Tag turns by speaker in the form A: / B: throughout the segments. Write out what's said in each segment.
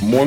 A: Moin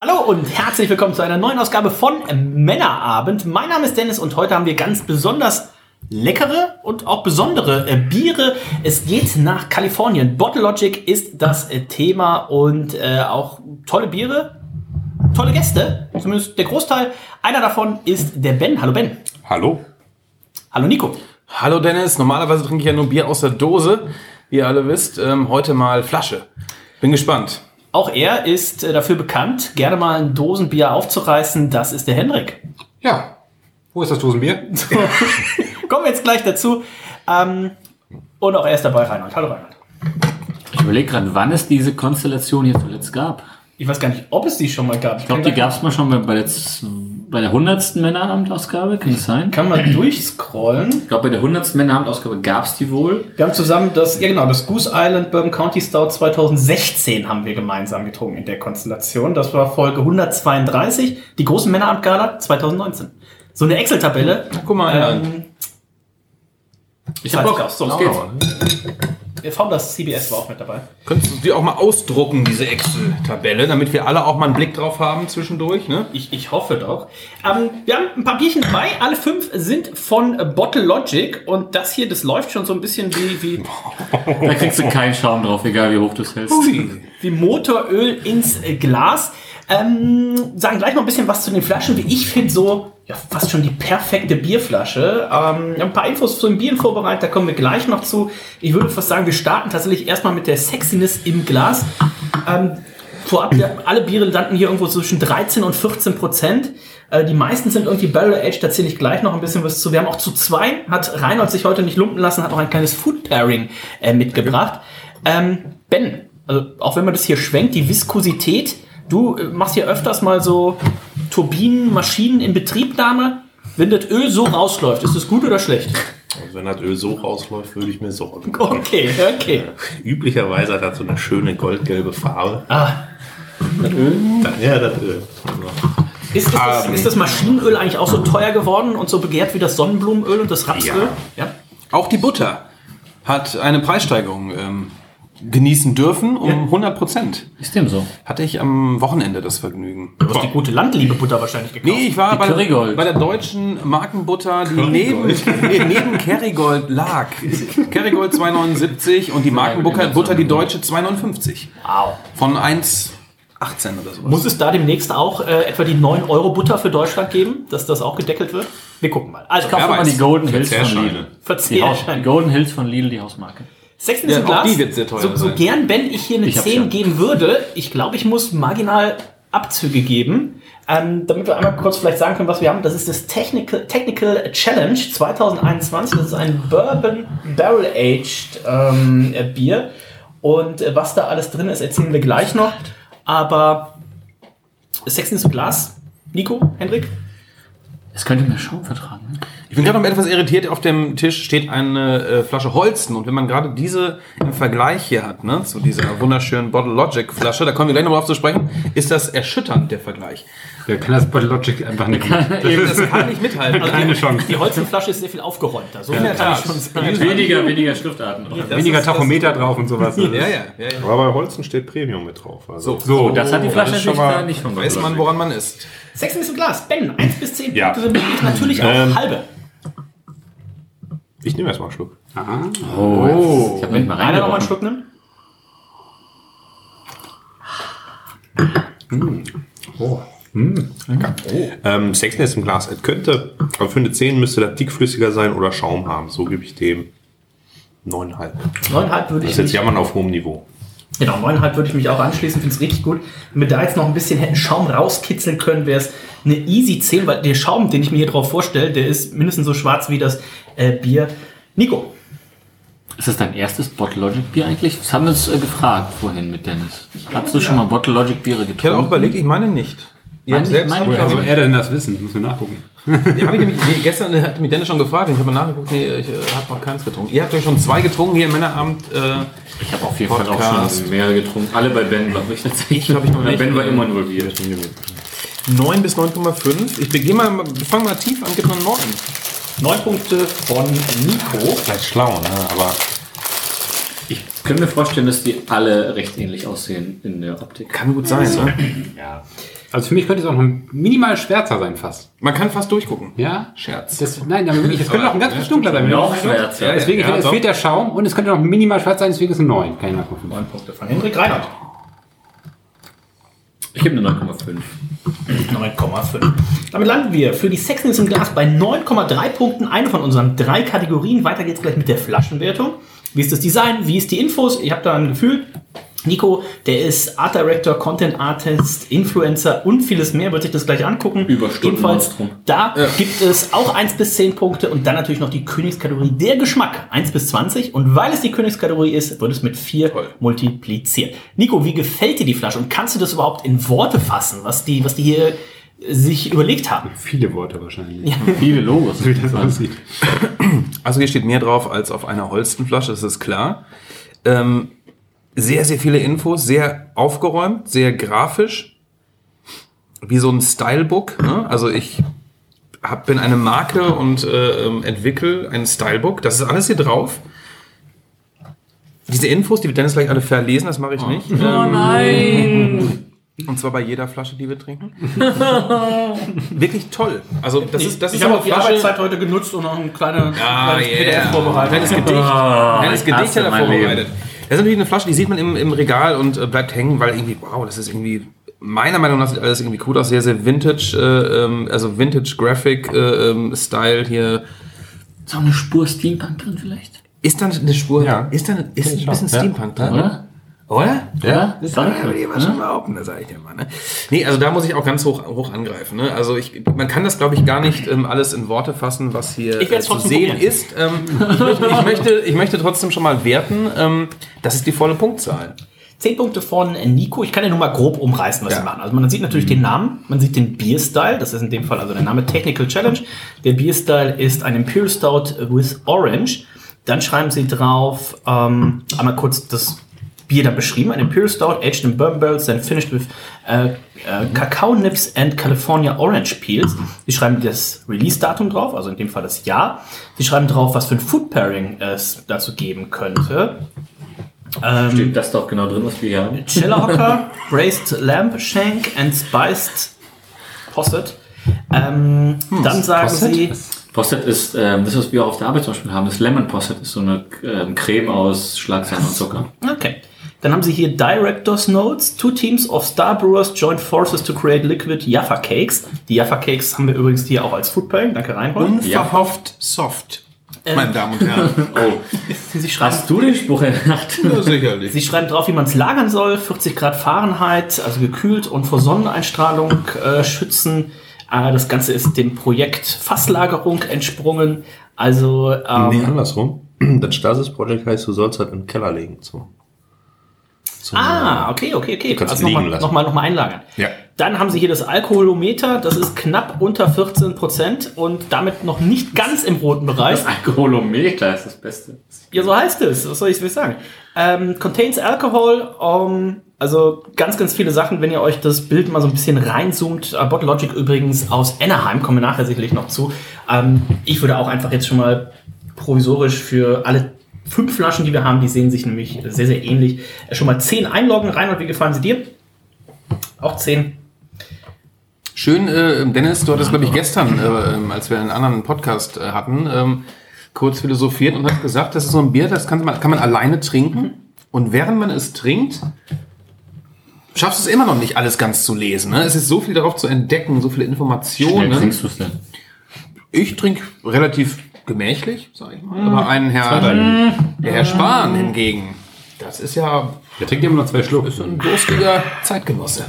B: Hallo und herzlich willkommen zu einer neuen Ausgabe von Männerabend. Mein Name ist Dennis und heute haben wir ganz besonders leckere und auch besondere äh, Biere. Es geht nach Kalifornien. Bottle Logic ist das äh, Thema und äh, auch tolle Biere, tolle Gäste, zumindest der Großteil. Einer davon ist der Ben. Hallo Ben.
C: Hallo.
B: Hallo Nico.
C: Hallo Dennis. Normalerweise trinke ich ja nur Bier aus der Dose, wie ihr alle wisst. Ähm, heute mal Flasche. Bin gespannt.
B: Auch er ist äh, dafür bekannt, gerne mal ein Dosenbier aufzureißen. Das ist der Henrik.
C: Ja. Wo ist das Dosenbier? So.
B: Kommen wir jetzt gleich dazu. Ähm, und auch er ist dabei, Reinhard. Hallo, Reinhard.
D: Ich überlege gerade, wann es diese Konstellation hier zuletzt gab.
B: Ich weiß gar nicht, ob es die schon mal gab.
D: Ich glaube, die gab es mal schon bei der, bei der 100. Männerabendausgabe, kann das sein?
B: Kann man durchscrollen.
D: Ich glaube, bei der 100. Männerabendausgabe gab es die wohl.
B: Wir haben zusammen das, ja genau, das Goose Island Bourbon County Stout 2016 haben wir gemeinsam getrunken in der Konstellation. Das war Folge 132, die großen Männerabendgala 2019. So eine Excel-Tabelle.
C: Guck mal, ähm,
B: ich hab Bock auf so, es geht's. Form das CBS war auch mit dabei.
C: Könntest du die auch mal ausdrucken, diese Excel-Tabelle, damit wir alle auch mal einen Blick drauf haben zwischendurch, ne?
B: Ich, ich hoffe doch. Ähm, wir haben ein paar Bierchen dabei, alle fünf sind von Bottle Logic und das hier, das läuft schon so ein bisschen wie. wie
D: da kriegst du keinen Schaum drauf, egal wie hoch du es hältst.
B: wie Motoröl ins äh, Glas. Ähm, sagen gleich noch ein bisschen was zu den Flaschen, wie ich finde, so ja, fast schon die perfekte Bierflasche. Ähm, ein paar Infos zu den Bieren vorbereitet, da kommen wir gleich noch zu. Ich würde fast sagen, wir starten tatsächlich erstmal mit der Sexiness im Glas. Ähm, vorab, alle Biere landen hier irgendwo zwischen 13 und 14 Prozent. Äh, die meisten sind irgendwie Barrel Age, da zähle ich gleich noch ein bisschen was zu. Wir haben auch zu zwei, hat Reinhold sich heute nicht lumpen lassen, hat noch ein kleines Food Pairing äh, mitgebracht. Ähm, ben, also auch wenn man das hier schwenkt, die Viskosität, Du äh, machst hier öfters mal so Turbinen, Maschinen in Betriebnahme. Wenn das Öl so rausläuft, ist das gut oder schlecht?
E: Also wenn das Öl so rausläuft, würde ich mir Sorgen
B: machen. Okay, okay.
E: Üblicherweise hat das so eine schöne goldgelbe Farbe.
B: Ah.
E: Das Öl? Ja, das Öl.
B: Ist, ist,
C: Ah,
B: das, ist das Maschinenöl eigentlich auch so teuer geworden und so begehrt wie das Sonnenblumenöl und das Rapsöl?
C: Ja. ja. Auch die Butter hat eine Preissteigerung ähm, genießen dürfen um ja. 100 Prozent.
D: Ist dem so.
C: Hatte ich am Wochenende das Vergnügen.
B: Du hast die gute Landliebebutter wahrscheinlich gekauft.
C: Nee, ich war bei, bei, der deutschen Markenbutter, die Currygold. neben, neben Kerrygold lag. Kerrygold 279 und die Markenbutter, die deutsche 259.
B: Wow.
C: Von 1 18 oder sowas.
B: Muss es da demnächst auch äh, etwa die 9 Euro Butter für Deutschland geben, dass das auch gedeckelt wird? Wir gucken mal.
D: Also kaufen wir mal die Golden Hills
B: von Lidl.
D: Verzehrschein. Golden Hills von Lidl, die Hausmarke.
B: Sex in ja, Glas.
C: Die wird sehr teuer
B: so, so gern, wenn ich hier eine ich 10 geben würde, ich glaube, ich muss marginal Abzüge geben. Ähm, damit wir einmal kurz vielleicht sagen können, was wir haben. Das ist das Technical, Technical Challenge 2021. Das ist ein Bourbon Barrel Aged ähm, Bier. Und äh, was da alles drin ist, erzählen wir gleich noch. Aber Sex in Glas, Nico, Hendrik?
D: Es könnte mir Schaum vertragen. Ne?
C: Ich bin gerade noch etwas irritiert. Auf dem Tisch steht eine äh, Flasche Holsten. Und wenn man gerade diese im Vergleich hier hat, ne, zu dieser wunderschönen Bottle Logic Flasche, da kommen wir gleich nochmal drauf zu sprechen, ist das erschütternd, der Vergleich.
E: Der kann das Bottle Logic einfach nicht
C: mithalten. Das kann nicht mithalten.
B: Also Keine Chance. Die Holstenflasche ist sehr viel aufgeräumter. So
D: ja, kann klar. ich schon sagen. Weniger, weniger Schriftarten
E: drauf. Das weniger Tachometer drauf und sowas.
C: ja, ja, ja, ja,
E: Aber bei Holsten steht Premium mit drauf.
D: Also. So, so, so das hat die Flasche natürlich mal, nicht von
C: Weiß man, woran man ist.
B: Sechs ist im Glas. Ben, eins bis zehn. Ja. natürlich auch ähm, halbe.
E: Ich nehme erstmal einen Schluck.
D: Aha. Oh.
B: Ich habe nicht mal rein. Einer noch mal einen Schluck nimmt.
E: Mm. Oh. Mm. Lecker. Oh. Ähm, Sexness im Glas. Es könnte, aber für eine 10 müsste das dickflüssiger sein oder Schaum haben. So gebe ich dem 9,5.
B: 9,5 würde ich.
E: Das ist jetzt jammern auf hohem Niveau.
B: Genau, 9,5 würde ich mich auch anschließen, finde es richtig gut. Wenn wir da jetzt noch ein bisschen hätten Schaum rauskitzeln können, wäre es eine easy 10, weil der Schaum, den ich mir hier drauf vorstelle, der ist mindestens so schwarz wie das äh, Bier. Nico.
D: Ist das dein erstes Bottle Logic Bier eigentlich? Das haben wir uns äh, gefragt vorhin mit Dennis. Hast du schon mal Bottle Logic Biere getrunken?
C: Ich hatte auch überlegt, ich meine nicht. Ihr habt
D: Mein-
C: selbst
D: mein-
C: hab ich,
D: Ja,
C: hab
D: aber
C: ich,
F: er denn das wissen? Müssen wir nachgucken.
C: hab ich nämlich, nee, gestern hat mich Dennis schon gefragt, ich habe mal nachgeguckt, nee, ich äh, habe noch keins getrunken. Ihr habt euch schon zwei getrunken hier im Männeramt. Äh,
D: Ich habe auf jeden Fall auch
C: Podcast.
D: schon mehr getrunken. Alle bei Ben, glaube ich. Tatsächlich.
C: glaub, ich noch
D: Ja,
C: nicht.
D: Ben war immer involviert.
C: 9 bis 9,5. Ich begehe mal, fang mal tief an, gib mal einen Morgen.
F: Neun Punkte von Nico.
E: Vielleicht schlau, ne? aber
D: Ich könnte mir vorstellen, dass die alle recht ähnlich aussehen in der Optik.
C: Kann gut sein, ne?
F: Ja. Also für mich könnte es auch noch minimal schwärzer sein fast.
C: Man kann fast durchgucken.
F: Ja?
C: Scherz.
F: Das, nein, aber wirklich, es könnte noch ein ganz bisschen dunkler sein. wenn
D: Noch
F: du-
D: schwärzer.
F: Ja, deswegen, ich
E: Ja,
F: finde, es
E: doch.
F: fehlt der Schaum und es könnte noch minimal schwarz sein, deswegen ist es ein 9. Kann ich nachgucken.
B: Neun Punkte von Henrik Reinhardt.
D: Ich gebe eine 9,5.
B: 9,5. Damit landen wir für die Sex News im Glas bei 9,3 Punkten. Eine von unseren drei Kategorien. Weiter geht's gleich mit der Flaschenwertung. Wie ist das Design? Wie ist die Infos? Ich habe da ein Gefühl. Nico, der ist Art Director, Content Artist, Influencer und vieles mehr. Wird sich das gleich angucken.
D: Überstunden-
B: Jedenfalls,
D: Monstrum.
B: da gibt es auch 1 bis 10 Punkte und dann natürlich noch die Königskategorie der Geschmack. 1 bis 20. Und weil es die Königskategorie ist, wird es mit 4 multipliziert. Nico, wie gefällt dir die Flasche? Und kannst du das überhaupt in Worte fassen, was die, was die hier äh, sich überlegt haben?
F: Viele Worte wahrscheinlich.
B: Ja.
D: Viele Logos.
F: Wie das aussieht.
C: Also hier steht mehr drauf als auf einer Holstenflasche, das ist klar. Ähm, sehr, sehr viele Infos, sehr aufgeräumt, sehr grafisch. Wie so ein Stylebook. Ne? Also ich hab, bin eine Marke und äh, ähm, entwickle ein Stylebook. Das ist alles hier drauf. Diese Infos, die wird Dennis gleich alle verlesen, das mache ich nicht. Ähm,
D: Nein!
C: Und zwar bei jeder Flasche, die wir trinken. Wirklich toll. Also das ist, das
B: ich
C: ist
B: habe
C: eine
B: auch die Arbeitszeit heute genutzt und noch ein kleiner
C: Ah,
B: kleines
C: yeah.
B: PDF vorbereitet.
C: Kleines Gedicht.
D: Ah,
C: Kleines
D: ich
C: Gedicht
D: hasse
C: hat er
D: mein
C: vorbereitet. Das ist natürlich eine Flasche, die sieht man im, im Regal und äh, bleibt hängen, weil irgendwie, wow, das ist irgendwie, meiner Meinung nach sieht alles irgendwie cool aus. Sehr, sehr vintage, äh, ähm, also vintage Graphic äh, ähm, Style hier.
D: Ist auch eine Spur Steampunk drin vielleicht?
C: Ist dann eine Spur,
E: Ja.
C: ist dann ist ein bisschen
E: Ja.
C: Steampunk drin,
D: Oder?
C: oder?
D: Ja,
C: Das
D: danke.
C: kann man dir mal schon behaupten, das sage ich dir mal. Ne? Nee, also da muss ich auch ganz hoch, hoch angreifen. Ne? Also ich, man kann das, glaube ich, gar nicht ähm, alles in Worte fassen, was hier
B: Ich
C: äh,
B: werd's
C: zu
B: trotzdem
C: sehen
B: probieren.
C: ist. Ähm, ich, möchte, ich, möchte, ich möchte trotzdem schon mal werten, ähm, das ist die volle Punktzahl.
B: Zehn Punkte von Nico. Ich kann ja nur mal grob umreißen, was
C: Ja.
B: sie machen. Also man sieht natürlich den Namen, man sieht den Bierstyle. Das ist in dem Fall also der Name Technical Challenge. Der Bierstyle ist ein Imperial Stout with Orange. Dann schreiben sie drauf, ähm, einmal kurz das Bier dann beschrieben. Ein Imperial Stout aged in bourbon barrels, then finished with äh, äh, Kakao Nips and California Orange Peels. Sie schreiben das Release-Datum drauf, also in dem Fall das Jahr. Sie schreiben drauf, was für ein Food Pairing es dazu geben könnte. Ähm,
D: Steht das doch genau drin, was wir hier haben?
B: Chillerhocker, Braised Lamb Shank and Spiced Posset. Ähm, dann sagen sie,
D: Posset ist, ähm, das, was wir auch auf der Arbeit zum Beispiel haben, das Lemon Posset ist so eine ähm, Creme aus Schlagsahne und Zucker.
B: okay. Dann haben sie hier Director's Notes. Two teams of Star Brewers joined forces to create liquid Jaffa Cakes. Die Jaffa Cakes haben wir übrigens hier auch als Food Pairing. Danke, Reinhold.
C: Unverhofft soft, meine Damen und Herren.
D: Oh,
B: Sie schreiben,
D: hast du den Spruch erdacht?
C: Ja, sicherlich.
B: sie schreiben drauf, wie man es lagern soll. 40 Grad Fahrenheit, also gekühlt und vor Sonneneinstrahlung äh, schützen. Äh, das Ganze ist dem Projekt Fasslagerung entsprungen. Also ähm,
E: nee, andersrum. Das Stasis-Projekt heißt, du sollst halt im Keller legen. So. So.
B: Ah, okay, okay, okay.
E: kannst
B: Also
E: liegen
B: nochmal
E: lassen.
B: noch mal, noch mal einlagern.
E: Ja.
B: Dann haben sie hier das Alkoholometer, das ist knapp unter 14 Prozent und damit noch nicht ganz im roten Bereich.
D: Das Alkoholometer ist das Beste.
B: Ja, so heißt es. Was soll ich will sagen? Ähm, contains Alcohol, ähm, also ganz, ganz viele Sachen, wenn ihr euch das Bild mal so ein bisschen reinzoomt. Äh, Bottle Logic übrigens aus Anaheim, kommen wir nachher sicherlich noch zu. Ähm, ich würde auch einfach jetzt schon mal provisorisch für alle fünf Flaschen, die wir haben, die sehen sich nämlich sehr, sehr ähnlich. Äh, schon mal zehn einloggen. Reinhold, wie gefallen sie dir? Auch zehn.
C: Schön, äh, Dennis, du hattest, glaube ich, gestern, äh, ähm, als wir einen anderen Podcast äh, hatten, ähm, kurz philosophiert und hast gesagt, das ist so ein Bier, das kann man, kann man alleine trinken. Und während man es trinkt, schaffst du es immer noch nicht, alles ganz zu lesen. Ne? Es ist so viel darauf zu entdecken, so viele
D: Schnell
C: Informationen.
D: trinkst du es denn?
C: Ich trinke relativ gemächlich, sag ich mal.
F: Hm.
C: Aber einen Herr,
F: Dann,
C: der Herr Spahn hingegen, das ist ja
F: der trinkt immer noch zwei Schluck.
C: ein durstiger Zeitgenosse.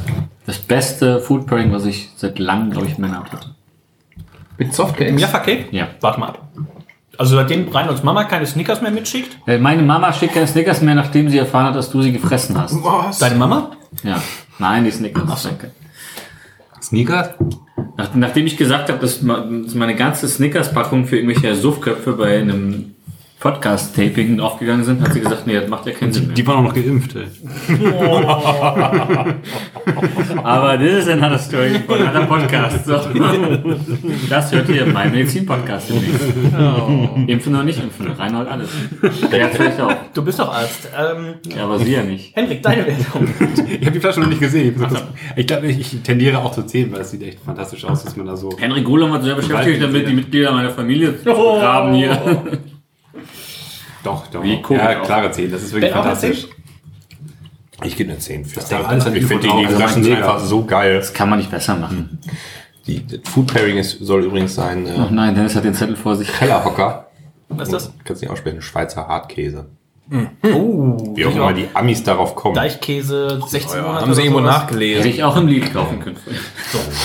D: Das beste Food Pairing, was ich seit langem, glaube ich, Männer hatte.
C: Mit Softcakes.
B: Jaffa Cake?
D: Ja.
B: Warte mal ab. Also seitdem Reinholds Mama keine Snickers mehr mitschickt.
D: Äh, Meine Mama schickt keine Snickers mehr, nachdem sie erfahren hat, dass du sie gefressen hast.
C: Was?
B: Deine Mama?
D: Ja. Nein, die Snickers. Danke.
F: Sneakers?
D: Nach, nachdem ich gesagt habe, dass ma- dass meine ganze Snickers-Packung für irgendwelche Suffköpfe bei einem Podcast-Taping aufgegangen sind, hat sie gesagt, nee, das macht ja keinen Sinn mehr.
F: Die waren auch noch geimpft, ey.
D: Aber das ist eine andere Story von einem anderen Podcast. So. Das hört ihr beim Medizin-Podcast demnächst. Impfen oder nicht impfen, Reinhold alles. Der hat vielleicht auch.
B: Du bist doch Arzt. Ähm,
D: Ja, aber sie ja nicht.
B: Henrik, deine Wertung.
F: Ich habe die Flasche noch nicht gesehen. Ich, hab gesagt, das- ich glaube, ich, ich tendiere auch zu 10, weil es sieht echt fantastisch aus, dass man da so.
D: Henry Golem hat sich ja beschäftigt damit, die Mitglieder meiner Familie zu begraben hier.
F: Doch, doch.
D: Wie cool.
F: ja, klare 10. Das ist wirklich
B: Ben, auch
F: fantastisch.
E: Ich gebe eine 10 für. Also,
F: denkt alles an
E: ich finde die,
F: Info
E: die
F: drauf.
E: Flaschen
F: Also
E: sind
F: mein Mega.
E: einfach so geil.
D: Das kann man nicht besser machen.
E: Die das Food Pairing ist, soll übrigens sein
D: Ach
E: äh,
D: nein, Dennis hat den Zettel vor sich.
E: Kellerhocker.
B: Was ist das?
E: Kannst du nicht aussprechen. Schweizer Hartkäse.
F: Oh.
E: Wie auch immer die Amis darauf kommen.
B: Deichkäse, 16 Monate.
C: Haben sie
B: oder
C: irgendwo
B: sowas.
D: Hätte
C: nachgelesen.
D: ich auch im Lidl kaufen können.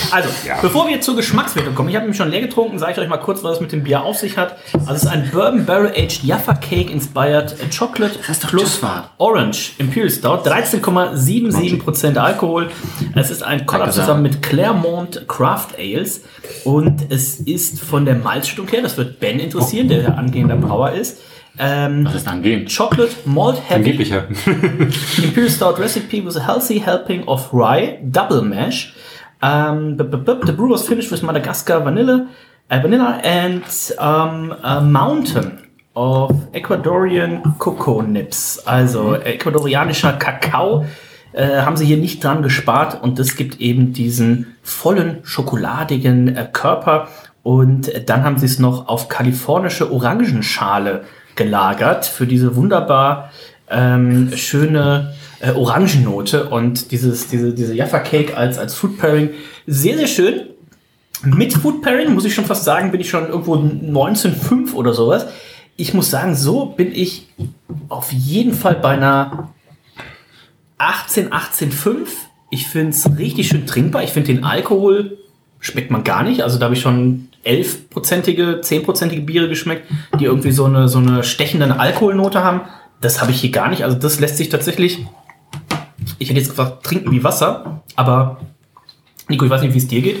B: Also, bevor wir zur Geschmackswertung kommen, ich habe nämlich schon leer getrunken, sage ich euch mal kurz, was es mit dem Bier auf sich hat. Also, es ist ein Bourbon Barrel Aged Jaffa Cake Inspired Chocolate
D: Das ist doch
B: plus
D: Jaffa.
B: Orange Imperial Stout, 13,77% Alkohol. Es ist ein Collab
D: Danke, Sarah.
B: zusammen mit Claremont Craft Ales und es ist von der Malzstung her, das wird Ben interessieren, der der angehender Brauer ist. Ähm,
D: Was ist angehend?
B: Chocolate Malt Heavy
F: Angeblicher.
B: Imperial Stout recipe with a healthy helping of rye, double mash. Um, b- b- b- the brew was finished with Madagascar vanilla, uh, vanilla and um, a mountain of Ecuadorian cocoa nips. Also ecuadorianischer Kakao äh, haben sie hier nicht dran gespart und das gibt eben diesen vollen schokoladigen äh, Körper. Und dann haben sie es noch auf kalifornische Orangenschale gelagert für diese wunderbar ähm, schöne äh, Orangennote und dieses, diese, diese Jaffa Cake als, als Food Pairing. Sehr, sehr schön. Mit Food Pairing muss ich schon fast sagen, bin ich schon irgendwo 19,5 oder sowas. Ich muss sagen, so bin ich auf jeden Fall bei einer 18, 18,5. Ich finde es richtig schön trinkbar. Ich finde den Alkohol schmeckt man gar nicht. Also da habe ich schon 11-prozentige, 10-prozentige Biere geschmeckt, die irgendwie so eine, so eine stechende Alkoholnote haben. Das habe ich hier gar nicht. Also das lässt sich tatsächlich, ich hätte jetzt gesagt, trinken wie Wasser. Aber Nico, ich weiß nicht, wie es dir geht.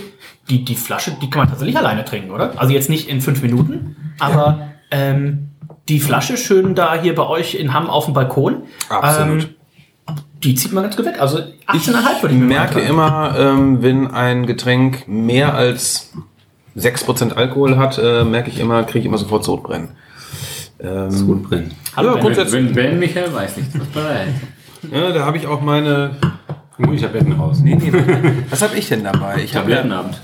B: Die, die Flasche, die kann man tatsächlich alleine trinken, oder? Also jetzt nicht in fünf Minuten, aber ähm, die Flasche schön da hier bei euch in Hamm auf dem Balkon.
E: Absolut.
B: Ähm, die zieht man ganz gut weg. Also 18,5 würde
C: Ich
B: ich mir
C: merke
B: mal sagen.
C: immer, ähm, wenn ein Getränk mehr als 6% Alkohol hat, äh, merke ich immer, kriege ich immer sofort Sodbrennen. Ähm,
F: Gut drin.
C: Hallo,
B: Ben.
C: grundsätzlich.
D: Wenn Ben Michael weiß nicht, was bereit.
C: Ja, da habe ich auch meine.
F: Gut, ich habe Betten raus.
C: Nee, nee, was habe ich denn dabei? Ich habe ja,
D: Tablettenabend.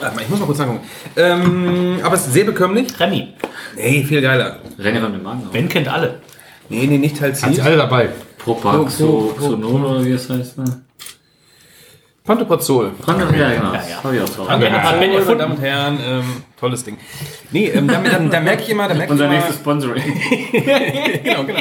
C: Warte mal, ich muss mal kurz nachgucken. Ähm, aber es ist sehr bekömmlich.
B: Remy,
C: Nee, viel geiler.
D: Renner mit dem Magen. auf.
B: Ben kennt alle.
C: Nee, nee, nicht
F: Hat sie
C: Talzit.
F: alle dabei.
D: Propaxo, Xonol oder wie es heißt. Ne?
C: Pantoprazol.
D: Brandon, ja, genau. Das Hab ich auch drauf.
B: Ben hat Ben
C: Meine
B: erfunden.
C: Damen und Herren, ähm, tolles Ding. Nee, ähm, da, da, da merke ich immer, da merke ich
D: Unser
C: immer,
D: nächstes Sponsoring.
C: genau, genau.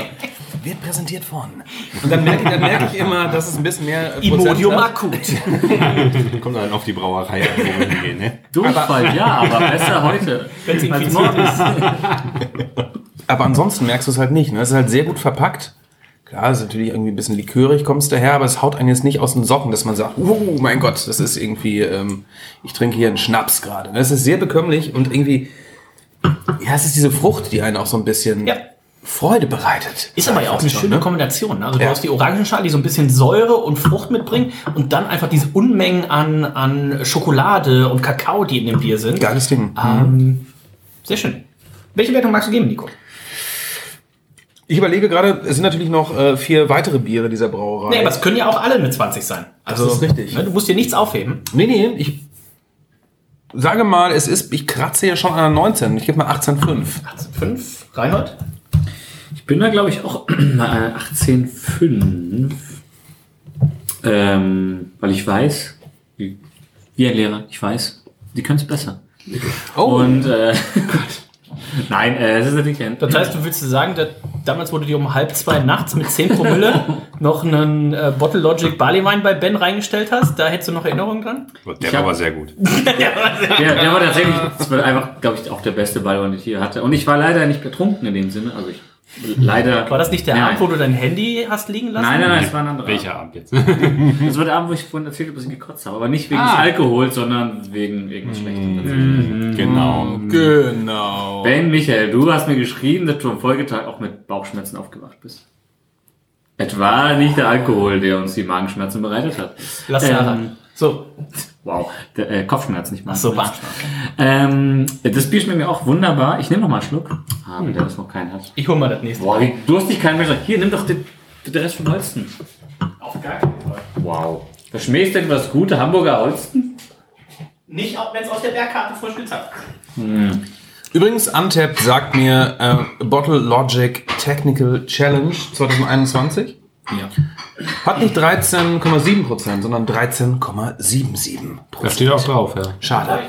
C: Wird präsentiert von. Und dann merke, dann merke ich immer, dass es ein bisschen mehr äh, Prozent
B: Imodium
C: hat.
B: akut.
E: Kommt dann auf die Brauerei an, wo wir hingehen, ne?
D: Durchfall, ja, aber besser heute.
B: Wenn sie infiziert ist.
C: Aber ansonsten merkst du es halt nicht. Ne? Es ist halt sehr gut verpackt. Klar, es ist natürlich irgendwie ein bisschen likörig, kommst daher, aber es haut einen jetzt nicht aus den Socken, dass man sagt, oh mein Gott, das ist irgendwie, ähm, ich trinke hier einen Schnaps gerade. Das ist sehr bekömmlich und irgendwie, ja, es ist diese Frucht, die einen auch so ein bisschen
B: Ja.
C: Freude bereitet.
B: Ist aber ja auch eine
C: Schon,
B: schöne
C: ne?
B: Kombination. ne? Also du
C: Ja.
B: hast die Orangenschale, die so ein bisschen Säure und Frucht mitbringen und dann einfach diese Unmengen an, an Schokolade und Kakao, die in dem Bier sind.
C: Geiles Ding.
B: Ähm, sehr schön. Welche Wertung magst du geben, Nico?
C: Ich überlege gerade, es sind natürlich noch äh, vier weitere Biere dieser Brauerei.
B: Nee, aber es können ja auch alle eine 20 sein. Also,
C: ist richtig.
B: Ne, du musst dir nichts aufheben.
C: Nee, nee, ich sage mal, es ist, ich kratze ja schon an der 19. Ich gebe mal 18,5.
B: 18,5. Reinhold?
D: Ich bin da, glaube ich, auch äh, bei einer 18,5. Ähm, weil ich weiß, wie, wie ein Lehrer, ich weiß, die können es besser.
C: Oh,
D: Und, äh, nein, äh, es ist natürlich ein.
B: Das heißt, du willst sagen, dass damals wurde dir um halb zwei nachts mit 10 Promille noch einen äh, Bottle Logic Barleywein bei Ben reingestellt hast? Da hättest du noch Erinnerungen dran?
E: Der
D: Ich hab-
E: war aber sehr gut.
D: Der, der war tatsächlich, das war einfach, glaube ich, auch der beste Ball, den ich hier hatte. Und ich war leider nicht betrunken in dem Sinne. Also ich Leider.
B: War das nicht der
D: Nein.
B: Abend, wo du dein Handy hast liegen lassen?
D: Nein, nein, nein, es war ein anderer.
F: Welcher Abend jetzt?
D: das war der Abend, wo ich vorhin erzählt habe, dass ich gekotzt habe. Aber nicht wegen
C: Ah.
D: des Alkohols, sondern wegen irgendwas Schlechtem.
B: Mm.
D: tatsächlich.
C: Genau. Genau.
D: Ben, Michael, du hast mir geschrieben, dass du am Folgetag auch mit Bauchschmerzen aufgewacht bist. Es war nicht der Alkohol, der uns die Magenschmerzen bereitet hat. Ähm,
B: Lass nachher. So.
D: Wow, der, äh, Kopfschmerzen, nicht
B: So,
D: Magenschmerzen.
B: war.
D: Ähm, das Bier schmeckt mir auch wunderbar. Ich nehme noch mal einen Schluck. Ah, wenn der das noch keinen hat.
B: Ich hol mal das nächste.
D: Boah, wie durstig kein Mensch. sagt, Hier, nimm doch den, den Rest von Holsten.
B: Auf gar keinen Fall.
D: Wow. Verschmähst du etwas gute Hamburger Holsten?
B: Nicht, wenn es aus der Bergkarte vorspielt hat.
C: Übrigens, Untapped sagt mir äh, Bottle Logic Technical Challenge 2021
D: Ja.
C: hat nicht 13,7%, sondern 13,77%.
F: Das steht auch drauf, ja.
C: Schade.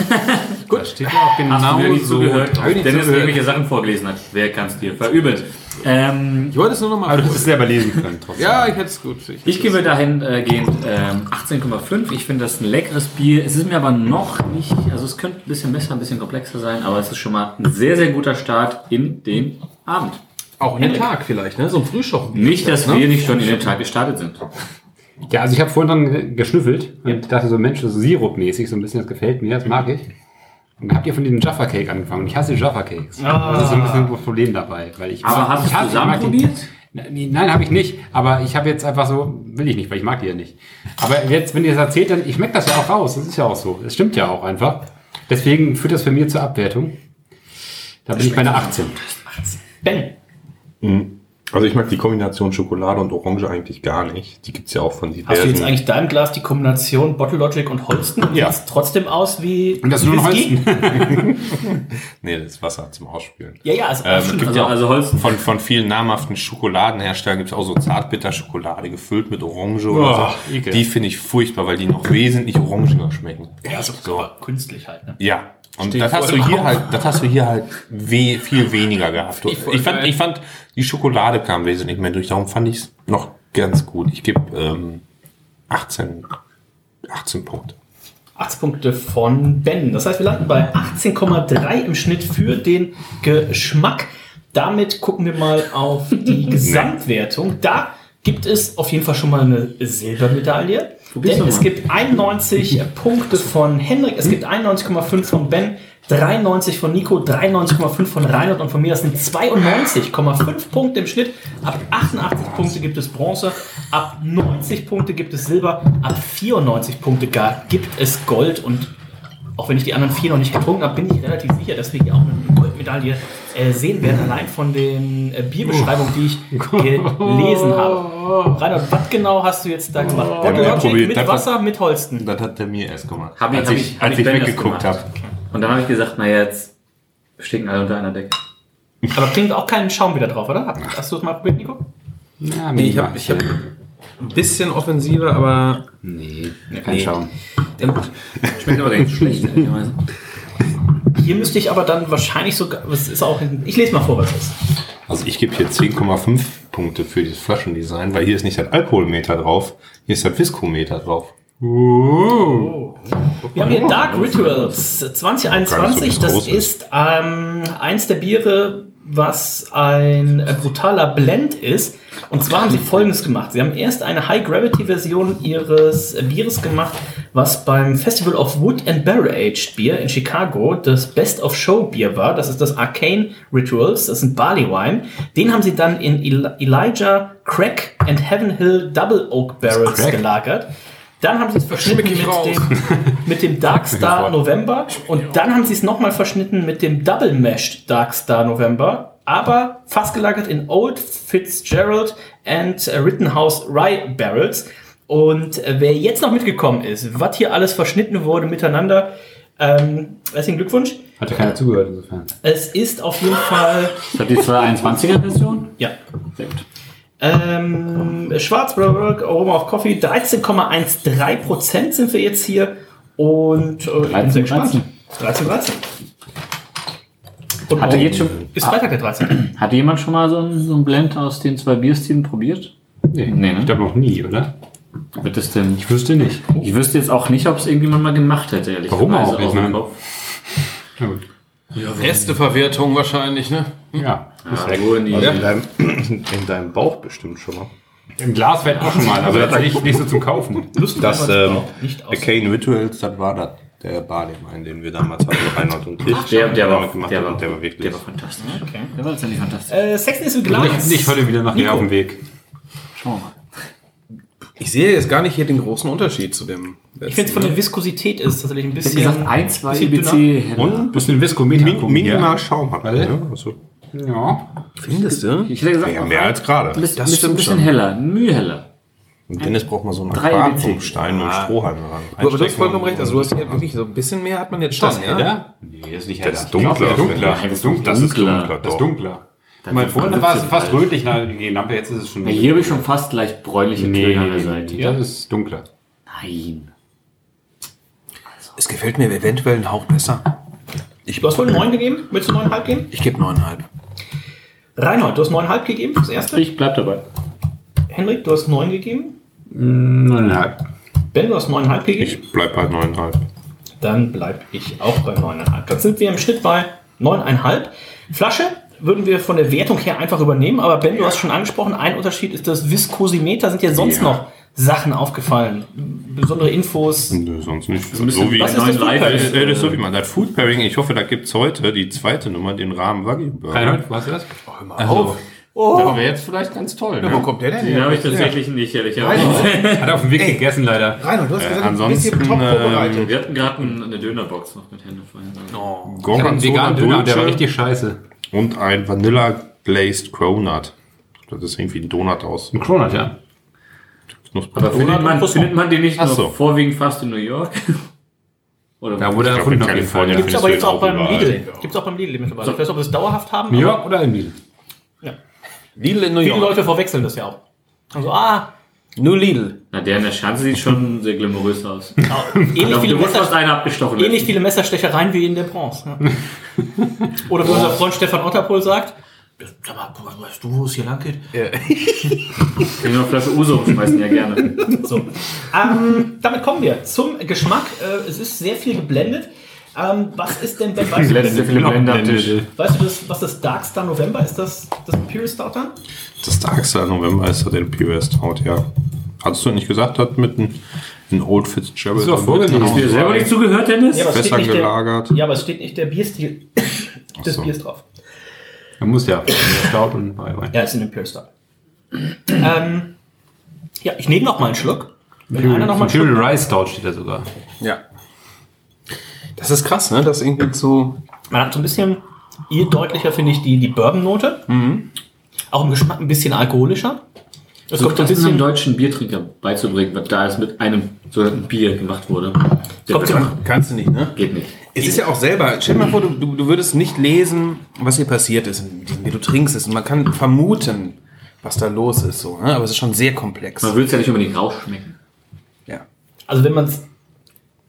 F: Gut. Das steht auch
D: Hast
F: genau
D: du mir nicht
F: so.
D: zugehört,
F: Hab ich nicht
D: Dennis
F: zugehört.
D: irgendwelche Sachen vorgelesen hat? Wer kann's dir verübeln? Ähm,
C: Ich wollte es nur noch mal.
F: Aber du hast es selber lesen können. Trotzdem.
C: Ja, ich hätte es gut. Ich,
D: ich gebe dahingehend ähm, 18,5. Ich finde das ein leckeres Bier. Es ist mir aber noch nicht, also es könnte ein bisschen besser, ein bisschen komplexer sein, aber es ist schon mal ein sehr, sehr guter Start in den Abend.
C: auch in den Tag vielleicht, ne? So ein Frühschoppen.
D: Nicht, dass
C: Ne?
D: wir nicht schon in den Tag gestartet sind.
F: Ja, also ich habe vorhin dann geschnüffelt und dachte so, Mensch, das ist sirupmäßig, so ein bisschen, das gefällt mir, das mag ich. Und dann habt ihr von diesem Jaffa Cake angefangen. Ich hasse Jaffa Cakes. Das ist so ein bisschen das Problem dabei. Weil ich
D: Aber hast du
F: ich
D: es
F: hasse- ich mag
D: zusammen
F: die-
D: probiert?
F: Nein, nein, habe ich nicht. Aber ich habe jetzt einfach so, will ich nicht, weil ich mag die ja nicht. Aber jetzt, wenn ihr das erzählt, dann, ich merke das ja auch raus. Das ist ja auch so. Das stimmt ja auch einfach. Deswegen führt das für mir zur Abwertung. Da bin ich bei einer 18.
B: Ben.
E: Also ich mag die Kombination Schokolade und Orange eigentlich gar nicht. Die gibt's ja auch von diversen.
B: Hast du jetzt eigentlich deinem Glas die Kombination Bottle Logic und Holsten und
E: Ja.
B: sieht's trotzdem aus wie.
F: Und das ist nur ein
B: Whisky?
F: Holsten.
E: nee, das ist Wasser zum Ausspülen.
B: Ja, ja, also.
E: Ähm, es gibt
D: Also,
E: ja auch
D: also Holsten.
E: von, von vielen namhaften Schokoladenherstellern gibt's auch so Zartbitterschokolade gefüllt mit Orange oder
F: Boah,
E: so.
F: ekel.
E: Die finde ich furchtbar, weil die noch wesentlich orangiger schmecken.
B: ja, so, so. künstlich halt, ne?
E: Ja. Und das hast, du hier halt, das hast du hier halt we viel weniger gehabt. Ich, fand, ich fand, die Schokolade kam wesentlich mehr durch. Darum fand ich es noch ganz gut. Ich gebe ähm, 18, 18 Punkte.
B: 18 Punkte von Ben. Das heißt, wir landen bei 18,3 im Schnitt für den Geschmack. Damit gucken wir mal auf die Gesamtwertung. Da gibt es auf jeden Fall schon mal eine Silbermedaille.
D: Probier's
B: Denn
D: doch
B: es
D: mal.
B: gibt 91 Punkte von Henrik, es gibt 91,5 von Ben, 93 von Nico, 93,5 von Reinhard und von mir. Das sind 92,5 Punkte im Schnitt. Ab 88 Punkte gibt es Bronze, ab 90 Punkte gibt es Silber, ab 94 Punkte gar gibt es Gold. Und auch wenn ich die anderen vier noch nicht getrunken habe, bin ich relativ sicher, dass wir hier auch eine Goldmedaille äh, sehen werden. Allein von den äh, Bierbeschreibungen, die ich gelesen habe. Reinhard, was genau hast du jetzt da gemacht?
E: hab
B: Bottle
E: ja
B: Logic
E: probiert.
B: mit
E: Das war-
B: Wasser, mit Holsten.
E: Das hat der mir erst gemacht.
D: Hab ich-
E: als
D: hab
E: ich,
D: ich- hab
E: als
D: ich
E: ich
D: Ben erst
E: weggeguckt
D: gemacht.
E: habe.
D: Und dann habe ich gesagt, na jetzt stecken alle unter einer Decke.
B: Aber klingt auch keinen Schaum wieder drauf, oder? Hab- Hast du es mal probiert, Nico?
F: Ja,
C: Nee, ich hab- ich hab- ein bisschen offensiver, aber
F: Nee, kein
C: Nee.
F: Schaum.
D: Schmeckt aber gar nicht schlecht, ehrlicherweise.
B: Hier müsste ich aber dann wahrscheinlich sogar. Was ist auch. Ich lese mal vor, was es ist.
E: Also ich gebe hier 10,5 Punkte für dieses Flaschendesign, weil hier ist nicht das Alkoholmeter drauf, hier ist das Viskometer drauf.
B: Wir haben hier Dark Rituals 2021.
E: Gar nicht so
B: Das
E: groß ist.
B: ist ähm, eins der Biere, was ein äh, brutaler Blend ist. Und zwar haben sie folgendes gemacht. Sie haben erst eine High-Gravity-Version ihres äh, Bieres gemacht, was beim Festival of Wood and Barrel-Aged Bier in Chicago das Best-of-Show-Bier war. Das ist das Arcane Rituals, das ist ein Barley Wine. Den haben sie dann in El Elijah Crack and Heaven Hill Double Oak Barrels
F: Crack?
B: gelagert. Dann haben sie es verschnitten mit dem, mit dem Dark Star November und dann haben sie es nochmal verschnitten mit dem Double Meshed Dark Star November, aber fast gelagert in Old Fitzgerald and äh, Rittenhouse Rye Barrels. Und äh, wer jetzt noch mitgekommen ist, was hier alles verschnitten wurde miteinander, ähm, herzlichen Glückwunsch.
F: Hat ja keiner zugehört insofern.
B: Es ist auf jeden Fall,
D: Ist Äh. das die 221er-Version?
B: ja,
D: Sehr gut.
B: Ähm, Schwarzbrück, Aroma of Coffee, 13,13 Prozent sind wir jetzt hier. Und äh, ich bin sehr
D: 13,
B: gespannt. 13, 13. Und
D: Hatte
B: morgen
D: jetzt schon-
B: Ist Freitag der 13.
D: Hat jemand schon mal so einen, so einen Blend aus den zwei Bierstilen probiert?
F: Nee,
D: Nee, ne?
F: ich glaube noch nie, oder?
D: Wird das denn?
F: Ich wüsste nicht.
D: Ich wüsste jetzt auch nicht, ob es irgendjemand mal gemacht hätte, ehrlich
F: Warum auch nicht, ne?
D: Kopf.
F: Na gut.
C: Resteverwertung wahrscheinlich, ne?
F: Ja,
G: Ja,
F: sehr
G: nur
F: gut.
G: in, die, in, deinem, in deinem Bauch bestimmt schon mal.
F: Im Glas fällt auch schon mal, aber jetzt nicht- nicht so zum Kaufen. Lust
E: das
F: aber
E: ähm,
F: auch nicht aus-
E: Arcane Rituals, das war das, der Bademann, den wir damals hatten, Reinhold und ich.
D: Ach, der- der
E: damit
D: war-
E: gemacht
D: der
E: haben.
D: war-
E: der war wirklich.
D: der war fantastisch. Okay. Der war letztendlich fantastisch.
B: Äh, Sexton ist im Glas. Nico.
F: Weg.
D: Schauen wir mal.
C: Ich sehe jetzt gar nicht hier den großen Unterschied zu dem.
B: Ich finde es von der Viskosität ist tatsächlich ein bisschen. bisschen dünner.
C: Und ein
F: bisschen Viskometer.
C: Min minimal
E: Schaum hat
C: er.
E: ne?
F: Ja.
C: Findest du?
D: Ich hätte gesagt,
E: Ja, mehr als gerade.
D: Bisschen-
E: Das
D: bisschen-
E: stimmt
D: bisschen
E: schon.
D: heller, Mühe heller.
E: Und Dennis braucht mal so einen
D: Drei
E: Aquarium
D: EBC.
E: vom Stein mit
C: Ah.
E: Strohhalm ran.
C: Du, aber du hast vollkommen recht, also du hast hier wirklich so ein bisschen mehr hat man jetzt schon,
E: Das
C: ja?
E: heller?
F: Nee, ist nicht
E: Das ist dunkler.
F: Das ist dunkler.
E: Das ist
F: Das ist
E: dunkler.
F: dunkler. Das ist
E: Doch.
F: dunkler. Ich
D: Dann
F: meine, vorhin war es
D: sind
F: fast
D: falsch.
F: rötlich na, gegen die Lampe, jetzt ist es schon.
D: Ja, hier habe ich schon fast leicht bräunliche
F: Nee,
D: Töne an
F: nee,
D: der
F: nee,
D: Seite.
F: nee, das ist dunkler.
D: Nein.
C: Es gefällt mir eventuell einen Hauch besser.
B: Ich, du hast wohl 9 gegeben? Willst du 9,5 geben?
C: Ich gebe 9,5.
B: Reinhold, du hast 9,5 gegeben fürs erste?
D: Ich bleib dabei.
B: Henrik, du hast 9 gegeben?
D: Mm,
F: Neuneinhalb.
B: Ben, du hast 9,5 gegeben?
E: Ich bleib bei 9,5.
B: Dann bleib ich auch bei 9,5. Dann sind wir im Schnitt bei 9,5. Flasche würden wir von der Wertung her einfach übernehmen, aber Ben, du hast schon angesprochen, ein Unterschied ist das Viskosimeter. Sind dir sonst
E: Ja.
B: noch Sachen aufgefallen? Besondere Infos?
E: Nö, sonst nicht.
B: ein bisschen
E: So wie,
B: was ist das Food Pairing?
E: das, äh, das ist so wie man. Das Food Pairing, ich hoffe, da gibt es heute die zweite Nummer, den Rahmen Wagyu Burger.
F: Reinhold, was ist das? Oh,
E: mal auf.
B: Oh.
E: Das wäre jetzt vielleicht ganz toll.
D: Ja,
E: ne?
D: wo kommt der denn her? Den habe ich tatsächlich nicht, ehrlicherweise.
F: Reinhold. Hat auf dem Weg gegessen, leider.
D: Reinhold, du hast gesagt, du bist hier
E: ansonsten,
D: top
E: vorbereitet.
D: Wir hatten gerade ein- eine Dönerbox noch mit Hände vorhin.
C: Oh.
E: Gorgonzola
F: Ich hab einen veganen Döner, der war
B: äh,
E: Dolce
F: richtig scheiße.
E: Und ein Vanilla Glazed Cronut. Das ist irgendwie ein Donut aus. Ein
F: Cronut, ja.
D: Aber findet man, findet man den nicht
E: Ach
D: noch
E: so.
D: vorwiegend fast in New York? Oder
F: Da wurde er erfunden, auf jeden Fall.
B: Gibt es
F: findest
B: aber
F: du
B: jetzt
F: den
B: auch
F: auch
B: beim
F: überall.
B: Lidl. Gibt es auch beim Lidl mittlerweile.
F: So.
B: Ich weiß nicht, ob wir es dauerhaft haben.
F: New
B: aber-
F: York oder in Lidl?
C: Lidl in New
B: Viele
D: York.
B: Leute verwechseln das ja auch. Also, ah,
C: Nur Lidl.
D: Na, der in der Schanze sieht schon sehr glamourös aus.
B: genau. ähnlich viele,
D: Genau, du wurdest
B: Messer,
D: fast einer abgestochen.
B: ähnlich viele Messerstechereien wie in der Bronze. Ja. Oder wie unser Freund Stefan Otterpohl sagt, sag mal, weißt du, wo es hier lang geht?
D: Können wir eine Flasche Uso schmeißen, ja gerne.
B: So. Ähm, damit kommen wir zum Geschmack. Äh, es ist sehr viel geblendet. Ähm, was ist denn, wenn weißt du,
D: Blende, viele Blende am Tisch.
B: weißt du das, was das Darkstar November ist? Das, das Imperial Star dann?
E: Das Darkstar November ist der Imperial Stout, ja. Hattest du nicht gesagt, hat mit einem ein Old Fitzgerald.
D: Ist doch vorgelesen. Hast du dir selber nicht zugehört, Dennis?
B: Ja, aber es
E: Besser
B: steht nicht
E: gelagert.
B: Der, ja, aber es steht nicht der Bierstil des Biers drauf.
F: Da muss ja. Staub und Weihrwein.
B: Ja, ist ein Imperial Star. ähm, ja, ich nehme noch mal einen Schluck. Wenn einer noch mal einen Schluck
F: Imperial Rice Stout steht da sogar.
C: Ja. Das ist krass, ne? Das irgendwie so.
B: Man hat so ein bisschen, hier deutlicher finde ich die, die Bourbon-Note. Auch im Geschmack ein bisschen alkoholischer.
D: Es
B: Es
D: kommt
B: kommt ein
D: das
B: bisschen,
D: einem deutschen Biertrinker beizubringen, was da ist mit einem sogenannten Bier gemacht wurde. Der
C: Kommt ja- Kannst du nicht, ne?
D: Geht nicht.
C: Es ist ja auch selber, stell dir mal vor, du, du, du würdest nicht lesen, was hier passiert ist, und wie du trinkst es. Und man kann vermuten, was da los ist. So, ne? Aber es ist schon sehr komplex.
D: Man will es ja nicht unbedingt rausschmecken.
B: also wenn man es,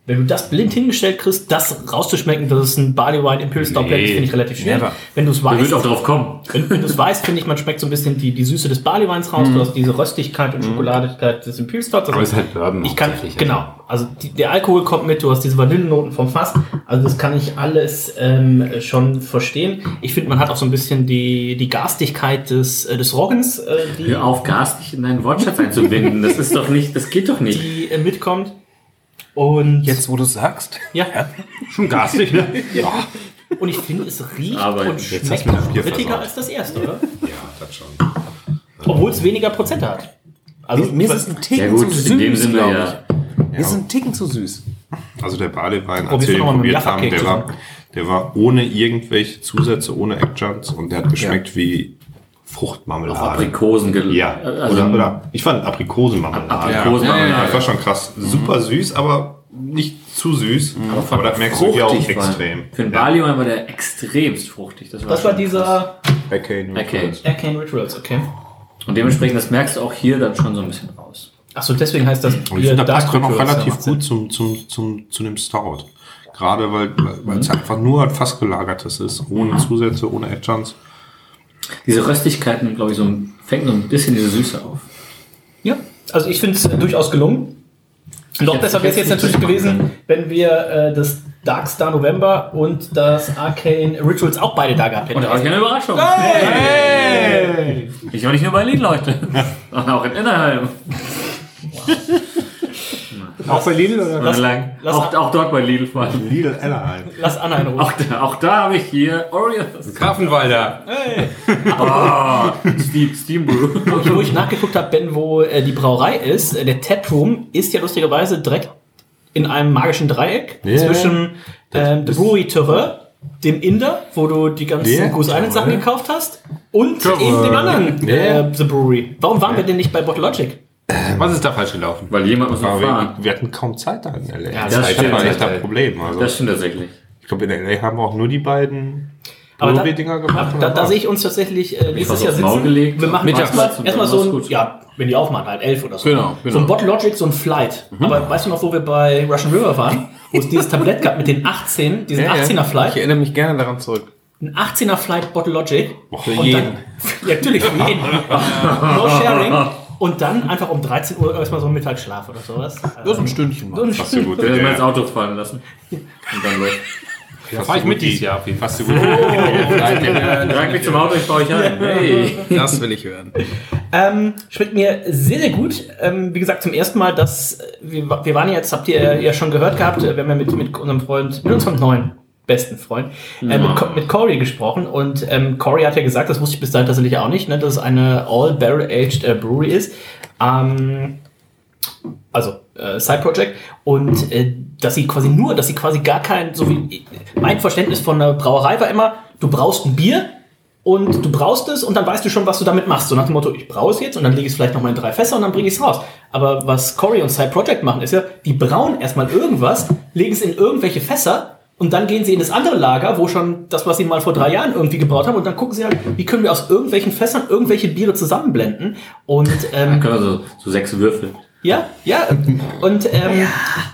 B: wenn du das blind hingestellt kriegst, das rauszuschmecken, dass es ein Barley Wine Imperial Stout Blend ist, finde ich relativ schwierig.
D: never.
B: Wenn du es
D: Man
B: weißt,
D: wird auch drauf kommen.
B: wenn, wenn du es weißt, finde ich, man schmeckt so ein bisschen die, die Süße des Barley Wines raus, du hast diese Röstigkeit und Schokoladigkeit des Imperial Stouts.
F: Mhm. Aber es ist halt Bourbon
B: Ich kann,
F: hauptsächlich,
B: genau. Also die, der Alkohol kommt mit, du hast diese Vanillenoten vom Fass. Also das kann ich alles ähm, schon verstehen. Ich finde, man hat auch so ein bisschen die, die Garstigkeit des, äh, des Roggens, äh, die,
D: Hör auf, Gas nicht in deinen Wortschatz einzubinden. Das ist doch nicht, das geht doch nicht.
B: die äh, mitkommt. Und
C: jetzt, wo du es sagst.
B: Ja.
F: Schon garstig, ne?
B: ja. Und ich finde, es riecht
D: Aber
B: und
D: jetzt hast
B: schmeckt
D: du mir das
B: auch
D: Bier
B: grittiger
D: versaut.
B: als das erste, oder?
E: Ja, das schon.
B: Obwohl es weniger Prozente hat. Also
C: mir ist es ein Ticken
D: Ja, gut,
C: zu süß,
D: in dem Sinne,
C: glaub ich.
D: ja.
C: Mir ist es ein Ticken zu süß.
E: Also der
F: Oh,
E: Badewein, als
C: Probierst du
E: wir den
C: noch mal mit dem
E: probiert haben,
C: Lafferkeks
E: der war, der war ohne irgendwelche Zusätze, ohne Eggjuns und der hat geschmeckt wie Fruchtmarmelade.
D: Auf Aprikosen gel-
E: Ja,
D: also-
E: oder, oder ich fand Aprikosenmarmelade.
D: Aprikosenmarmelade.
E: Das war schon krass. Super süß, aber nicht zu süß. Aber, das merkst du hier auch
D: Fruchtig war-
E: extrem.
D: Für den Bali war der extremst fruchtig. Das war,
B: Das war
D: schon krass.
B: dieser
E: Arcane.
D: Okay.
B: Arcane Rituals, okay.
D: Und dementsprechend, das merkst du auch hier dann schon so ein bisschen raus.
B: Achso, deswegen heißt das
E: Und ich finde, da passt
B: Dark
E: drin auch
B: Rituals,
E: relativ
B: ja.
E: gut zum, zum, zum, zu einem Stout. Gerade weil weil
F: Mhm.
E: es einfach nur ein fast gelagertes ist, ohne Zusätze, ohne Adjuncts.
D: Diese Röstigkeit nimmt, glaube ich, so ein, fängt so ein bisschen diese Süße auf.
B: Ja, also ich finde es durchaus gelungen. Noch
D: hätte-
B: besser
D: ich
B: wäre es
D: hätte
B: jetzt
D: es
B: natürlich
D: nicht
B: gewesen, wenn wir äh, das Dark Star November und das Arcane Rituals auch beide da gehabt hätten.
D: Und da habe ich eine Überraschung.
B: Hey!
D: Ich war nicht nur bei Berlin, Leute. Sondern auch in Innerhalb.
F: Auch bei Lidl oder
D: Lass, lang. auch, auch dort bei Lidl vor allem.
G: Lidl Ellerheim.
B: Lass Anna in Ruhe.
D: Auch da, auch da habe ich hier Oreos.
F: Grafenwalder.
D: Oh, Steam, Steam Brew.
B: Wo ich nachgeguckt habe, Ben, wo äh, die Brauerei ist, äh, der Taproom ist ja lustigerweise direkt in einem magischen Dreieck
E: Ja.
B: zwischen ähm, The Brewery Terreur, dem Inder, wo du die ganzen
E: Ja.
B: Goose Island Sachen gekauft hast, und
F: Terreur.
B: eben dem anderen
F: Ja.
B: äh, The Brewery. Warum waren wir denn nicht bei Bottle Logic?
F: Was ist da falsch gelaufen?
D: Weil jemand muss noch
E: Aber
D: fahren.
E: wir, wir hatten kaum Zeit da in L.A.
D: Ja, das
E: Zeit
D: stimmt.
E: war echt
D: Zeit.
E: ein Problem. Also.
D: Das stimmt tatsächlich.
E: Ich glaube, in L.A. haben wir auch nur die beiden
B: Aber da,
E: Dinger gemacht.
B: da, da sehe ich uns tatsächlich äh, nächstes
D: was
B: Jahr
D: aufs Maul
B: sitzen.
D: gelegt.
B: Wir machen
D: Mittags.
B: erstmal erstmal so
D: Alles
B: ein,
D: gut.
B: ja, wenn die aufmachen, halt elf oder so.
D: Genau, genau. Mhm.
B: So ein Bottle Logic, so ein Flight. Aber weißt du noch, wo wir bei Russian River waren? Wo es dieses Tablett gab mit den 18, diesen 18er
C: Ich
B: Flight.
C: erinnere mich gerne daran zurück.
B: Ein 18er Flight Bottle Logic.
C: Für
B: Und
C: jeden.
B: Dann, ja, natürlich, für jeden. no sharing. Und dann einfach um 13 Uhr erstmal so einen Mittagsschlaf oder sowas.
C: Ja, so ein Stündchen.
B: So ein
E: Hast du gut.
D: Ich werde
E: Ja,
D: mal ins
E: ja.
D: Auto fahren lassen. Und dann los.
F: Da fahre ich mit dieses Jahr auf jeden Fall.
E: Hast du gut. Danke.
D: Drag mich zum Auto, ich baue euch ein. Hey.
C: Das will ich hören.
B: Ähm, schmeckt mir sehr, sehr gut. Ähm, wie gesagt, zum ersten Mal, dass äh, wir, wa- wir waren ja jetzt, habt ihr ja schon gehört gehabt, äh, wir haben ja mit, mit unserem Freund, mit unserem neuen besten Freund, äh, mit, Co- mit Corey gesprochen und ähm, Corey hat ja gesagt, das wusste ich bis dahin tatsächlich auch nicht, ne, dass es eine All-Barrel-Aged äh, Brewery ist. Ähm, also äh, Side Project und äh, dass sie quasi nur, dass sie quasi gar kein, so wie mein Verständnis von einer Brauerei war immer, du brauchst ein Bier und du brauchst es und dann weißt du schon, was du damit machst. So nach dem Motto, ich brauche es jetzt und dann lege ich es vielleicht noch mal in drei Fässer und dann bringe ich es raus. Aber was Corey und Side Project machen, ist ja, die brauen erstmal irgendwas, legen es in irgendwelche Fässer und dann gehen sie in das andere Lager, wo schon das, was sie mal vor drei Jahren irgendwie gebraut haben und dann gucken sie halt, wie können wir aus irgendwelchen Fässern irgendwelche Biere zusammenblenden und ähm,
D: Dann können wir so, so sechs Würfel.
B: ja, ja. Und ähm,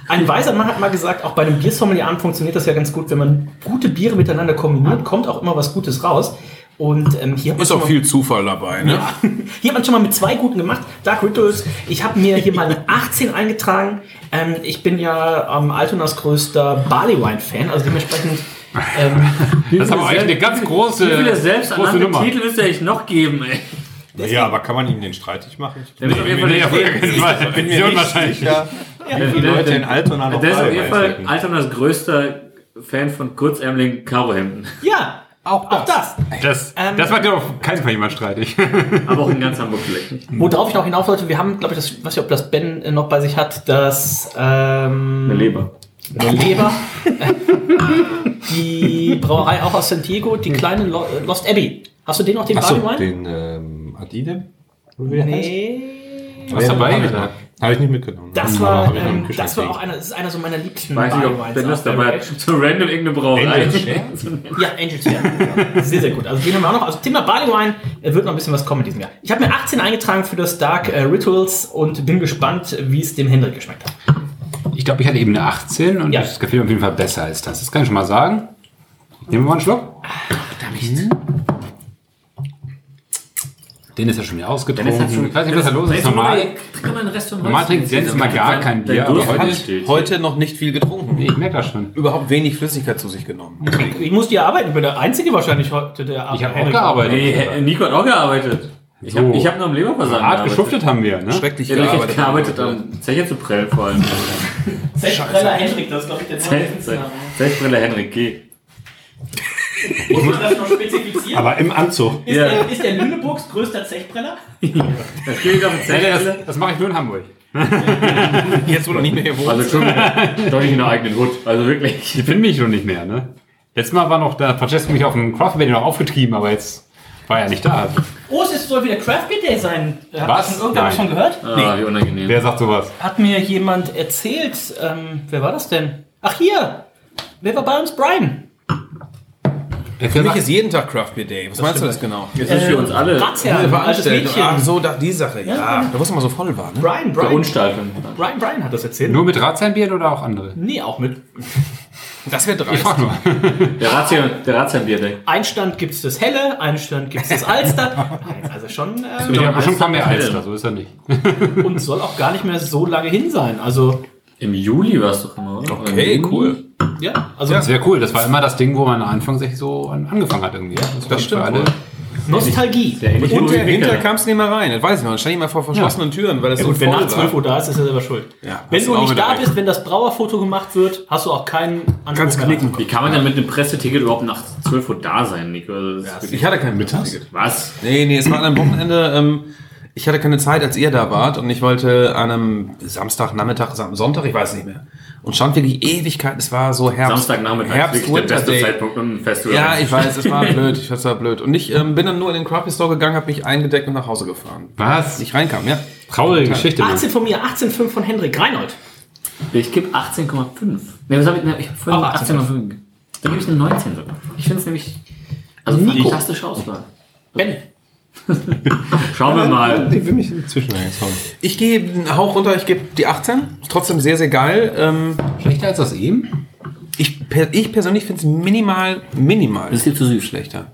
B: ein weiser Mann hat mal gesagt, auch bei einem Biersommelier-Abend funktioniert das ja ganz gut, wenn man gute Biere miteinander kombiniert, kommt auch immer was Gutes raus. Und ähm, hier, hat man
C: Ist
B: schon
C: auch
B: mal,
C: viel Zufall dabei, ne?
B: hier hat man schon mal mit zwei guten gemacht. Dark Rituals, ich habe mir hier mal eine 18 eingetragen. Ähm, ich bin ja ähm, Altonas größter Barley-Wine-Fan, also dementsprechend ähm,
F: Das ist aber eigentlich eine ganz große,
D: Wie viele
F: große
D: selbsternannte
F: Nummer.
D: Titel müsste ich noch geben, ey?
E: Ja, aber kann man ihm den streitig machen? Ich
D: Der wird auf jeden Fall
F: Nee, auf
D: nicht
F: jeden Fall.
E: bin
F: Sehr
E: mir nicht
F: unwahrscheinlich.
E: sicher, wie
D: viele
E: viele Leute in Altona noch
D: Der ist auf
E: Barley
D: jeden
E: Wine
D: Fall
E: trinken.
D: Altonas größter Fan von kurzärmeligen Karohemden.
B: ja, auch das. Auch das.
F: Das,
B: Ähm,
F: das macht ja auf keinen Fall jemand streitig.
D: Aber auch in ganz Hamburg vielleicht nicht.
B: Worauf ich noch hinaus wollte, wir haben, glaube ich, das, weiß ich, ob das Ben äh, noch bei sich hat, das ähm,
D: Eine Leber.
B: eine Leber. die Brauerei auch aus San Diego, die kleine Lo äh, Lost Abbey. Hast du den noch, den
E: Achso,
B: Barley Wine?
E: den ähm, Adidem?
B: Nee.
F: Was dabei?
E: Habe ich nicht mitgenommen.
B: Das
E: Ja,
B: war,
E: hab ich noch im
B: ähm,
E: Kühlschrank
B: das war
E: liegen.
B: auch einer, das ist einer so meiner liebsten
D: Weiß nicht, ob
B: Barley
D: Ben
B: Wines
D: das
B: aus der
D: dabei
B: Welt.
D: So random irgendeine Brauerei.
E: Angels, ja?
B: Ja, Angels Fair. Sehr, sehr gut. Also den haben wir auch noch. Also Thema Barley Wine äh, wird noch ein bisschen was kommen in diesem Jahr. Ich habe mir 18 eingetragen für das Dark äh, Rituals und bin gespannt, wie es dem Hendrik geschmeckt hat.
F: Ich glaube, ich hatte eben eine 18 und
B: Ja.
F: das gefällt mir auf jeden Fall besser als das. Das kann ich schon mal sagen. Nehmen wir mal einen Schluck. Den ist ja schon wieder ausgetrunken. ich weiß nicht, was da los ist. Normal,
D: Kann man den Rest vom
F: normal
D: Holz
F: trinkt Jens
D: nehmen.
F: immer gar
D: Dann-
F: kein
D: dann
F: Bier, aber
D: durch-
F: heute,
D: steht.
C: Heute noch nicht viel getrunken.
F: nee, ich merke das schon.
C: Überhaupt wenig Flüssigkeit zu sich genommen.
B: Ich musste ja arbeiten. Ich bin der Einzige wahrscheinlich heute, der
F: Ich habe auch
B: Henrik-
F: gearbeitet.
D: Nee, Herr- Äh, Nico hat auch gearbeitet. Ich habe
F: So.
D: hab nur am Leberversagen
F: Hart geschuftet haben wir, ne?
C: Schrecklich
D: Ich habe gearbeitet am Zeche zu prellen vor allem.
B: Selbstbrenner Hendrik, das ist glaube ich der
D: Selbstbrille Henrik, geh.
B: Muss man das noch spezifizieren?
E: Aber im Anzug.
B: ist,
D: Ja.
B: der, ist der Lüneburgs größter Zechbrenner?
D: Das gilt auf
F: Nee, nee,
D: Zechbrille.
F: das das mache ich nur in Hamburg.
C: Jetzt wohl noch nicht mehr hier wohnt.
D: Also schon doch nicht in der eigenen Hut. Also wirklich.
F: Die finden mich schon nicht mehr, ne? Letztes Mal war noch, da hat Francesco mich auf dem Craft Beer noch aufgetrieben, aber jetzt war er nicht da.
B: Oh, es ist- soll wieder Craft Beer Day sein. Hat
F: Was?
B: das Schon, irgendwer hat
F: Nein.
B: schon gehört?
D: Ah, wie unangenehm.
F: Wer sagt sowas?
B: Hat mir jemand erzählt, ähm, wer war das denn? Ach hier, wer war bei uns? Brian.
C: Für mich ist jeden Tag Craft Beer Day. Was meinst du das genau?
D: Das ist für uns alle
B: Ratsherr,
C: Ja,
B: ein
C: war
B: altes
C: anstellt.
B: Mädchen.
C: Ach Ah, so, da, die Sache. Ja, da wusste man so voll war, ne?
B: Brian, Brian,
D: Verunstaltung.
B: Brian, Brian hat das erzählt.
F: Nur mit Ratseinbier oder auch andere?
B: Nee, auch mit.
C: Das wäre
F: Ich
C: dreist.
F: frag nur.
D: Der Ratsherr, der Ratsherr Bierdek.
B: Ein Stand gibt es das Helle, ein Stand gibt es das Alster. Nein, also schon. ähm,
F: Ja, aber schon kam mehr Alster, so ist er nicht.
B: und soll auch gar nicht mehr so lange hin sein. Also
D: Im Juli war es doch immer, oder?
F: Okay,
D: Im Juni?
F: cool.
B: Ja,
F: Also das wäre cool. Das war immer das Ding, wo man Anfang sich so an- angefangen hat irgendwie. Das, war
C: stimmt
F: für alle.
B: Nostalgie.
F: ähnlich
C: Und
F: wie
C: der
F: Winter.
C: Winter kam es nicht mehr rein. Das weiß ich noch. Dann stand ich mal vor verschlossenen Türen, weil das
B: Ja,
C: so
B: gut, wenn
C: voll
B: nach 12
C: war.
B: Uhr da ist, ist er selber schuld.
C: Ja,
B: wenn
C: hast
B: du
C: auch
B: nicht
C: wieder
B: da
C: recht.
B: bist, wenn das Brauerfoto gemacht wird, hast du auch keinen Anspruch
C: Kannst
B: mehr
C: knicken.
D: Wie kann man denn mit einem Presseticket überhaupt nach 12 Uhr da sein, Nico? Also das ist wirklich-
C: Ich hatte kein Mittags.
D: Was?
C: Nee, nee, es war an einem Wochenende. Ähm, ich hatte keine Zeit, als ihr da wart. Und ich wollte an einem Samstag, Nachmittag, Sam- Sonntag, ich weiß nicht mehr. Und stand wirklich Ewigkeit. Es war so Herbst.
D: Samstagnachmittag ist
C: Herbst,
D: wirklich der beste
C: Winter,
D: Zeitpunkt, um ein Festival
C: Ja, ich weiß, es war blöd. Ich weiß, es war blöd. Und ich ähm, bin dann nur in den Crappy Store gegangen, habe mich eingedeckt und nach Hause gefahren.
F: Was?
C: Ich reinkam, ja.
F: Traurige
C: Total.
B: 18 von mir, 18,5 von Hendrik. Reinhold.
D: Ich gebe 18,5. Ne, was hab ich, ne, ich hab vorhin
B: Auch
D: 18,5.
B: 18,5.
D: Dann gebe ich eine 19 sogar. Ich finde es nämlich. Also
B: Nico.
D: fantastische Auswahl.
B: Ben.
D: Schauen wir mal.
E: Ich will mich inzwischen eingezogen.
C: Ich gehe einen Hauch runter, ich gebe die 18. Ist trotzdem sehr, sehr geil. Ähm,
F: Schlechter als das eben?
C: Ich, per- ich persönlich finde es minimal, minimal. Das ist
D: dir zu süß.
C: Schlechter.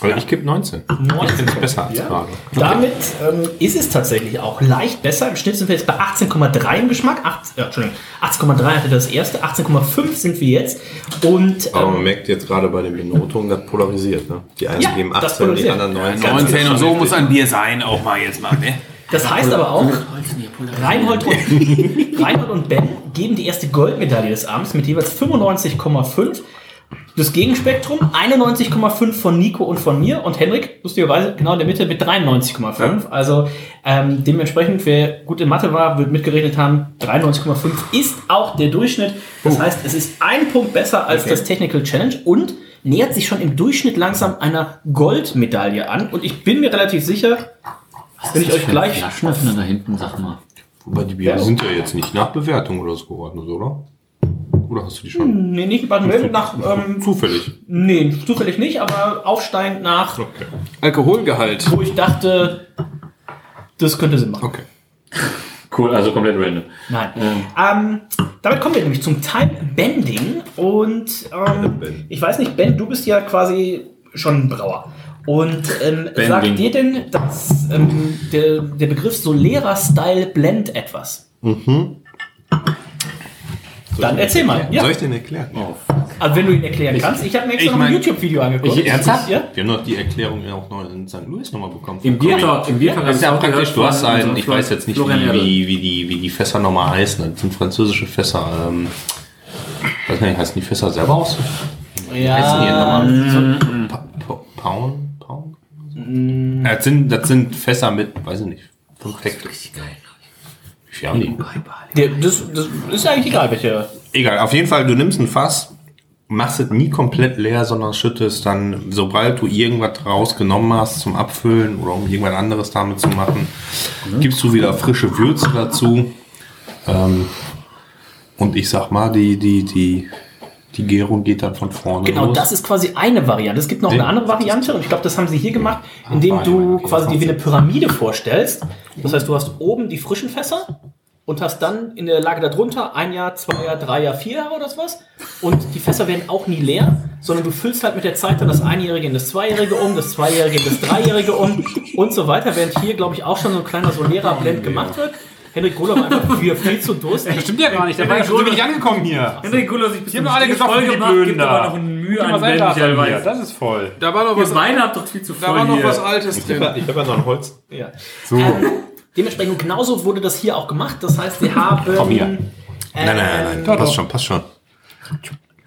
E: Aber ich gebe 19.
B: 19.
E: Ist besser als gerade.
B: Damit ähm, ist es tatsächlich auch leicht besser. Im Schnitt sind wir jetzt bei 18,3 im Geschmack. 8, äh, Entschuldigung, 18,3 hatte das erste, 18,5 sind wir jetzt. Und ähm,
G: Aber man merkt jetzt gerade bei den Benotungen, das polarisiert. Ne? Die einen
B: Ja,
G: geben
B: das
G: 18, die
B: polarisiert.
G: anderen 19.
B: Ja,
C: 19 und so muss ein Bier sein, auch mal jetzt mal, ne?
B: das heißt aber auch, Reinhold und, Reinhold und Ben geben die erste Goldmedaille des Abends mit jeweils 95,5. Das Gegenspektrum 91,5 von Nico und von mir und Henrik, lustigerweise genau in der Mitte mit 93,5. Also ähm, dementsprechend, wer gut in Mathe war, wird mitgerechnet haben, 93,5 ist auch der Durchschnitt. Das heißt, es ist ein Punkt besser als das Technical Challenge und nähert sich schon im Durchschnitt langsam einer Goldmedaille an. Und ich bin mir relativ sicher, wenn ich euch gleich
D: Flaschenöffner da hinten, sag mal.
E: Wobei die Biere sind ja jetzt nicht nach Bewertung oder so geworden, oder? Oder hast du die schon?
B: Nee, nicht Baden-Württemberg nach. Ähm,
E: Zufällig.
B: nee, zufällig nicht, aber aufsteigend nach,
C: Alkoholgehalt.
B: wo ich dachte, das könnte Sinn machen.
C: Okay.
D: Cool, also komplett random.
B: Nein. Ähm, damit kommen wir nämlich zum Time-Bending. Und ähm, ich weiß nicht, Ben, du bist ja quasi schon ein Brauer. Und ähm,
D: Bending.
B: sagt dir denn dass, ähm, der, der Begriff Solera-Style Blend etwas?
G: Mhm.
B: Dann erzähl mal. Ja.
G: Soll ich den erklären?
B: Also wenn du ihn erklären kannst. Ich habe mir extra
E: ich
B: noch ein
E: mein-
B: YouTube-Video angeguckt. Ja?
E: Wir haben doch die Erklärung ja auch neu in St. Louis nochmal bekommen.
D: Im Biertalk, im Biertalk
E: Das ist ja
D: auch
E: praktisch,
D: gehört
E: du hast
D: von
E: einen,
D: unserem
E: ich weiß jetzt nicht,
D: Florian
E: wie,
D: Erbe.
E: wie, wie, die, wie die Fässer nochmal heißen. Das sind französische Fässer. Ähm, weiß nicht, heißen die Fässer selber aus?
B: Ja.
E: Heißen die nochmal? Also
B: Mhm.
E: So, pa pa Paun? Paun? Ja, das, sind, das sind Fässer mit, weiß ich nicht, fünf Hektar. Wie viel haben die?
B: Ja, das, das ist ja eigentlich egal, welche.
E: Egal, auf jeden Fall, du nimmst ein Fass, machst es nie komplett leer, sondern schüttest dann, sobald du irgendwas rausgenommen hast zum Abfüllen oder um irgendwas anderes damit zu machen,
B: Mhm.
E: gibst du wieder frische Würze dazu. Ähm, und ich sag mal, die, die, die, die Gärung geht dann von vorne
B: Genau,
E: los.
B: das ist quasi eine Variante. Es gibt noch eine andere Variante und ich glaube, das haben sie hier gemacht, indem du quasi dir wie eine Pyramide vorstellst. Das heißt, du hast oben die frischen Fässer und hast dann in der Lage darunter ein Jahr, zwei Jahr, drei Jahr, vier Jahre oder was. Und die Fässer werden auch nie leer, sondern du füllst halt mit der Zeit dann das Einjährige in das Zweijährige um, das Zweijährige in das Dreijährige um und so weiter, während hier, glaube ich, auch schon so ein kleiner Solera-Blend gemacht wird. Henrik Kohler war einfach viel, viel zu durstig.
F: Das stimmt ja gar nicht. Da war ich schon nicht angekommen hier.
D: Hendrik Guller sich bis
F: haben alle gesagt, die
D: gemacht,
F: Blöden
D: gibt
F: da.
D: aber noch eine Mühe
F: Gib mal
D: an
F: sein
D: Ben
F: Glas an
D: Michael
F: mir.
D: Weiß.
F: Das ist voll.
C: Da war noch
D: Ihr
C: was,
D: Beine habt doch viel zu
C: da
D: voll
C: war noch
D: hier.
C: was Altes
G: Ich
C: drin.
G: habe ja noch ein Holz.
B: Ja. Ähm, dementsprechend genauso wurde das hier auch gemacht. Das heißt, wir haben.
E: Komm hier.
B: ähm,
E: Nein, nein, nein, nein, passt schon, passt schon.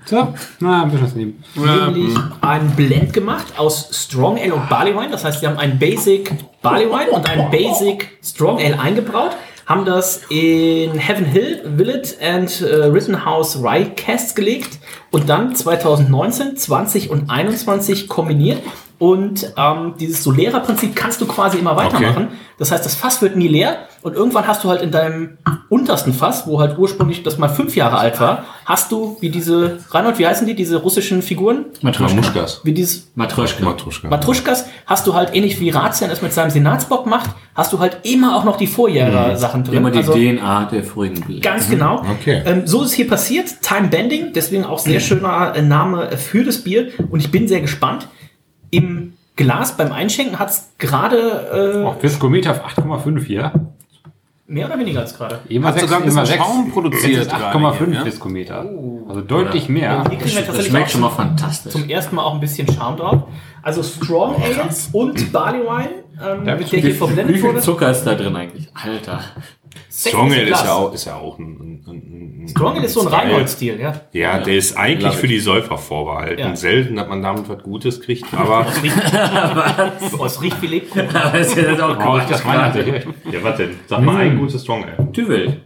F: So, na, ein bisschen was nehmen.
B: Nämlich einen Blend gemacht aus Strong Ale und Barley Wine. Das heißt, wir haben einen Basic Barley Wine und einen Basic Strong Ale eingebraut. Haben das in Heaven Hill, Willet and äh, Rittenhouse Rye Casts gelegt und dann 2019, 20 und 21 kombiniert. Und ähm, dieses Solera-Prinzip kannst du quasi immer weitermachen. Das heißt, das Fass wird nie leer und irgendwann hast du halt in deinem untersten Fass, wo halt ursprünglich das mal fünf Jahre alt war, hast du wie diese, Reinhold, wie heißen die, diese russischen Figuren?
D: Matroschka.
E: Muschkas.
B: Wie dieses
D: Matroschka.
E: Matruschka.
B: Matruschkas hast du halt ähnlich wie Razian es mit seinem Senatsbock macht, hast du halt immer auch noch die Vorjährer-Sachen drin.
D: Mhm. Immer die Mhm.
B: Also-
D: DNA der vorigen Bilder.
B: Ganz genau.
E: Okay.
B: Ähm, so ist hier passiert. Time Bending, deswegen auch
D: Mhm.
B: sehr schöner äh, Name für das Bier. Und ich bin sehr gespannt. Im Glas beim Einschenken hat es gerade.
F: Auch Viskometer auf 8,5 hier.
B: Äh, Mehr oder weniger als gerade.
F: Immer 6,6
C: Schaum produziert
F: Jetzt ist
C: gerade
F: 8,5
C: hier, ne?
F: Viskometer. Also deutlich mehr.
B: Hier kriegen wir tatsächlich auch Zum ersten Mal auch ein bisschen Charme drauf. Also Strong Ale und Barley Wine, ähm,
F: Da
B: der
F: hab ich
B: hier
F: wie-
B: verblendet
D: Wie viel
B: wurde.
D: Zucker ist da drin eigentlich? Alter.
E: Strong Ale ist
B: Glas.
E: ja auch, ist ja auch ein, ein, ein
B: Strong Ale ist so ein
E: Style.
B: Reinhold-Stil, ja.
E: Ja, der ist eigentlich
C: Love
E: für
C: it.
E: die Säufer vorbehalten.
B: Ja.
E: Selten, dass man damit was Gutes kriegt, aber.
B: Oh, es riecht wie Lebkuchen.
D: Aber ist ja jetzt auch
E: Brauche ich das
F: Weihnachtliche.
E: Ja, was denn? Sag mal
F: Mhm.
E: ein gutes Strong Ale.
D: Tüvel.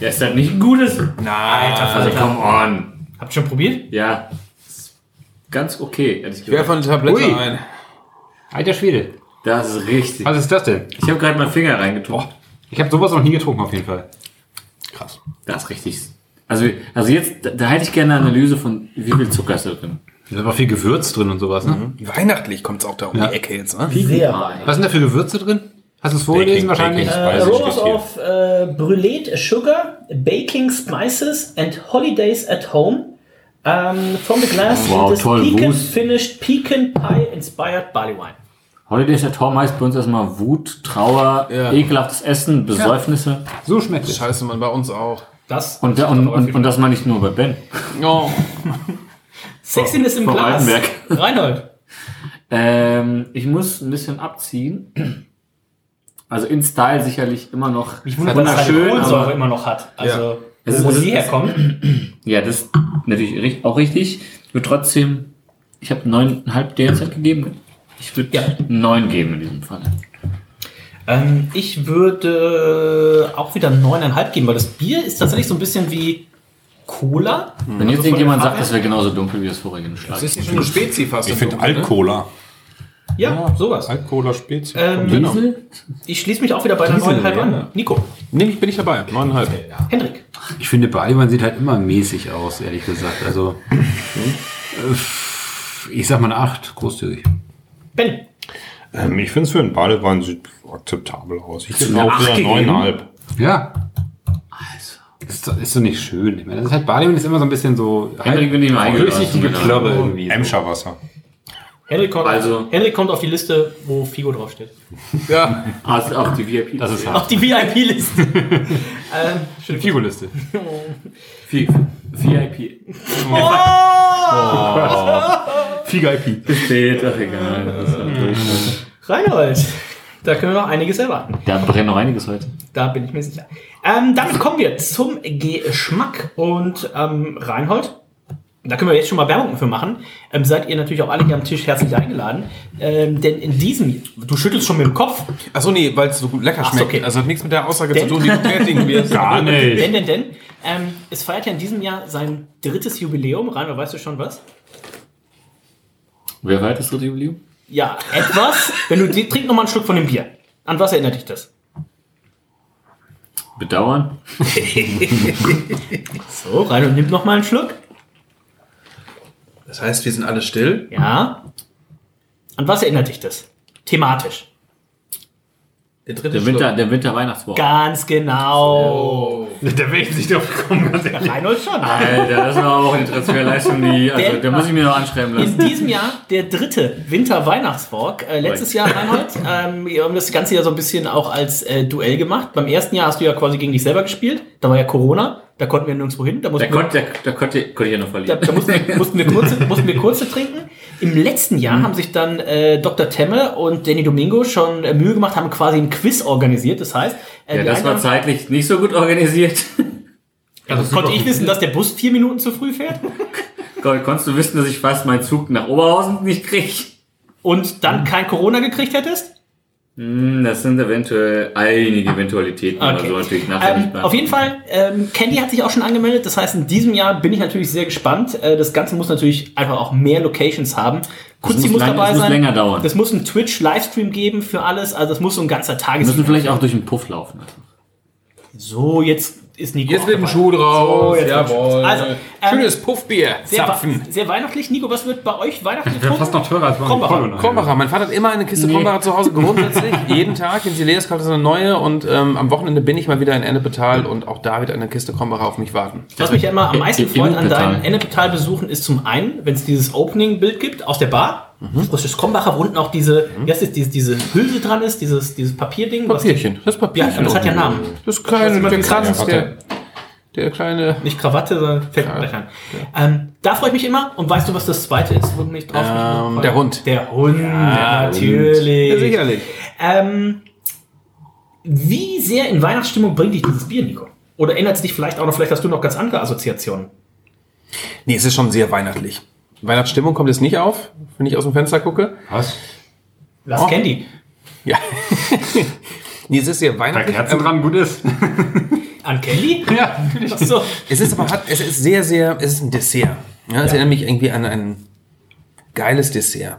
D: Der ist halt nicht ein gutes.
C: Nein.
D: Alter, also come on.
B: Habt ihr schon probiert?
D: Ja. Ist Ganz okay, ehrlich
C: Ich werfe eine Tablette ein.
F: Alter Schwede.
D: Das ist richtig.
C: Also-
F: Was ist das denn?
D: Ich habe gerade meinen Finger reingetrunken.
F: Ich habe sowas noch nie getrunken, auf jeden Fall.
E: Krass.
D: Das ist richtig. Also, also jetzt, da, da hätte ich gerne eine Analyse von, wie viel Zucker ist da drin.
F: Da ist aber viel Gewürz drin und sowas, ne?
C: Weihnachtlich kommt es auch da um
F: Ja.
C: die Ecke jetzt, ne?
F: Was sind da für Gewürze drin? Hast du es vorgelesen
E: Baking,
F: wahrscheinlich?
E: Baking.
B: Äh,
D: Also
E: Weiß ich
B: Aromas
E: nicht hier.
B: of äh, Brûlée Sugar, Baking Spices and Holidays at Home. Ähm, from the glass
D: Wow,
B: this
D: toll,
B: Pecan
D: Wust.
B: Finished Pecan Pie Inspired Barley Wine.
D: Holidays at Home heißt bei uns erstmal Wut, Trauer,
C: Ja.
D: ekelhaftes Essen, Besäufnisse.
F: So schmeckt es.
C: Scheiße, man, bei uns auch.
B: Das
D: Und, da- und, und, und das meine ich nur bei Ben.
C: Oh.
B: Sexiness im
D: Frau
B: Glas.
D: Altenberg.
B: Reinhold.
D: Ähm, ich muss ein bisschen abziehen. Also in Style sicherlich immer noch wunderschön.
B: Kohlensäure
D: Aber
B: immer noch hat. Also,
D: Es
B: wo
D: ist-
B: sie
D: es ist-
B: herkommt.
D: ja, das ist natürlich ri- auch richtig. Ich würde trotzdem, ich habe 9,5 DZ gegeben. Ich würde
B: Ja.
D: 9 geben in diesem Fall.
B: Ähm, ich würde äh, auch wieder 9,5 geben, weil das Bier ist tatsächlich so ein bisschen wie Cola.
C: Hm.
D: Wenn jetzt
B: Also von der Farbe
D: irgendjemand sagt,
B: her?
D: es wäre genauso dunkel wie das vorige Schlag.
C: Das ist ja schon eine Spezi fast.
E: Ich finde Alkola.
B: Ja, sowas.
E: Alkola Spezi.
B: Ähm,
D: Diesel?
B: Ich schließe mich auch wieder bei der
C: Diesel,
B: 9,5
C: ja.
B: an. Nico,
C: Nämlich bin ich dabei. Neuneinhalb.
B: Hendrik.
F: Ich finde, Baliwan sieht halt immer mäßig aus, ehrlich gesagt. Also,
E: Hm?
F: äh, ich sag mal eine 8, großzügig.
B: Ben.
E: Ähm, ich finde es für einen Badewein sieht akzeptabel aus. Ich bin
D: eine
E: auch
D: Acht
E: wieder
D: gegeben?
E: neuneinhalb.
F: Ja. Also. Ist doch, ist doch nicht schön. Ich meine, das ist halt Baliwan ist immer so ein bisschen so
D: Hendrik wird nicht mal eingeladen.
F: durchsichtige Klörre irgendwie. So.
E: Emscher Wasser.
B: Henrik kommt,
D: Also-
B: Henrik kommt auf die Liste, wo Figo draufsteht.
C: Ja.
D: Also auch die VIP.
F: Das ist
B: Auf
F: hart.
B: die VIP-Liste. ähm,
F: Die Figurliste.
D: VIP.
E: Oh!
C: Oh!
F: Figur IP.
D: Besteht, ach egal. Das ist auch durch.
B: Reinhold. Da können wir noch einiges erwarten.
D: Da brennt noch einiges heute.
B: Da bin ich mir sicher. Ähm, damit kommen wir zum Geschmack. Und ähm, Reinhold, da können wir jetzt schon mal Werbung für machen. Ähm, seid ihr natürlich auch alle hier am Tisch herzlich eingeladen. Ähm, denn in diesem, du schüttelst schon mit dem Kopf,
C: Achso, nee, weil es so gut lecker
B: Ach,
C: schmeckt.
B: okay.
C: Also hat nichts mit der Aussage
B: Denn-
C: zu tun, die du tätigen wirst.
E: Gar nicht.
B: denn, denn, denn, ähm, es feiert ja in diesem Jahr sein drittes Jubiläum. Reinhold, weißt du schon was?
D: Wer war das dritte Jubiläum?
B: Ja, etwas. Wenn du die- trink noch mal einen Schluck von dem Bier. An was erinnert dich das?
D: Bedauern.
B: So, Reinhold nimmt noch mal einen Schluck.
C: Das heißt, wir sind alle still.
B: Ja. An was erinnert dich das? Thematisch.
C: Der dritte
D: Der Winter, der Winter Weihnachtswoche.
B: Ganz
F: Oh.
B: genau.
F: Da wäre ich nicht drauf gekommen. ganz ehrlich.
B: Reinhold schon. ne?
D: Alter, das war auch eine Transferleistung, die. Also, da muss ich mir noch anschreiben
B: In
D: lassen.
B: diesem Jahr der dritte Winter-Weihnachtswalk. Äh, letztes Jahr, Reinhold, ähm, wir haben das Ganze ja so ein bisschen auch als äh, Duell gemacht. Beim ersten Jahr hast du ja quasi gegen dich selber gespielt. Da war ja Corona, da konnten wir nirgendwo hin. Da
D: Da
B: mussten wir
D: konnte, da, da konnte, konnte ich ja
B: Da,
D: noch verlieren.
B: da mussten, mussten, wir kurze, mussten wir kurze trinken. Im letzten
F: Hm.
B: Jahr haben sich dann äh, Dr. Temme und Danny Domingo schon äh, Mühe gemacht, haben quasi ein Quiz organisiert. Das heißt, äh,
D: Ja,
B: die
D: das
B: einen
D: war
B: haben-
D: zeitlich nicht so gut organisiert.
B: also, konnte ich wissen, dass der Bus vier Minuten zu früh fährt.
D: Gott, konntest du wissen, dass ich fast meinen Zug nach Oberhausen nicht krieg?
B: Und
D: Mhm.
B: dann kein Corona gekriegt hättest?
D: Hm, Das sind eventuell einige Eventualitäten, aber
B: Okay.
D: so natürlich nachher
B: Ähm,
D: nicht mehr.
B: auf jeden Fall, ähm, Candy hat sich auch schon angemeldet. Das heißt, in diesem Jahr bin ich natürlich sehr gespannt. Äh, das Ganze muss natürlich einfach auch mehr Locations haben.
D: Das
B: Kutzi muss,
D: muss lang-
B: dabei
D: das muss
B: sein.
D: länger dauern.
B: Das muss einen Twitch-Livestream geben für alles. Also das muss so ein ganzer
D: Wir
B: Tages...
D: müssen vielleicht auch durch den Puff laufen.
B: So, jetzt ist Nico
C: Jetzt
B: auch
C: mit dem
B: dabei.
C: Schuh drauf.
B: So, jetzt mit dem Schuh
C: Jawohl.
B: drauf. Also, ähm,
C: Schönes Puffbier.
B: Sehr, wa-
C: Zapfen.
B: sehr weihnachtlich. Nico, was wird bei euch Weihnachten
F: Das wäre fast noch teurer als bei
B: Komm,
F: Apollo nachher.
C: Krombacher. Mein Vater hat immer eine Kiste Krombacher zu Hause, grundsätzlich. jeden Tag. In Sileas kommt es eine neue. Und ähm, am Wochenende bin ich mal wieder in Ennepetal. Und auch da wird eine Kiste Krombacher auf mich warten.
B: Was mich ja immer am
D: Ä-
B: meisten
D: Ä-
B: freut an
D: Ennepetal.
B: deinen Ennepetal-Besuchen ist zum einen, wenn es dieses Opening-Bild gibt aus der Bar.
C: Mhm.
B: Russisch Krombacher, wo unten auch diese, wie heißt das, diese, diese Hülse dran ist, dieses, dieses Papierding. was-
C: Papierchen, das Papierchen.
B: Ja, das hat ja einen Namen.
C: Das kleine,
B: Ich weiß
C: der
B: nicht, was
C: Kranz,
B: das
C: der, der kleine.
B: Nicht Krawatte, sondern fällt mir gleich ein. Ähm, da freue ich mich immer. Und weißt du, was das zweite ist, wo ich mich drauf
C: Ähm,
B: freue?
C: der Hund.
B: Der Hund,
C: Ja,
B: natürlich.
C: Ja, sicherlich.
B: Ähm, wie sehr in Weihnachtsstimmung bringt dich dieses Bier, Nico? Oder ändert es dich vielleicht auch noch, vielleicht hast du noch ganz andere Assoziationen.
C: Nee, es ist schon sehr weihnachtlich. Weihnachtsstimmung kommt jetzt nicht auf, wenn ich aus dem Fenster gucke.
F: Was?
B: Lass
C: Oh.
B: Candy.
C: Ja. nee, es ist sehr weihnachtlich. ähm,
F: Da Kerzen
C: dran
F: gut ist.
B: An Candy?
C: Ja, natürlich.
B: Ach so.
C: Es ist aber hat, es ist sehr, sehr, es ist ein Dessert. Ja, es erinnert mich irgendwie an ein geiles Dessert.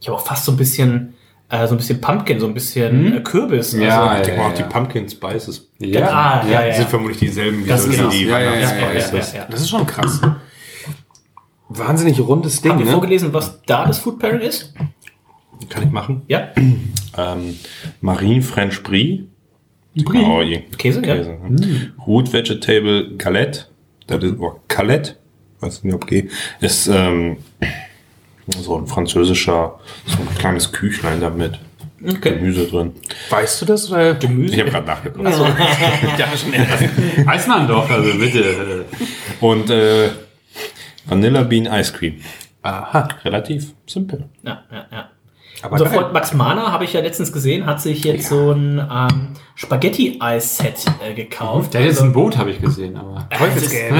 B: Ich habe auch fast so ein bisschen, äh, so ein bisschen Pumpkin, so ein bisschen äh, Kürbis.
G: also, ja, die Pumpkin Spices.
B: Ah, ja, ja.
G: Sind vermutlich dieselben wie
B: Das
G: so
B: ist
G: die,
B: es.
G: die
B: Ja, ja, ja,
G: Weihnachtsspices.
B: ja, ja, ja, ja.
C: Das ist schon krass. Wahnsinnig rundes Ding.
B: Habt ihr
C: Ne?
B: vorgelesen, was da das Food Pairing ist?
E: Kann ich machen?
B: Ja.
E: Ähm, Marine French Brie.
B: Brie.
E: Oh, je.
B: Käse, ja.
E: ne?
B: Hm.
E: Root Vegetable Galette. Das ist, oh, Galette. Weiß nicht, ob G. Ist ähm, so ein französischer, so ein kleines Küchlein damit.
B: Okay.
E: Gemüse drin.
C: Weißt du das? äh, Oder?
E: Ich habe gerade nachgeguckt.
C: Ach so.
E: ja,
C: schnell.
F: Weiß man doch, also bitte.
E: Und äh, Vanilla Bean Ice Cream.
C: Aha.
E: Relativ simpel.
B: Ja, ja, ja.
E: Aber
B: Unser
E: geil.
B: Freund Max Mahner, habe ich ja letztens gesehen, hat sich jetzt so ein ähm, Spaghetti-Eis-Set äh, gekauft.
F: Der hat jetzt ein Boot, habe ich gesehen, aber.
B: Äh, Teufelsgeld.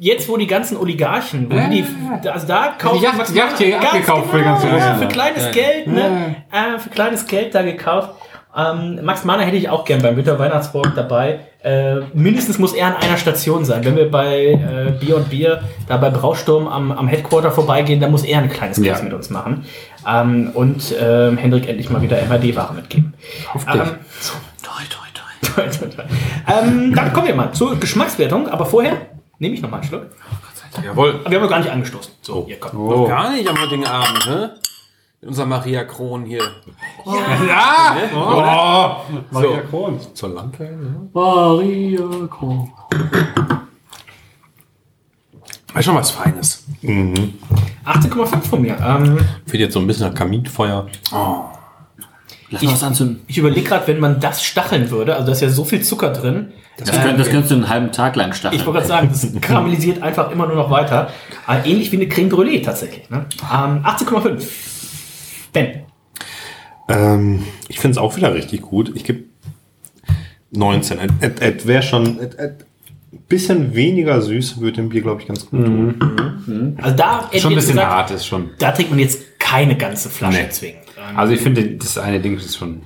B: Jetzt, wo die ganzen Oligarchen, wo
F: Ja,
B: die, also da kaufen
F: Die Yacht-
B: Max
F: Yacht hier
B: Mahner- ganz genau.
F: abgekauft für ganz
B: ja,
F: Russland.
B: für kleines
F: Ja.
B: Geld, ne? Äh, für kleines Geld da gekauft. Ähm, Max Mahner hätte ich auch gern beim Winterweihnachtsburg dabei. Äh, mindestens muss er an einer Station sein. Wenn wir bei äh, Bier und Bier da bei Brausturm am, am Headquarter vorbeigehen, dann muss er ein kleines Quiz
F: Ja.
B: mit uns machen. Ähm, und ähm, Hendrik endlich mal wieder MHD-Ware mitgeben.
F: Hoffentlich.
B: Ähm, so, toi, toi, toi. toi, toi, toi. Ähm, dann kommen wir mal zur Geschmackswertung, aber vorher nehme ich noch mal einen Schluck.
C: Jawohl.
B: Aber wir haben noch gar nicht angestoßen. So, hier kommt.
C: Noch gar nicht am heutigen Abend, hä? Unser Maria Kron hier.
F: Ja!
C: Ne?
F: Oh! Maria
C: So.
F: Kron.
C: Zur Lampe, ne?
F: Maria Kron.
C: War schon was Feines.
E: Mhm.
B: 18,5 von mir. Ähm,
E: Fehlt jetzt so ein bisschen nach Kaminfeuer.
B: Lass ich, anzünden. Ich überlege gerade, wenn man das stacheln würde, also da ist ja so viel Zucker drin.
D: Das, könnt, das kannst du einen halben Tag lang starten.
B: ich wollte gerade sagen, das karamellisiert einfach immer nur noch weiter. Äh, ähnlich wie eine Creme Brûlée tatsächlich. Ne? Ähm, 18,5. Ben.
E: Ähm, ich finde es auch wieder richtig gut. Ich gebe 19. Et, et, et wäre schon et, et, bisschen weniger süß, würde dem Bier, glaube ich, ganz gut tun.
B: Also da hätte ich
F: Schon ein
B: jetzt
F: Mhm. bisschen
B: gesagt,
F: hart ist schon.
B: Da trinkt man jetzt keine ganze Flasche
F: Nee.
B: zwingend.
F: Also ich finde, das eine Ding ist schon.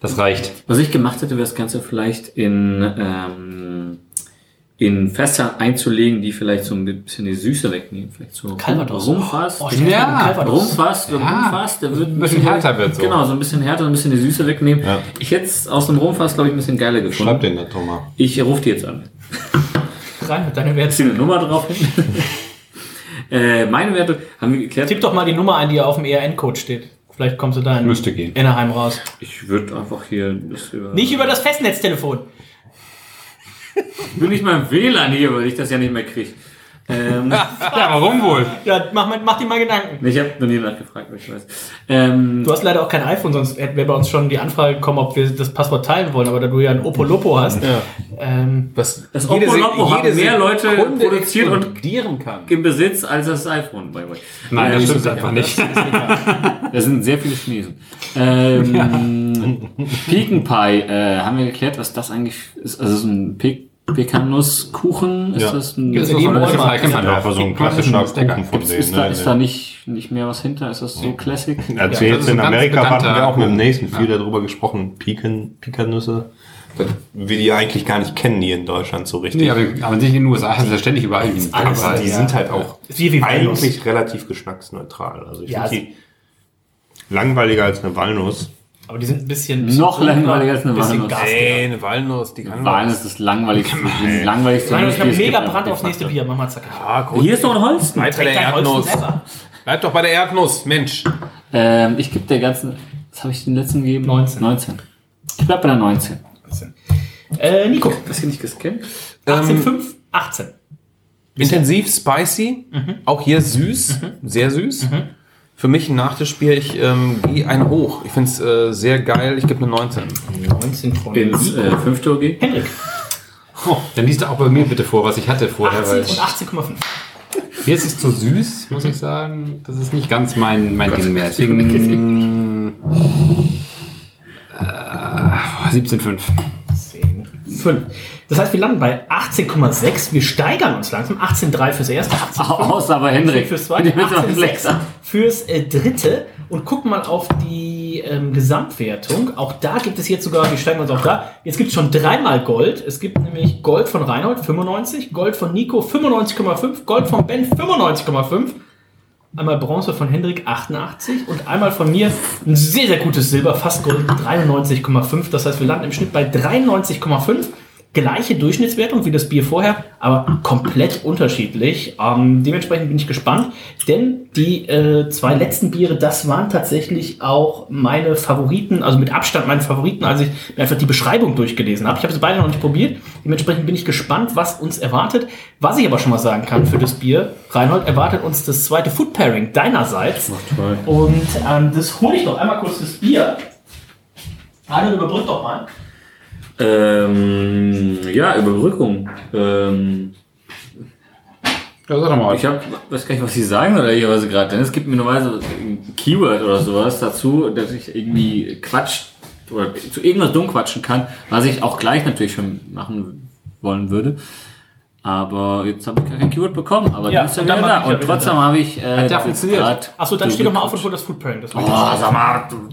F: Das reicht.
D: Was ich gemacht hätte, wäre das Ganze vielleicht in, ähm, in Fässer einzulegen, die vielleicht so ein bisschen die Süße wegnehmen. Vielleicht so
B: Calvados.
D: rumfasst.
B: Oh, stimmt,
F: Ja.
B: Calvados.
D: rumfasst, rumfasst. Der wird ein
F: bisschen härter wird so.
D: Genau, so ein bisschen härter, ein bisschen die Süße wegnehmen. Ich hätte es aus dem Rumfass, glaube ich, ein bisschen geiler gefunden.
E: Schreib den da, Thomas.
D: Ich rufe die jetzt an.
B: Rein mit deiner
D: Zieh eine
B: Wertung.
D: Nummer drauf hin. äh, meine Werte haben wir geklärt.
B: Tipp doch mal die Nummer ein, die auf dem E ERN-Code steht. Vielleicht kommst du da in
F: Müsste gehen.
B: Innerheim raus.
D: Ich würde einfach hier das über.
B: Nicht über das Festnetztelefon.
D: Will nicht mein WLAN hier, weil ich das ja nicht mehr kriege. Ähm,
F: Ja, warum wohl?
B: Ja, mach, mal- mach dir mal Gedanken.
D: ich habe noch nie nachgefragt, weil ich weiß. Ähm,
B: Du hast leider auch kein iPhone, sonst hätten wir bei uns schon die Anfrage gekommen, ob wir das Passwort teilen wollen, aber da du ja ein Opolopo hast.
C: Ja.
B: Ähm,
C: Was
D: das Oppo hat mehr Leute
C: Sekunde
D: produziert und
C: explodieren kann.
D: im Besitz als das iPhone, by the way.
F: Nein, das
D: Ähm,
F: stimmt einfach nicht.
D: Da sind sehr viele Chinesen. Ähm, Pecan Pie, äh, haben wir geklärt, was das eigentlich ist? Also, es ist ein Pe Pekannusskuchen? Ist
E: Ja.
D: das ein.
F: Gibt's
D: Ist,
F: das
B: die
F: auch
B: Bäume-
F: als
B: Ja,
F: Frage?
E: Ja, einfach so ein klassischer Kuchen von denen.
D: da, ist da
E: ne?
D: nicht, nicht mehr was hinter? Ist das so Classic?
E: Als wir
F: Ja, das
E: jetzt
F: ist ein
E: in
F: ganz
E: Amerika waren,
F: bekannter
E: wir auch mit dem
F: Kuchen.
E: nächsten viel darüber gesprochen. Piken, Pikernüsse. Das wir die eigentlich gar nicht kennen, die in Deutschland so richtig.
F: Nee, aber, aber nicht in den USA, das ist ja ständig überall irgendwie ein
E: Aber
F: Pfeffer.
E: die sind halt auch
B: Ist wie- wie Walnuss.
E: eigentlich relativ geschmacksneutral. Also ich
B: Ja,
E: finde die langweiliger als eine Walnuss.
B: aber die sind ein bisschen.
D: Noch langweiliger als eine
B: bisschen
D: Walnuss.
B: Gas.
C: eine Walnuss, die kann
D: Wahlen ist das langweiligste. die langweiligste
B: Nein, ich habe
D: Industrie, es
B: mega
D: gibt
B: Brand
D: einfach
B: aufs nächste
D: die
B: Bier. Mach mal zack.
C: Ah,
D: Flasche.
C: gut.
D: Hier ist noch ein Holsten.
C: Bleib bei der
B: Trinkt dein
C: Erdnuss.
B: Holsten selber.
C: Bleib doch bei der Erdnuss, Mensch.
D: Ähm, ich gebe der ganzen. Was habe ich den letzten gegeben?
B: 19.
D: 19. Ich bleib bei der 19.
B: Äh, Nico,
C: Ähm, Hm.
D: Das hier nicht gescannt?
B: 18,5, 18.
C: Intensiv, spicy,
E: Mhm.
C: auch hier süß, sehr süß. Für mich ein Nachtischbier, ich ähm, gehe einen hoch. Ich finde es äh, sehr geil, ich gebe eine 19.
B: 19 von
D: Ins äh, fünfte OG?
B: Henrik.
F: Oh, dann liest du auch bei mir bitte vor, was ich hatte vorher.
B: 18
F: Weil
B: und 18,5.
F: mir ist es zu süß, muss ich sagen. Das ist nicht ganz mein, mein Ding mehr. Deswegen. Äh, 17,5.
B: 5. Das heißt, wir landen bei 18,6. Wir steigern uns langsam. 18,3 fürs erste. 18,5
D: Außer bei Henrik.
B: fürs zweite.
D: Die müssen wir auf den
B: 18,6
D: Sechser.
B: fürs äh, dritte. Und gucken mal auf die ähm, Gesamtwertung. Auch da gibt es jetzt sogar, wir steigen uns auch da. Jetzt gibt es schon dreimal Gold. Es gibt nämlich Gold von Reinhold 95, Gold von Nico 95,5, Gold von Ben 95,5. Einmal Bronze von Hendrik 88 und einmal von mir ein sehr, sehr gutes Silber, fast Gold 93,5. Das heißt, wir landen im Schnitt bei 93,5. Gleiche Durchschnittswertung wie das Bier vorher, aber komplett unterschiedlich. Ähm, dementsprechend bin ich gespannt, denn die äh, zwei letzten Biere, das waren tatsächlich auch meine Favoriten, also mit Abstand meine Favoriten, als ich mir einfach die Beschreibung durchgelesen habe. Ich habe es beide noch nicht probiert. Dementsprechend bin ich gespannt, was uns erwartet. Was ich aber schon mal sagen kann für das Bier, Reinhold, erwartet uns das zweite Food Pairing deinerseits.
D: toll.
B: Und ähm, das hole ich doch einmal kurz das Bier. Reinhold, überbrück doch mal.
D: Ähm, ja, Überbrückung. Ähm,
F: Ja, sag doch mal.
D: ich hab, weiß gar nicht, was Sie sagen oder jeweils gerade, denn es gibt mir normalerweise ein Keyword oder sowas dazu, dass ich irgendwie Quatsch oder zu irgendwas dumm quatschen kann, was ich auch gleich natürlich schon machen wollen würde. Aber jetzt habe ich gar kein Keyword bekommen, aber
B: Ja,
D: du bist ja
B: und dann
D: wieder
B: mach
D: da.
B: ich ja
D: Und
B: wieder
D: trotzdem
B: da.
D: habe ich. Äh,
B: Hat ja funktioniert.
D: grad-
B: Achso, dann
D: du-
B: steh doch mal auf und hol das Food Pairing. Das
D: Oh, sag mal. du-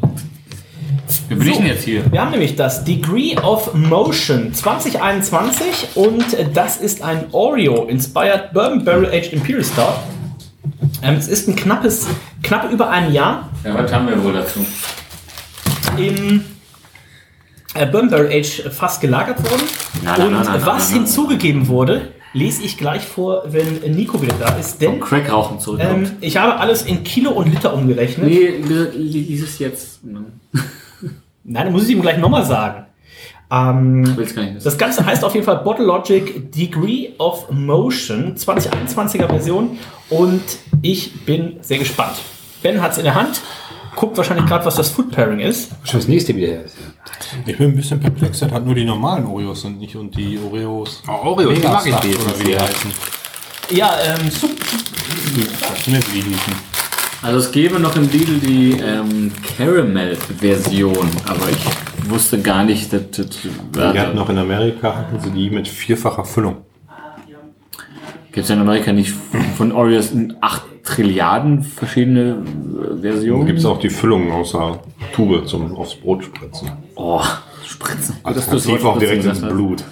D: Wie bin ich denn jetzt hier?
B: Wir haben nämlich das Degree of Motion 2021 und äh, das ist ein Oreo Inspired Bourbon Barrel Aged Imperial Stout. Ähm, es ist ein knappes, knapp über ein Jahr
D: Ja, was haben wir wohl dazu?
B: im äh, Bourbon Barrel Aged Fass gelagert worden.
D: Na, na,
B: und
D: na, na, na,
B: was
D: na, na.
B: hinzugegeben wurde, lese ich gleich vor, wenn Nico wieder da ist, denn
D: Crackrauchen zurückkommt.
B: ähm, ich habe alles in Kilo und Liter umgerechnet.
D: Nee, lies es jetzt. ne,
B: Nein, dann muss ich ihm gleich nochmal sagen. Ähm,
D: Will's gar nicht wissen.
B: das Ganze heißt auf jeden Fall Bottle Logic Degree of Motion, 2021er Version. Und ich bin sehr gespannt. Ben hat es in der Hand, guckt wahrscheinlich gerade, was das Food Pairing ist.
F: Schon das nächste wieder her ist.
E: Ich bin ein bisschen perplex, das hat nur die normalen Oreos und nicht und die Oreos.
F: Oh, Oreos, die mag ich
E: Megastar
F: wenigstens
E: Oder wie die
F: sehr.
E: heißen.
B: Ja, ähm, Sup-
E: Das sind jetzt die hießen.
D: Also es gäbe noch im Lidl die ähm, Caramel-Version, aber ich wusste gar nicht, dass das...
E: Die hatten noch in Amerika, hatten sie die mit vierfacher Füllung.
D: Gibt es ja in Amerika nicht von Oreos in 8 Trilliarden verschiedene äh, Versionen?
E: Gibt es auch die Füllungen außer Tube zum aufs Brot spritzen.
D: Oh, Spritzen.
E: Alternativ auch direkt ins Blut.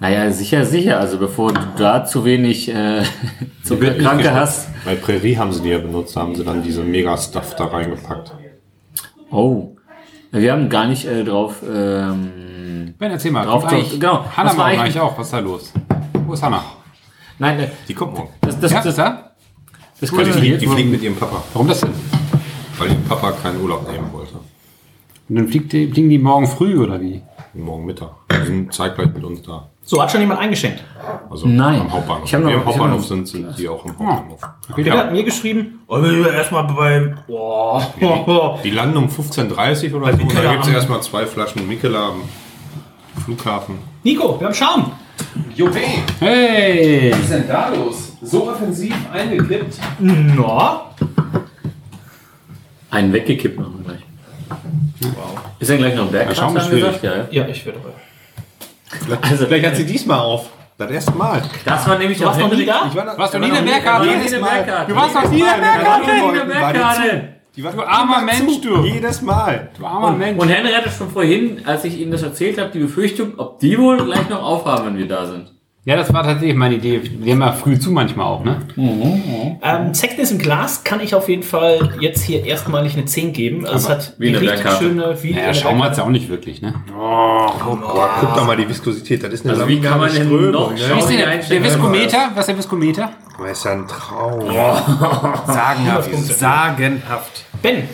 D: Naja, sicher, sicher. Also bevor du da zu wenig äh,
E: wird nicht
D: Zuckerkranke
E: gespritzt.
D: hast.
E: Bei Prärie haben sie die ja benutzt, da haben sie dann diese Mega-Stuff da reingepackt.
D: Oh, wir haben gar nicht äh, drauf... Ähm,
F: Ben, erzähl mal.
D: Drauf
F: kommt
D: zu-
F: eigentlich-
D: genau.
F: Hanna
D: Was war
F: war
D: eigentlich-
F: eigentlich auch. Was ist da los? Wo ist Hanna?
D: nein, äh,
E: Die kommt morgen.
D: das, das,
F: ja,
D: das,
F: ist da?
D: das
E: Die,
D: können wir
E: fliegt,
D: hier...
E: die fliegt mit ihrem Papa,
F: Warum das denn?
E: weil ihr Papa keinen Urlaub nehmen wollte.
F: Und dann fliegt die, fliegen die morgen früh oder wie?
E: Morgen Mittag. Die sind zeitgleich mit uns da.
B: so, hat schon jemand eingeschenkt.
E: Also
D: Nein.
E: am Hauptbahnhof.
D: Ich hab noch- ich
E: wir am
D: hab
E: Hauptbahnhof
D: noch-
E: sind, sind die auch
F: Ah.
E: am Hauptbahnhof.
B: Der hat mir geschrieben, oh, wir sind erstmal beim... Oh, oh, oh.
E: Die landen um 15.30 Uhr oder so. Und
B: Mikkela
E: da gibt es
B: am-
E: erstmal zwei Flaschen Mikela am Flughafen.
B: Nico, wir haben Schaum.
C: Juppé,
F: Hey!
C: was ist denn da los? So offensiv eingeklippt.
B: Na,
D: Einen weggekippt machen wir gleich. Ist dann gleich noch ein
E: schauen
D: Bergkratzer
E: wir schwierig.
D: angesagt? Ja, ja.
B: ja, ich werde...
D: Also,
E: Vielleicht hat sie diesmal auf. Das erste Mal.
D: das war nämlich
B: Du warst noch nie da?
F: Warst du nie in der
D: War
F: Bergkarte?
D: noch nie in der Bergkarte.
F: Du warst noch nie in der
E: Bergkarte.
F: Bergkarte!
E: Bergkarte.
F: Du armer Mensch, du!
E: Jedes Mal.
F: Du armer Mensch!
D: Und Henry hatte schon vorhin, als ich Ihnen das erzählt habe, die Befürchtung, ob die wohl gleich noch aufhaben, wenn wir da sind.
F: Ja, das war tatsächlich meine Idee. Wir haben ja früh zu manchmal auch, ne?
B: Ähm, Sexness im Glas kann ich auf jeden Fall jetzt hier erstmalig eine 10 geben. Also es hat
D: wie eine
B: richtig
D: Bergkarte.
B: schöne... Wie
F: Naja,
B: eine
F: Schaum hat's ja auch nicht wirklich, ne?
E: Guck da mal die Viskosität. Das ist eine
D: Oh, Also wie kann man denn
E: Strömung,
D: noch
E: ne?
D: schauen?
F: Was ist denn der, der
D: Einstein-
F: Viskometer? Was ist der Viskometer?
E: Aber ist ja ein Traum.
C: Sagenhaft. Sagenhaft.
B: Ben,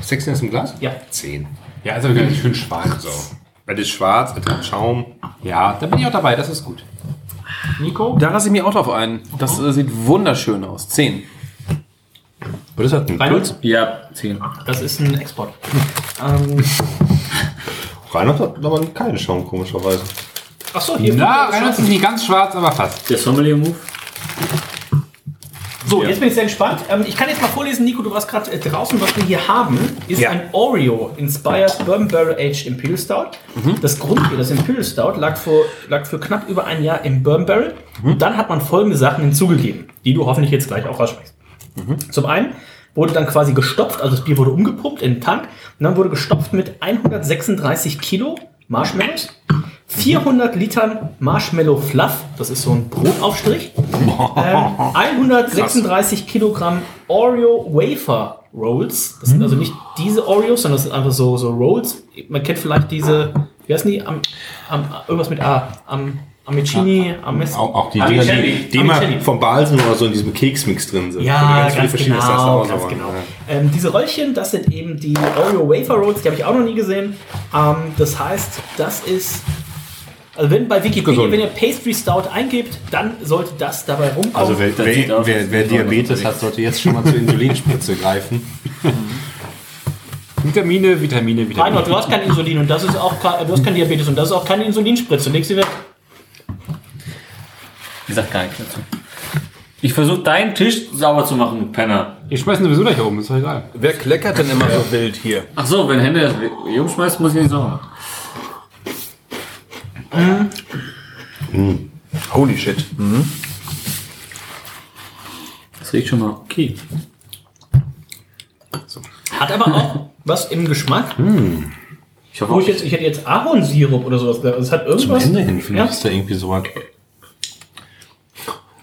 E: Sechs ist im Glas?
B: Ja.
E: Zehn.
F: Ja, also wirklich schön schwarz.
E: So. Es ist schwarz, es hat Schaum.
F: Ja, da bin ich auch dabei, das ist gut.
C: Nico? Da lasse ich mich auch drauf ein. Das äh, sieht wunderschön aus. 10.
E: Was ist das? Ein
B: Reinhold?
E: Pilz?
C: Ja, 10.
B: Ah, Das ist ein Export. ähm,
E: Reinhard hat aber keine Schaum, komischerweise.
B: achso, hier.
F: Na, Reynolds ist nicht ganz schwarz, aber fast.
D: Der Sommelier-Move?
B: So, jetzt bin ich sehr gespannt. Ähm, ich kann jetzt mal vorlesen, Nico, du warst gerade äh, draußen. Was wir hier haben, ist ein Oreo Inspired Bourbon Barrel Aged Imperial Stout. Das Grundbier, das Imperial Stout, lag, vor, lag für knapp über ein Jahr im Bourbon Barrel. Und dann hat man folgende Sachen hinzugegeben, die du hoffentlich jetzt gleich auch rausschmeckst. Zum einen wurde dann quasi gestopft, also das Bier wurde umgepumpt in den Tank. Und dann wurde gestopft mit 136 Kilo Marshmallows. 400 Litern Marshmallow Fluff, das ist so ein Brotaufstrich. Ähm, 136 Kilogramm Oreo Wafer Rolls. Das sind
E: Mhm.
B: also nicht diese Oreos, sondern das sind einfach so, so Rolls. Man kennt vielleicht diese, wie heißen die? Am, am, irgendwas mit A. Am, Amicini, Ames.
E: Auch, auch die Dinger, die, die immer vom Balsen oder so in diesem Keksmix drin sind. Wo
B: Ja,
E: du
B: ganz,
E: viele verschiedene Sachen
B: genau,
E: draus
B: ganz
E: machen.
B: genau.
E: Ja.
B: Ähm, diese Röllchen, das sind eben die Oreo Wafer Rolls, die habe ich auch noch nie gesehen. Ähm, das heißt, das ist. Also wenn bei Wikipedia,
E: Gesund.
B: wenn ihr Pastry Stout eingebt, dann sollte das dabei rumkommen.
E: Also wer, wer, wer, wer Diabetes hat, sollte jetzt schon mal zur Insulinspritze greifen.
F: Vitamine, Vitamine, Vitamine.
B: Reinhold, du hast kein Insulin und das ist auch kein, du hast kein Diabetes und das ist auch keine Insulinspritze. Leg sie weg.
D: Ich sag gar nichts dazu. Ich versuche deinen Tisch sauber zu machen, du Penner.
F: Ich schmeiß ihn sowieso gleich oben, ist doch egal.
C: Wer kleckert denn immer so wild hier?
D: Ach so, wenn Hände das Jung schmeißt, muss ich nicht sauber machen.
C: Holy shit.
D: Das riecht schon mal okay.
B: Hat aber auch was im Geschmack.
E: Hm.
D: Ich hoffe
B: Wo
D: auch,
B: ich, jetzt, ich hätte jetzt Ahornsirup oder sowas. gedacht. Also Es hat
E: Zum
B: irgendwas.
E: Ende hin vielleicht
B: Ja.
E: ist da irgendwie so was.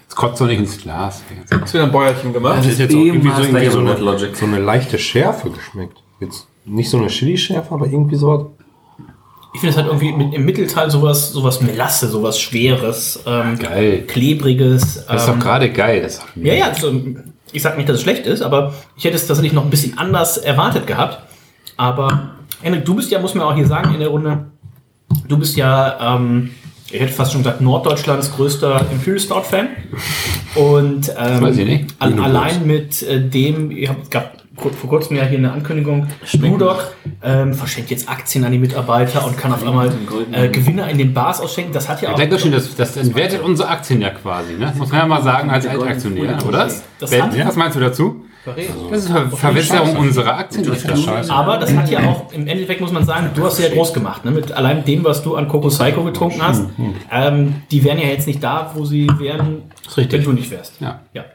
E: Es kotzt doch nicht ins Glas.
C: Hast du wieder ein Bäuerchen gemacht?
E: Das ist jetzt auch irgendwie so,
D: Master
E: irgendwie so,
D: Game of
E: eine,
D: Logic.
E: so eine leichte Schärfe geschmeckt. Jetzt nicht so eine Chili-Schärfe, aber irgendwie sowas.
B: Ich finde, es hat irgendwie mit, im Mittelteil sowas, sowas Melasse, sowas Schweres, ähm,
F: Geil.
B: Klebriges.
F: Das ist
B: ähm,
F: doch gerade geil. Das ist doch
B: Ja, ja, also, ich sag nicht, dass es schlecht ist, aber ich hätte es tatsächlich noch ein bisschen anders erwartet gehabt. Aber Henrik, du bist ja, muss man auch hier sagen in der Runde, du bist ja, ähm, ich hätte fast schon gesagt, Norddeutschlands größter Imperial Stout Fan. Und ähm,
F: weiß ich nicht.
B: al-
F: Nur
B: allein mit äh, dem, ich hab, gab kur- vor kurzem ja hier eine Ankündigung, Brewdog ähm, verschenkt jetzt Aktien an die Mitarbeiter und kann auf einmal äh, Gewinne in den Bars ausschenken. Das hat ja auch...
F: Dankeschön, das, das entwertet unsere Aktien ja quasi, ne? Das muss man ja mal sagen, als Altaktionär, oder?
B: Das
F: Ben,
B: hat-
F: was meinst du dazu? Das ist Ver Verwässerung unserer Aktien. Das ist das scheiße.
B: Aber das hat ja auch, im Endeffekt muss man sagen, du hast sie ja groß gemacht. Ne? Mit allein dem, was du an Coco Psycho getrunken hast,
F: Hm,
B: ähm, die wären ja jetzt nicht da, wo sie wären, wenn du nicht wärst.
F: Ja.
B: Ja.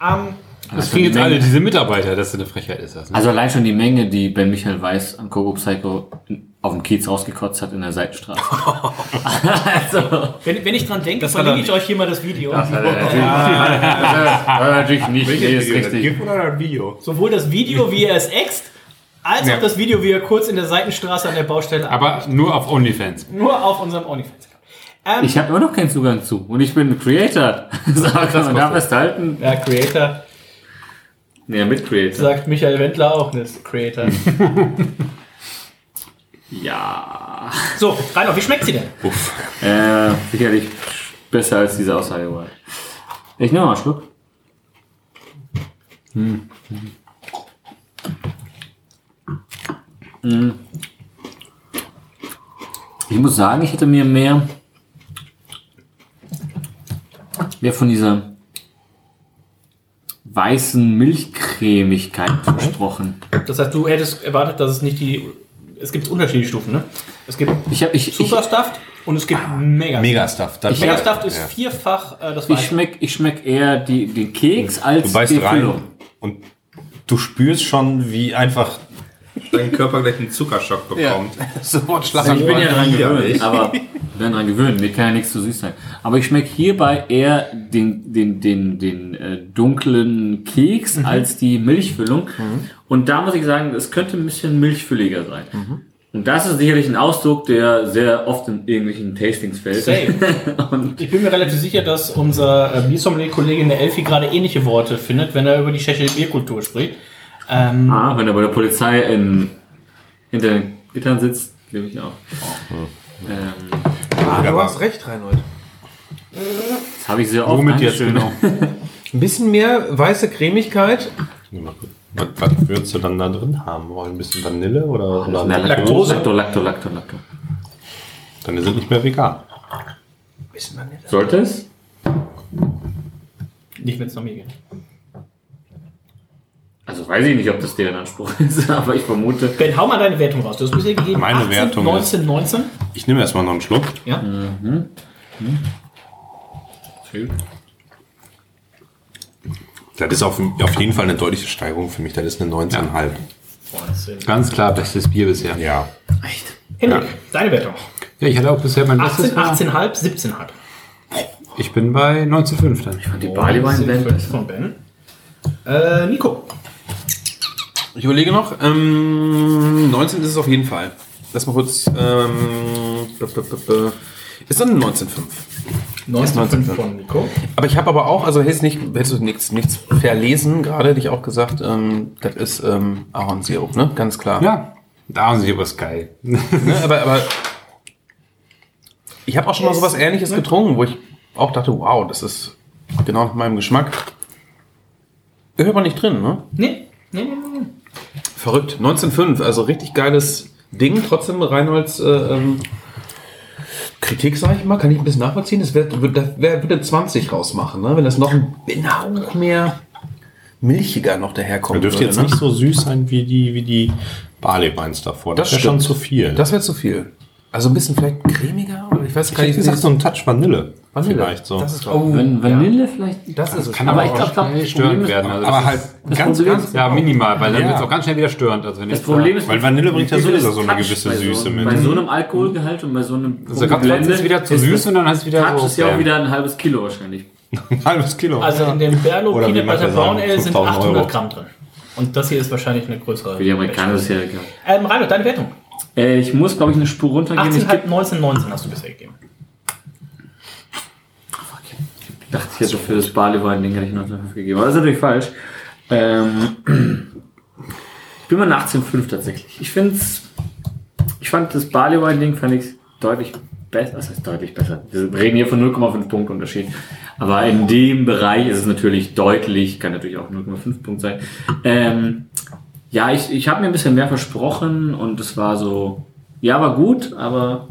B: Ähm,
F: Das kriegen jetzt alle diese Mitarbeiter, dass das eine Frechheit ist. Das, ne?
D: Also allein schon die Menge, die Ben Michael Weiß an Coco Psycho in- auf dem Kiez rausgekotzt hat in der Seitenstraße. also,
B: wenn, wenn ich dran denke, verlinke ich euch hier mal das Video.
D: das war natürlich nicht nee, ist
E: Video? Das
D: richtig.
E: Gift oder das Video?
B: Sowohl das Video, wie er es ext, als auch das Video, wie er kurz in der Seitenstraße an der Baustelle
F: Aber nur auf OnlyFans.
B: Nur auf unserem OnlyFans. Ähm,
D: Ich habe immer noch keinen Zugang zu und ich bin Creator. So, kann man da festhalten?
B: Ja, Creator,
D: Ja, mit Creator.
B: sagt Michael Wendler auch, ist Creator.
F: Hm.
D: Ja.
B: So, Reinhold, wie schmeckt sie denn?
D: Äh, sicherlich besser als diese Aussage. war. Ich nehme mal einen Schluck. Hm. Mm. Ich muss sagen, ich hätte mir mehr, mehr von dieser weißen Milchcremigkeit versprochen.
B: Das heißt, du hättest erwartet, dass es nicht die. Es gibt unterschiedliche Stufen, ne? Es gibt
D: Ich habe ich, ich,
B: Super Stuffed und es gibt Mega.
E: Megastuff. Das
B: Mega Stuffed ist vierfach äh, das
D: ich
B: Weiße.
D: schmeck, ich schmeck eher die, den Keks als
E: Du beißt
D: die
E: rein
D: Füllung.
E: und du spürst schon, wie einfach dein Körper gleich einen Zuckerstock bekommt.
C: Sofort
D: Also ich bin ja dran
E: Ja,
D: gewöhnt,
E: ich.
D: aber ich bin dran gewöhnt, mir kann ja nichts zu süß sein. Aber ich schmecke hierbei eher den, den, den, den äh, dunklen Keks als die Milchfüllung. Und da muss ich sagen, es könnte ein bisschen milchfülliger sein. Und das ist sicherlich ein Ausdruck, der sehr oft in irgendwelchen Tastings fällt.
B: Safe.
D: Und
B: Ich bin mir relativ sicher, dass unser äh, Biersommelier-Kollege in der Elfi gerade ähnliche Worte findet, wenn er über die tschechische Bierkultur spricht. Ähm,
D: ah, wenn er bei der Polizei in, hinter den Gittern sitzt, nehme ich ihn auch. Ähm,
C: du hast recht, Reinhold.
D: Das habe ich sehr oft
E: Womit jetzt
D: angeschrieben.
G: Ein bisschen mehr weiße Cremigkeit.
E: Was, was würdest du dann da drin haben wollen? Ein bisschen Vanille oder, oder
D: Na, Laktose. Lacto, Lacto, Lacto, Lacto.
E: Dann sind nicht mehr vegan.
D: Sollte es?
B: Nicht, wenn es nach mir geht.
D: Also weiß ich nicht, ob das deren Anspruch ist, aber ich vermute.
B: Ben, hau mal deine Wertung raus. Du hast bisher gegeben
E: Meine Wertung
B: 19, 19.
E: Ich nehme erstmal noch einen Schluck.
B: Ja.
D: Mhm.
E: Das ist auf, auf jeden Fall eine deutliche Steigerung für mich. Das ist eine 19,5.
F: Ganz klar, bestes Bier bisher.
E: Ja.
B: Henrik, deine Wertung.
F: Ja, ich hatte auch bisher
C: Ah,
F: mein bestes
B: 18,
F: Mal.
B: 18,5, 17,5.
F: Ich bin bei 19,5 dann. Ich
D: fand die
B: von Ben. Äh, Nico.
C: Ich überlege noch. Ähm, 19 ist es auf jeden Fall. Lass mal kurz. Ähm, b- b- b- b- ist dann 19,5.
B: 19,5 von Nico.
C: Aber ich habe aber auch, also hättest, nicht, hättest du nichts, nichts verlesen, gerade hätte ich auch gesagt, ähm, das ist ähm, Ahornsirup, ne? Ganz klar.
F: Ja, Ahornsirup ist geil.
C: ne? aber, aber ich habe auch schon mal sowas ähnliches
B: ne?
C: getrunken, wo ich auch dachte, wow, das ist genau nach meinem Geschmack. Hört man nicht drin, ne?
B: Nee, nee, nee, nee.
C: Verrückt. 19,5, also richtig geiles Ding. Trotzdem Reinholds äh, ähm, Kritik, sage ich mal, kann ich ein bisschen nachvollziehen. Das wär- wär- wär- würde 20 rausmachen, ne? wenn das noch ein Hauch mehr milchiger noch ne? daherkommt.
E: Der dürfte jetzt
F: ne?
E: nicht so süß sein wie die, wie die Barley Weins davor.
C: Das
E: wär schon zu
C: stimmt.
E: viel.
C: Das wäre zu viel. Also ein bisschen vielleicht cremiger oder ich weiß
E: ich
C: gar
E: hätte
C: nicht.
E: gesagt, so ein Touch Vanille.
C: Vanille.
E: Vielleicht so.
C: Das ist doch-
E: oh,
D: Wenn Vanille vielleicht.
C: Das ist es.
F: Kann aber, auch schnell störend werden. Also das
E: aber halt
F: ist- das
E: ganz,
F: Problem
E: ganz.
F: ist- Ja, minimal, weil dann
E: Ja.
F: wird es auch ganz schnell wieder störend. Also wenn
D: Das
F: jetzt
D: Problem
F: da-
D: ist,
E: Weil Vanille bringt ja
D: wie viel
E: sowieso
D: ist
E: so eine
D: Touch
E: gewisse
D: bei so,
E: Süße mit.
D: Bei so einem Alkoholgehalt und bei so einem
F: ne? Also gerade
D: Blend
F: ist es wieder zu süß
D: das-
F: und dann hast du wieder
D: Touch
F: so-
D: ist ja
F: Ja.
D: auch wieder ein halbes Kilo wahrscheinlich.
E: Ein halbes Kilo.
B: Also in dem Berlo
E: Oder wie
B: Peanut
E: manche
B: Butter Brown
E: sagen,
B: Ale sind
E: 5000
B: 800
E: Euro.
B: Gramm drin. Und das hier ist wahrscheinlich eine größere.
D: Für die Amerikaner ist ja egal.
B: Ähm, Reinhold, deine Wertung.
D: Äh, ich muss, glaube ich, eine Spur runtergehen. Ich
B: 18,5, 19, 19 hast du bisher gegeben.
D: dachte, ich hätte für das Barleywein den hätte ich 19,5 gegeben. Aber das ist natürlich falsch. Ähm, ich bin mal eine 18,5 tatsächlich. Ich find's, ich fand das Barleywein-Ding fand ich deutlich besser. Das heißt deutlich besser. Wir reden hier von 0,5 Punkten Unterschied. Aber in dem Bereich ist es natürlich deutlich, kann natürlich auch 0,5 Punkt sein. Ähm, ja, ich, ich habe mir ein bisschen mehr versprochen und es war so, ja, war gut, aber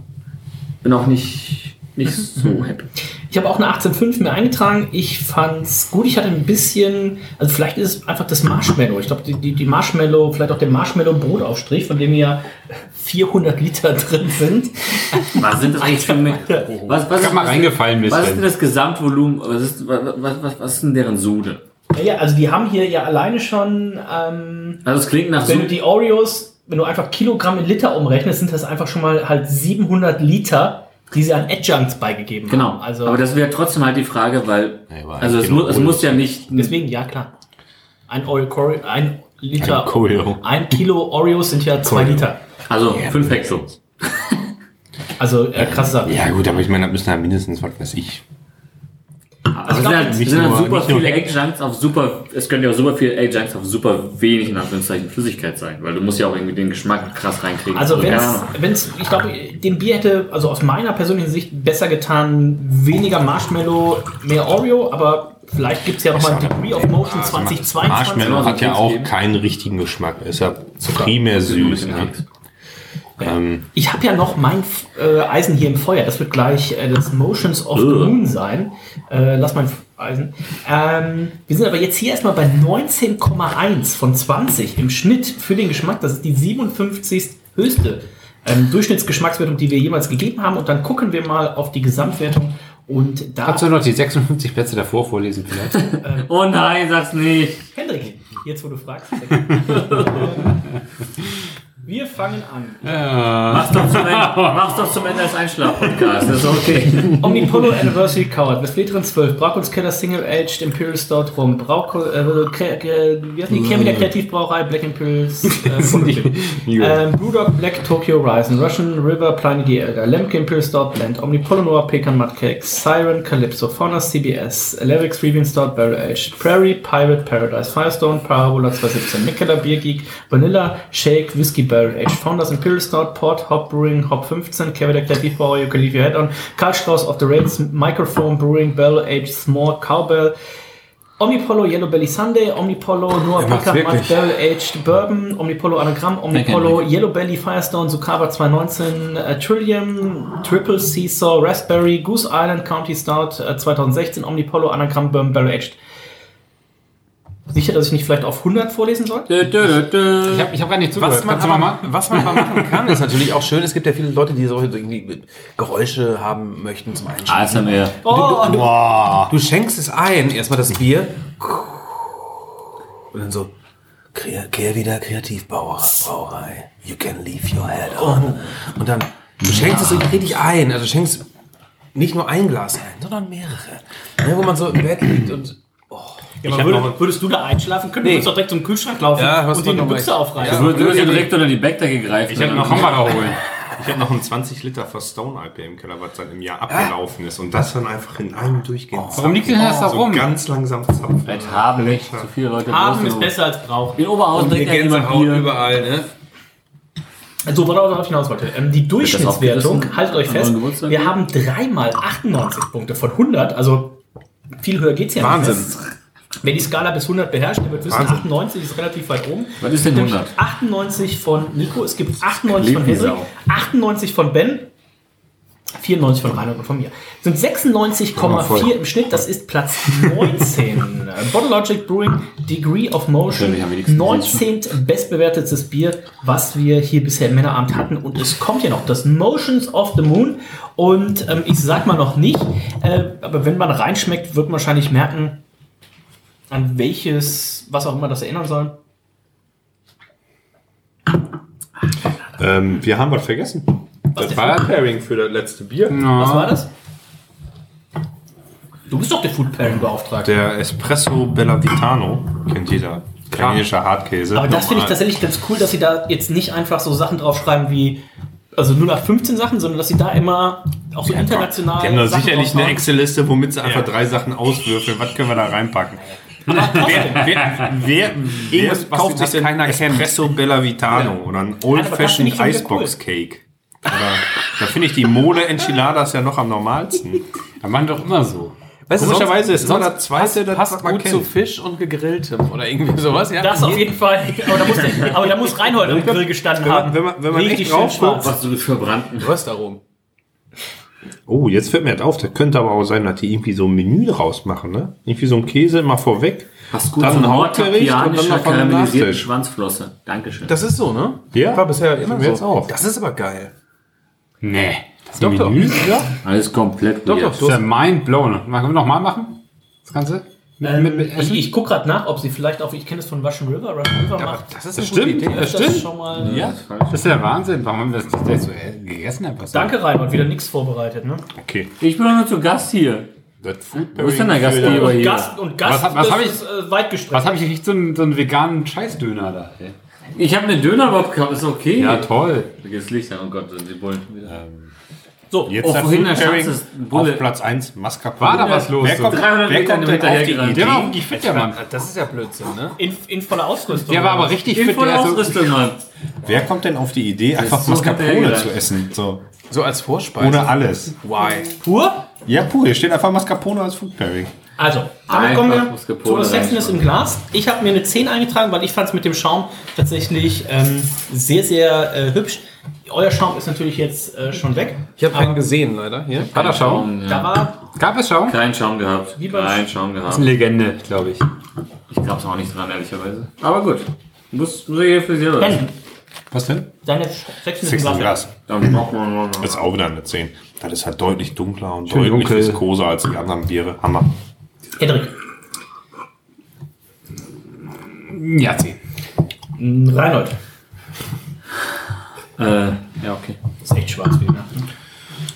D: bin auch nicht, nicht so happy.
B: Ich habe auch eine 18,5 mir eingetragen. Ich fand's gut. Ich hatte ein bisschen, also vielleicht ist es einfach das Marshmallow. Ich glaube, die, die, die Marshmallow, vielleicht auch der Marshmallow-Brotaufstrich, von dem ja 400 Liter drin sind.
D: Was sind das eigentlich für Mengen?
E: Oh.
D: Was, was,
B: Kann
D: ist-
B: mal
D: was-
B: reingefallen, Miss
D: Was ist
B: Sven.
D: denn das Gesamtvolumen? Was ist, was, was, was, was ist denn deren Sude?
B: Ja, also die haben hier ja alleine schon. Ähm,
D: Also es klingt nach
B: Wenn
D: Sude.
B: du die Oreos, wenn du einfach Kilogramm in Liter umrechnest, sind das einfach schon mal halt 700 Liter, die sie an Adjuncts beigegeben
D: Genau.
B: haben. Also
D: Aber das wäre trotzdem halt die Frage, weil. also es,
B: eigentlich
D: mu es muss ja nicht.
B: Deswegen, ja klar. Ein Oreo, Coreo- ein Liter,
D: Ein Coreo.
B: ein Kilo Oreos sind ja zwei Liter.
D: Also fünf Hexo.
B: Also äh, krasse Sache.
E: Ja, gut, aber ich meine, da müssen ja mindestens, was weiß ich.
D: Also es
B: glaub,
D: sind halt,
E: nicht
D: es sind halt
E: nur-
D: super
E: nicht nur
D: viele
E: Hex-
D: Egg-Junks auf super. Es können ja auch super viele Egg-Junks auf super wenig in Anführungszeichen Flüssigkeit sein, weil du musst ja auch irgendwie den Geschmack krass reinkriegen.
B: Also
D: keine
B: wenn's,
D: Ahnung.
B: wenn's, ich glaube, dem Bier hätte, also aus meiner persönlichen Sicht, besser getan, weniger Marshmallow, mehr Oreo, aber vielleicht gibt's ja nochmal Degree of Motion 2022.
E: also Marshmallow hat ja auch keinen richtigen Geschmack. Ist ja primär süß. Ne? Ähm,
B: Ich habe ja noch mein äh, Eisen hier im Feuer. Das wird gleich äh, das Motions of the Moon sein. Äh, lass mein Eisen. Ähm, wir sind aber jetzt hier erstmal bei 19,1 von 20 im Schnitt für den Geschmack. Das ist die 57. höchste ähm, Durchschnittsgeschmackswertung, die wir jemals gegeben haben. Und dann gucken wir mal auf die Gesamtwertung. Und da.
F: Kannst du noch die 56 Plätze davor vorlesen vielleicht?
D: Oh nein, sag's nicht.
B: Hendrik, jetzt wo du fragst. wir fangen an.
D: Mach's doch zum Ende, mach's doch zum Ende als Einschlaf-Podcast. Das ist okay.
B: Omnipolo Anniversary Coward, Westfleteren 12, Brackholzkeller Single Aged Imperial Stout Rum, Brauko, äh, Kre Kre wie heißt die? Kremider Kreativbrauerei, Black Imperials, äh, Prototyp. ähm, Brewdog Black Tokyo Horizon, Russian River Pliny Elder, Lemke Imperial Stout Blend, Omnipolo Noir Pecan Mudcake, Siren Calypso, Fauna CBS, Levix Revian Stout Barrel Aged, Prairie Pirate Paradise, Firestone Parabola 217, Mikeller Beer Geek, Vanilla Shake, Whiskey Barrel Barrel Age Founders, Imperial Stout, Port, Hop Brewing, Hop 15, Cavalier Clappy Power, You Can Leave Your Head On, Karl Strauss of the Rails, Microphone Brewing, Barrel Age Small, Cowbell, Omnipollo Yellow Belly Sunday, Omnipollo Noah
C: Er macht's
B: Packer, Mud
C: wirklich.
B: Barrel Aged Bourbon, Omnipollo Anagramm, Omnipollo
C: Lecker,
B: Yellow Belly Firestone, Sukaba 219, äh, Trillium, Triple Seesaw, Raspberry, Goose Island County Stout äh, 2016, Omnipollo Anagramm Bourbon Barrel Aged. Sicher, dass ich nicht vielleicht auf 100 vorlesen soll?
D: Ich
F: habe ich hab gar nicht zugehört.
C: Was man,
F: Kannst du mal
C: aber,
F: machen?
C: was man aber machen kann, ist natürlich auch schön. Es gibt ja viele Leute, die solche irgendwie Geräusche haben möchten zum Einschlafen.
D: ASMR.
C: Du,
B: Oh,
C: du, du,
E: Wow.
C: du schenkst es ein, erstmal das Bier. Und dann so, Kre- kehr wieder Kreativbrauerei. You can leave your head on. Und dann, du schenkst es richtig- richtig ein. Also du schenkst nicht nur ein Glas ein, sondern mehrere. Ne, wo man so im Bett liegt und
B: Ja,
C: Ich
B: aber
C: hab
B: würdest,
C: noch-
B: würdest du da einschlafen können? Du
C: Nee.
B: würdest doch direkt zum Kühlschrank laufen
C: Ja, hast
B: und dir
C: du
B: eine
C: noch
B: Büchse
C: recht.
B: aufreißen.
D: Ja. Du würdest ja direkt unter die Backdecke greifen.
E: Ich hätte
D: Dann-
E: noch Hamburger holen. Ich hätte noch einen 20 Liter First Stone IP im Keller, was dann im Jahr abgelaufen ist. Und das dann einfach in einem durchgehen.
F: Ah. Oh.
E: Oh,
F: Warum liegt denn das da rum?
E: So ganz langsam zapfen.
D: Vielleicht haben nicht. Zu viele Leute
B: Haben
D: draußen.
B: ist besser als brauchen.
D: In Oberhausen
C: und eine
D: trinkt ja niemand
C: Gänsehaut
D: Bier.
C: überall, ne?
B: So, worauf ich hinaus wollte. Ähm, die Durchschnittswertung,
D: aufgerissen?
B: haltet euch
D: An
B: fest,
D: eurem Geburtstag?
B: wir haben dreimal 98 Punkte von 100, also viel höher geht's ja
C: Wahnsinn.
B: nicht. Wahnsinn. Wer die Skala bis 100 beherrscht, der wird wissen,
C: Wahnsinn.
B: 98 ist relativ weit oben.
D: Was ist denn
B: Nämlich
D: 100?
B: 98 von Nico, es gibt 98 von
D: Lebt die
B: Henry,
D: Sau.
B: 98 von Ben, 94 von Reinhold und von mir. Sind 96,4 im Schnitt, das ist Platz 19. Äh, Bottle Logic Brewing Degree of Motion,
D: Natürlich am wenigsten
B: 19. bestbewertetes Bier, was wir hier bisher im Männerabend hatten. Und es kommt ja noch das Motions of the Moon. Und ähm, ich sag mal noch nicht, äh, aber wenn man reinschmeckt, wird man wahrscheinlich merken, an welches, was auch immer das erinnern soll.
E: Ähm, wir haben was vergessen. Das
B: denn?
E: war ein Pairing für das letzte Bier.
B: Was war das? Du bist doch der Food Pairing Beauftragte.
E: Der Espresso Bellavitano. Kennt jeder. Italienischer Hartkäse.
B: Aber das finde ich
E: Normal.
B: tatsächlich ganz cool, dass sie da jetzt nicht einfach so Sachen draufschreiben wie, also nur nach 15 Sachen, sondern dass sie da immer auch so international.
E: Die haben da
B: Sachen
E: sicherlich
B: draufhauen.
E: eine Excel-Liste, womit sie einfach drei Sachen auswürfeln. Was können wir da reinpacken? wer wer, wer, wer
C: Irgendwas, was-
E: kauft sich
C: was
E: denn
C: keiner kennt.
E: Espresso Bellavitano oder
B: aber das
E: ein
B: finde ich
E: Old-Fashioned
B: schon wieder
E: Icebox Cake? Oder, da finde ich die Mode Enchiladas ja noch am normalsten.
F: Da machen doch immer so.
C: Weißt du,
E: Komischerweise
C: sonst-
E: ist immer
C: sonst
E: der zweite, das
C: passt
E: was man
C: gut zu
E: kennt.
C: Fisch und gegrilltem oder irgendwie sowas. Ja,
B: Das auf jeden Fall. Aber da muss, aber da muss Reinhold am Grill gestanden
E: Wenn
B: haben.
E: man, wenn man, wenn man
B: Richtig
E: echt
B: schön
E: drauf guckt,
B: schwarz.
D: Was du verbrannten.
C: Röstaromen.
E: Oh, jetzt fällt mir das auf. Das könnte aber auch sein, dass die irgendwie so ein Menü draus machen, ne? Irgendwie so ein Käse immer vorweg.
D: Hast gut
E: Dann
D: von
E: ein Hauptgericht und dann
D: hawaiianischer
E: noch von einem
D: karamellisierten
E: Nachtisch.
D: Schwanzflosse. Dankeschön.
C: Das ist so, ne?
E: Ja,
C: War bisher immer
E: mir
C: so.
E: jetzt auf.
C: Das ist aber geil.
F: Nee. Das
C: Doch, doch.
F: Menü?
C: Ja?
D: Alles komplett
C: Doch,
D: weird.
C: doch.
F: Das ist ja mind blown. Machen wir nochmal machen? Das Ganze? Mit, mit, mit
B: Ich,
F: Essen?
B: ich gucke gerade nach, ob sie vielleicht auch, ich kenne das von Russian River, Russian River macht.
C: Das ist
E: Das
C: eine
E: stimmt.
C: gute Idee.
E: Das
B: Das ist
E: stimmt.
B: schon mal.
D: Ja, das ist falsch.
F: Das ist ja Wahnsinn. Warum haben wir das nicht gleich so äh, gegessen? Herr Pastor?
B: Danke, Reinhold, wieder nichts vorbereitet. Ne?
E: Okay.
D: Ich bin doch nur zu Gast hier.
E: Das Food
D: Wo ist denn der Gastgeber
B: Und
D: hier?
B: Also Gast, und Gast
F: Was hab- was
B: das
F: hab ich-
B: ist äh, weit gestreckt.
F: Was habe ich gekriegt? So einen, so einen veganen Scheißdöner da. ey.
D: Ich habe einen Döner überhaupt gehabt, ist okay. Ähm,
F: Ja, toll.
D: Vergiss Licht an, oh Gott, die Bullen schon wieder.
B: so,
E: Jetzt
D: Oh,
E: das
D: vorhin
E: Food
D: der Schatz
E: Pairing
D: ist ein Bulle.
E: auf Platz 1 Mascarpone.
F: War da was los?
E: Wer kommt,
F: So.
D: 300
E: wer
D: Meter
E: kommt denn auf die
D: hinterhergerannt.
E: Idee?
F: Der war richtig fit, der Genau, Mann.
C: Das ist ja Blödsinn, ne?
B: in, in voller Ausrüstung.
F: Der war aber richtig
D: Ich bin
F: fit.
D: voll
F: Der ist so,
D: ausgerüstet, Mann.
E: Wer kommt denn auf die Idee, einfach
D: so
E: Mascarpone
D: hinterhergerannt.
E: zu essen? So.
C: So als Vorspeise.
E: Ohne alles.
C: Why?
B: pur.
E: Ja, pur. Hier steht einfach Mascarpone als Food Pairing.
B: Also, damit
D: Einfach
B: kommen wir
D: muss gepudert
B: zu der Sexiness
D: werden.
B: im Glas. Ich habe mir eine 10 eingetragen, weil ich fand es mit dem Schaum tatsächlich ähm, sehr, sehr äh, hübsch. Euer Schaum ist natürlich jetzt äh, schon weg.
C: Ich habe keinen gesehen, leider. Hier.
F: war da Schaum?
B: Da war,
F: Gab es Schaum?
D: Keinen Schaum gehabt.
B: Wie beim-
D: Keinen Schaum gehabt.
F: Legende, glaube ich.
D: Ich glaub's auch nicht dran, ehrlicherweise. Aber gut. Muss, muss ich für selber.
B: Ben,
E: Was denn?
B: deine Sexiness im
E: Sechs
B: Glas.
E: Glas.
D: Dann braucht man
E: Das ist auch wieder eine 10. Das ist halt deutlich dunkler und
F: Schön
E: deutlich
F: dunkel.
E: viskoser als die anderen Biere. Hammer.
B: Hendrik,
F: Ja, 10.
B: Reinhold.
D: Äh, ja, okay.
B: Das ist echt schwarz wie ne?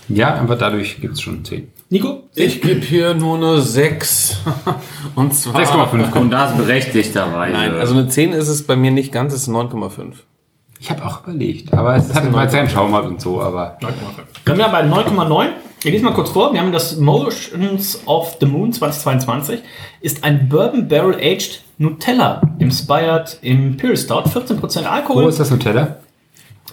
F: Ja, aber dadurch gibt es schon 10.
B: Nico?
C: Ich gebe hier nur eine 6. Und zwar.
F: 6,5.
D: Und das berechtigterweise.
C: Nein, also eine 10 ist es bei mir nicht ganz, es ist 9,5.
F: Ich habe auch überlegt, aber es hat mal seinen Schaum hat und so, aber.
B: Wir haben ja bei 9,9. Ich lese mal kurz vor. Wir haben das Motions of the Moon 2022. Ist ein Bourbon Barrel Aged Nutella Inspired Imperial Stout. 14% Alkohol.
F: Wo ist das Nutella?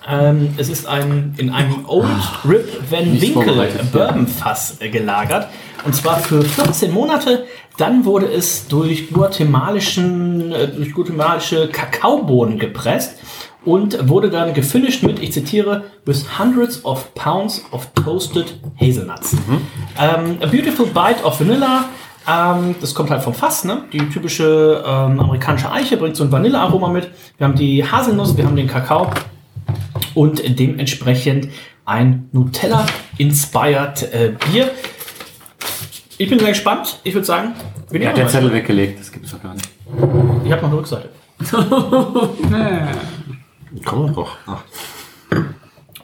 B: Ähm, es ist ein, in einem Old Rip Van
D: Ah, nicht
B: Winkle
D: vorbereitet, ja.
B: Bourbon Fass äh, gelagert. Und zwar für 14 Monate. Dann wurde es durch, guatemalischen, äh, durch guatemalische Kakaobohnen gepresst und wurde dann gefinisht mit, ich zitiere, with hundreds of pounds of toasted hazelnuts. Ähm, a beautiful bite of vanilla. Ähm, das kommt halt vom Fass, ne? Die typische ähm, amerikanische Eiche bringt so ein Vanillearoma mit. Wir haben die Haselnuss, wir haben den Kakao und dementsprechend ein Nutella-inspired äh, Bier. Ich bin sehr gespannt. Ich würde sagen, wir
D: Er
B: nehmen
D: hat den
B: mal.
D: Zettel weggelegt, das gibt's doch gar nicht.
B: Ich habe noch eine Rückseite.
E: Komm doch. Ach,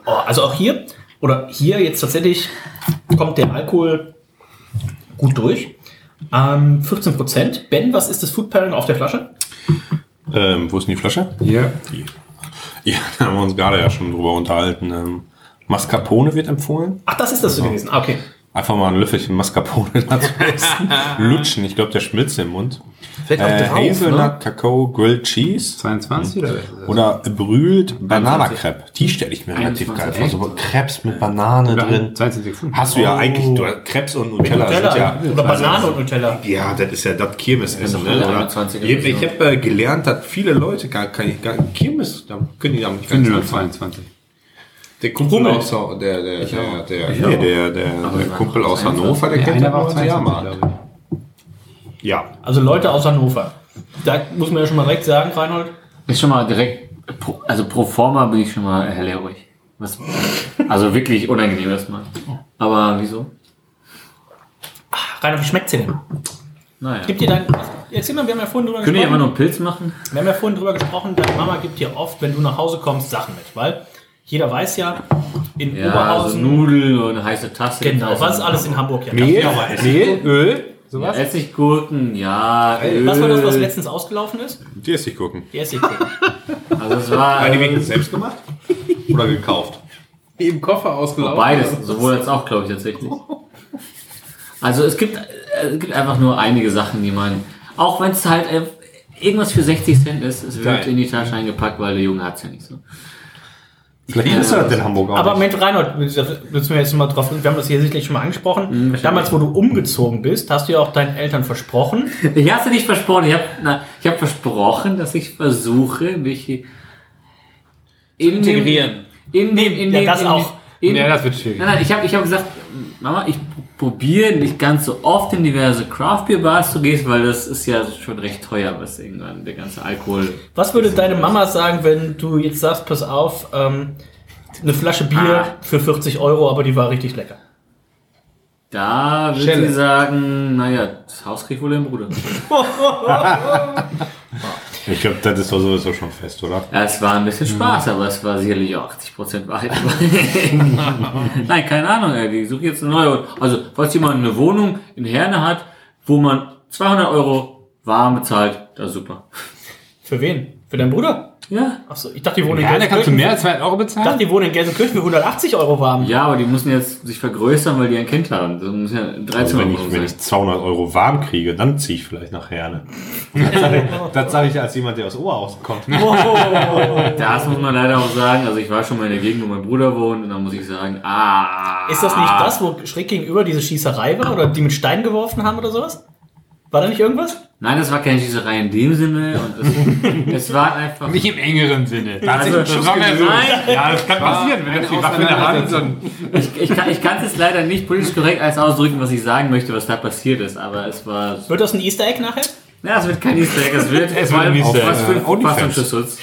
B: Oh, also auch hier, oder hier jetzt tatsächlich, kommt der Alkohol gut durch. Ähm, 15 Prozent. Ben, was ist das Food Pairing auf der Flasche?
E: Ähm, wo ist denn die Flasche?
F: Ja.
E: Ja, da haben wir uns gerade ja schon drüber unterhalten. Ähm, Mascarpone wird empfohlen.
B: Ach, das ist das gewesen. Ah, okay.
E: Einfach mal ein Löffelchen Mascarpone dazu essen. Lutschen, ich glaube, der schmilzt im Mund. Äh,
B: Vielleicht auch drauf,
E: Hazelnut,
B: ne?
E: Kakao, Grilled Cheese.
F: 22 oder
E: Oder brühlt Bananacrepe. Die stelle ich mir relativ geil
F: 21,
E: vor. Also So Crepes mit Banane
F: Oder
E: drin.
F: 22,5.
E: Hast du ja
F: Oh.
E: eigentlich du, hast Krebs und Nutella.
B: Nutella.
E: sind Also ja,
B: Oder Banane und Nutella.
E: Ja, das ist ja das Kirmesessen.
D: Ich
E: Ne?
D: bin doch
E: Oder-
D: 21er
E: Ich, ich habe äh, gelernt, dass viele Leute gar keine gar, Kirmes, da können die damit
F: Ich
E: gar
F: bin
E: nicht
F: nur
E: anfangen.
F: 22.
E: Der Kumpel aus, der, der,
D: Ich
E: der,
D: auch.
E: der,
D: Ich
E: nee,
D: auch.
E: der, der,
D: Aber
E: der
D: wir waren
E: Kumpel
D: auch
E: aus
D: 22.
E: Hannover, der
F: Ja,
E: kennt
F: einer
E: den
F: war auch
E: Monte
F: 22,
E: Jahrmarkt.
F: glaube
E: Ja.
B: Also Leute aus Hannover. Da muss man ja schon mal direkt sagen, Reinhold.
D: Ist schon mal direkt, pro- also pro forma bin ich schon mal hellhörig. Was, also wirklich unangenehm erstmal. Aber wieso?
B: Reinhold, wie schmeckt's dir denn?
D: Naja.
B: Gibt dir dein. Erzähl mal, wir haben ja vorhin drüber
D: Könnt ihr ja
B: gesprochen.
D: immer noch einen Pilz machen?
B: Wir haben ja vorhin drüber gesprochen, deine Mama gibt dir oft, wenn du nach Hause kommst, Sachen mit, weil jeder weiß ja, in
D: Ja, also
B: Oberhausen.
D: Nudeln und heiße Also Tasse.
B: genau, was ist alles in Hamburg ja?
D: Mehl?
B: Ja, weiß.
F: Mehl, Öl,
D: Ja,
F: sowas.
D: Essiggurken, ja. Öl.
B: Was war das, was letztens ausgelaufen ist?
E: Die ist nicht gucken.
B: Die E Essiggurken.
D: Also es war
E: Waren die
D: äh,
E: wenigstens selbst gemacht? Oder gekauft?
C: Im Koffer ausgelaufen.
D: beides, sowohl als auch, glaube ich, tatsächlich. Also es gibt, äh, es gibt einfach nur einige Sachen, die man, auch wenn es halt äh, irgendwas für 60 Cent ist, es wird
E: Geil.
D: in die Tasche eingepackt, weil der Junge hat es ja nicht so.
E: Vielleicht ist das in Hamburg auch.
B: Aber
E: nicht.
B: mit Reinhold, da müssen wir jetzt mal drauf, wir haben das hier sicherlich schon mal
D: Mhm,
B: angesprochen. Damals, wo du umgezogen bist, hast du ja auch deinen Eltern versprochen.
D: Ich hasse nicht versprochen. Ich habe hab versprochen, dass ich versuche, mich in
C: integrieren.
D: Dem, in dem, in
B: Ja,
D: dem,
B: das
D: in
B: auch.
D: Dem, in,
F: Ja,
D: nein,
F: das wird schwierig.
D: nein, ich habe ich hab gesagt, Mama, ich probiere nicht ganz so oft in diverse Craft Beer Bars zu gehen, weil das ist ja schon recht teuer, was irgendwann der ganze Alkohol.
B: Was würde deine Mama sagen, wenn du jetzt sagst, pass auf, ähm, eine Flasche
D: Ah.
B: Bier für 40 Euro, aber die war richtig lecker?
D: Da würde
C: Schelle.
D: sie sagen, naja, das Haus kriegt wohl dein Bruder.
E: Ich glaube, das ist doch sowieso schon fest, oder?
D: Ja, es war ein bisschen
E: Mhm.
D: Spaß, aber es war sicherlich auch 80% Wahrheit. Nein, keine Ahnung, ey. Ich suche jetzt eine neue. Also, falls jemand eine Wohnung in Herne hat, wo man 200 Euro warm bezahlt, das ist super.
B: Für wen? Für deinen Bruder?
D: Ja.
B: Achso, ich dachte, die wohnen in
F: Ja, da kannst du
B: Gelsenkirchen.
F: mehr als 2 Euro
B: Ich
F: bezahlen.
B: dachte, die wohnen in Gelsenkirchen für 180 Euro warm.
D: Ja, aber die müssen jetzt sich vergrößern, weil die ein Kind haben. Das muss ja 13
E: Also wenn, ich,
D: Euro
E: wenn
D: sein.
E: ich 200 Euro warm kriege, dann ziehe ich vielleicht nach Herne. Das sage ich als jemand, der aus Oberhausen kommt.
D: Das muss man leider auch sagen. Also, ich war schon mal in der Gegend, wo mein Bruder wohnt, und dann muss ich sagen, ah.
B: Ist das nicht das, wo schräg gegenüber diese Schießerei war oder die mit Steinen geworfen haben oder sowas? War da nicht irgendwas?
D: Nein, das war keine Schießerei in dem Sinne. Und es, es war einfach.
F: Nicht im engeren Sinne. Da hat sich
D: Also,
F: ein Schuss gelöst.
D: Nein.
F: Ja, das kann passieren, wenn das die Waffe in der Hand ist.
D: Ich kann ich kann's jetzt leider nicht politisch korrekt alles ausdrücken, was ich sagen möchte, was da passiert ist, aber es war.
B: Wird das ein Easter Egg nachher?
D: Na, es wird kein Easter Egg, es wird.
F: Es wird ein Easter Egg.
D: Was für ein
E: OnlyFans.
D: Verfassungsschutz.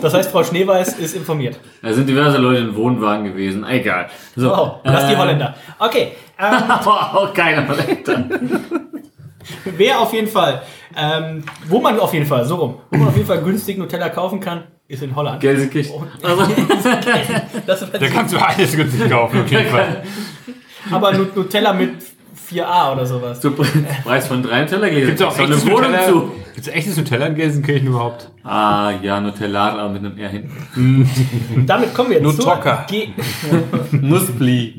B: Das heißt, Frau Schneeweiß ist informiert.
D: Da sind diverse Leute in Wohnwagen gewesen, egal. So,
F: Oh,
B: Wow, Oh, lass die
D: äh,
B: Holländer. Okay, ähm,
D: Wow, keine Holländer.
B: wer auf jeden Fall, ähm, wo man auf jeden Fall, so rum, wo man auf jeden Fall günstig Nutella kaufen kann, ist in Holland.
D: Gelsenkirchen.
F: Oh,
D: Also,
B: Das ist
F: Da kannst du alles günstig kaufen, auf jeden Fall.
B: aber Nut- Nutella mit 4a oder sowas.
D: so Pre- Preis von drei Tellergläsern.
F: Gibt es auch
D: so eine
F: echtes
D: Wohnung
F: Nutella?
D: zu.
F: Gibt's echtes Nutella in Gelsenkirchen überhaupt?
D: Ah, ja, Nutella, aber mit einem R hinten.
B: Damit kommen wir jetzt
C: Nutocker.
B: Ge-
D: Nussbli.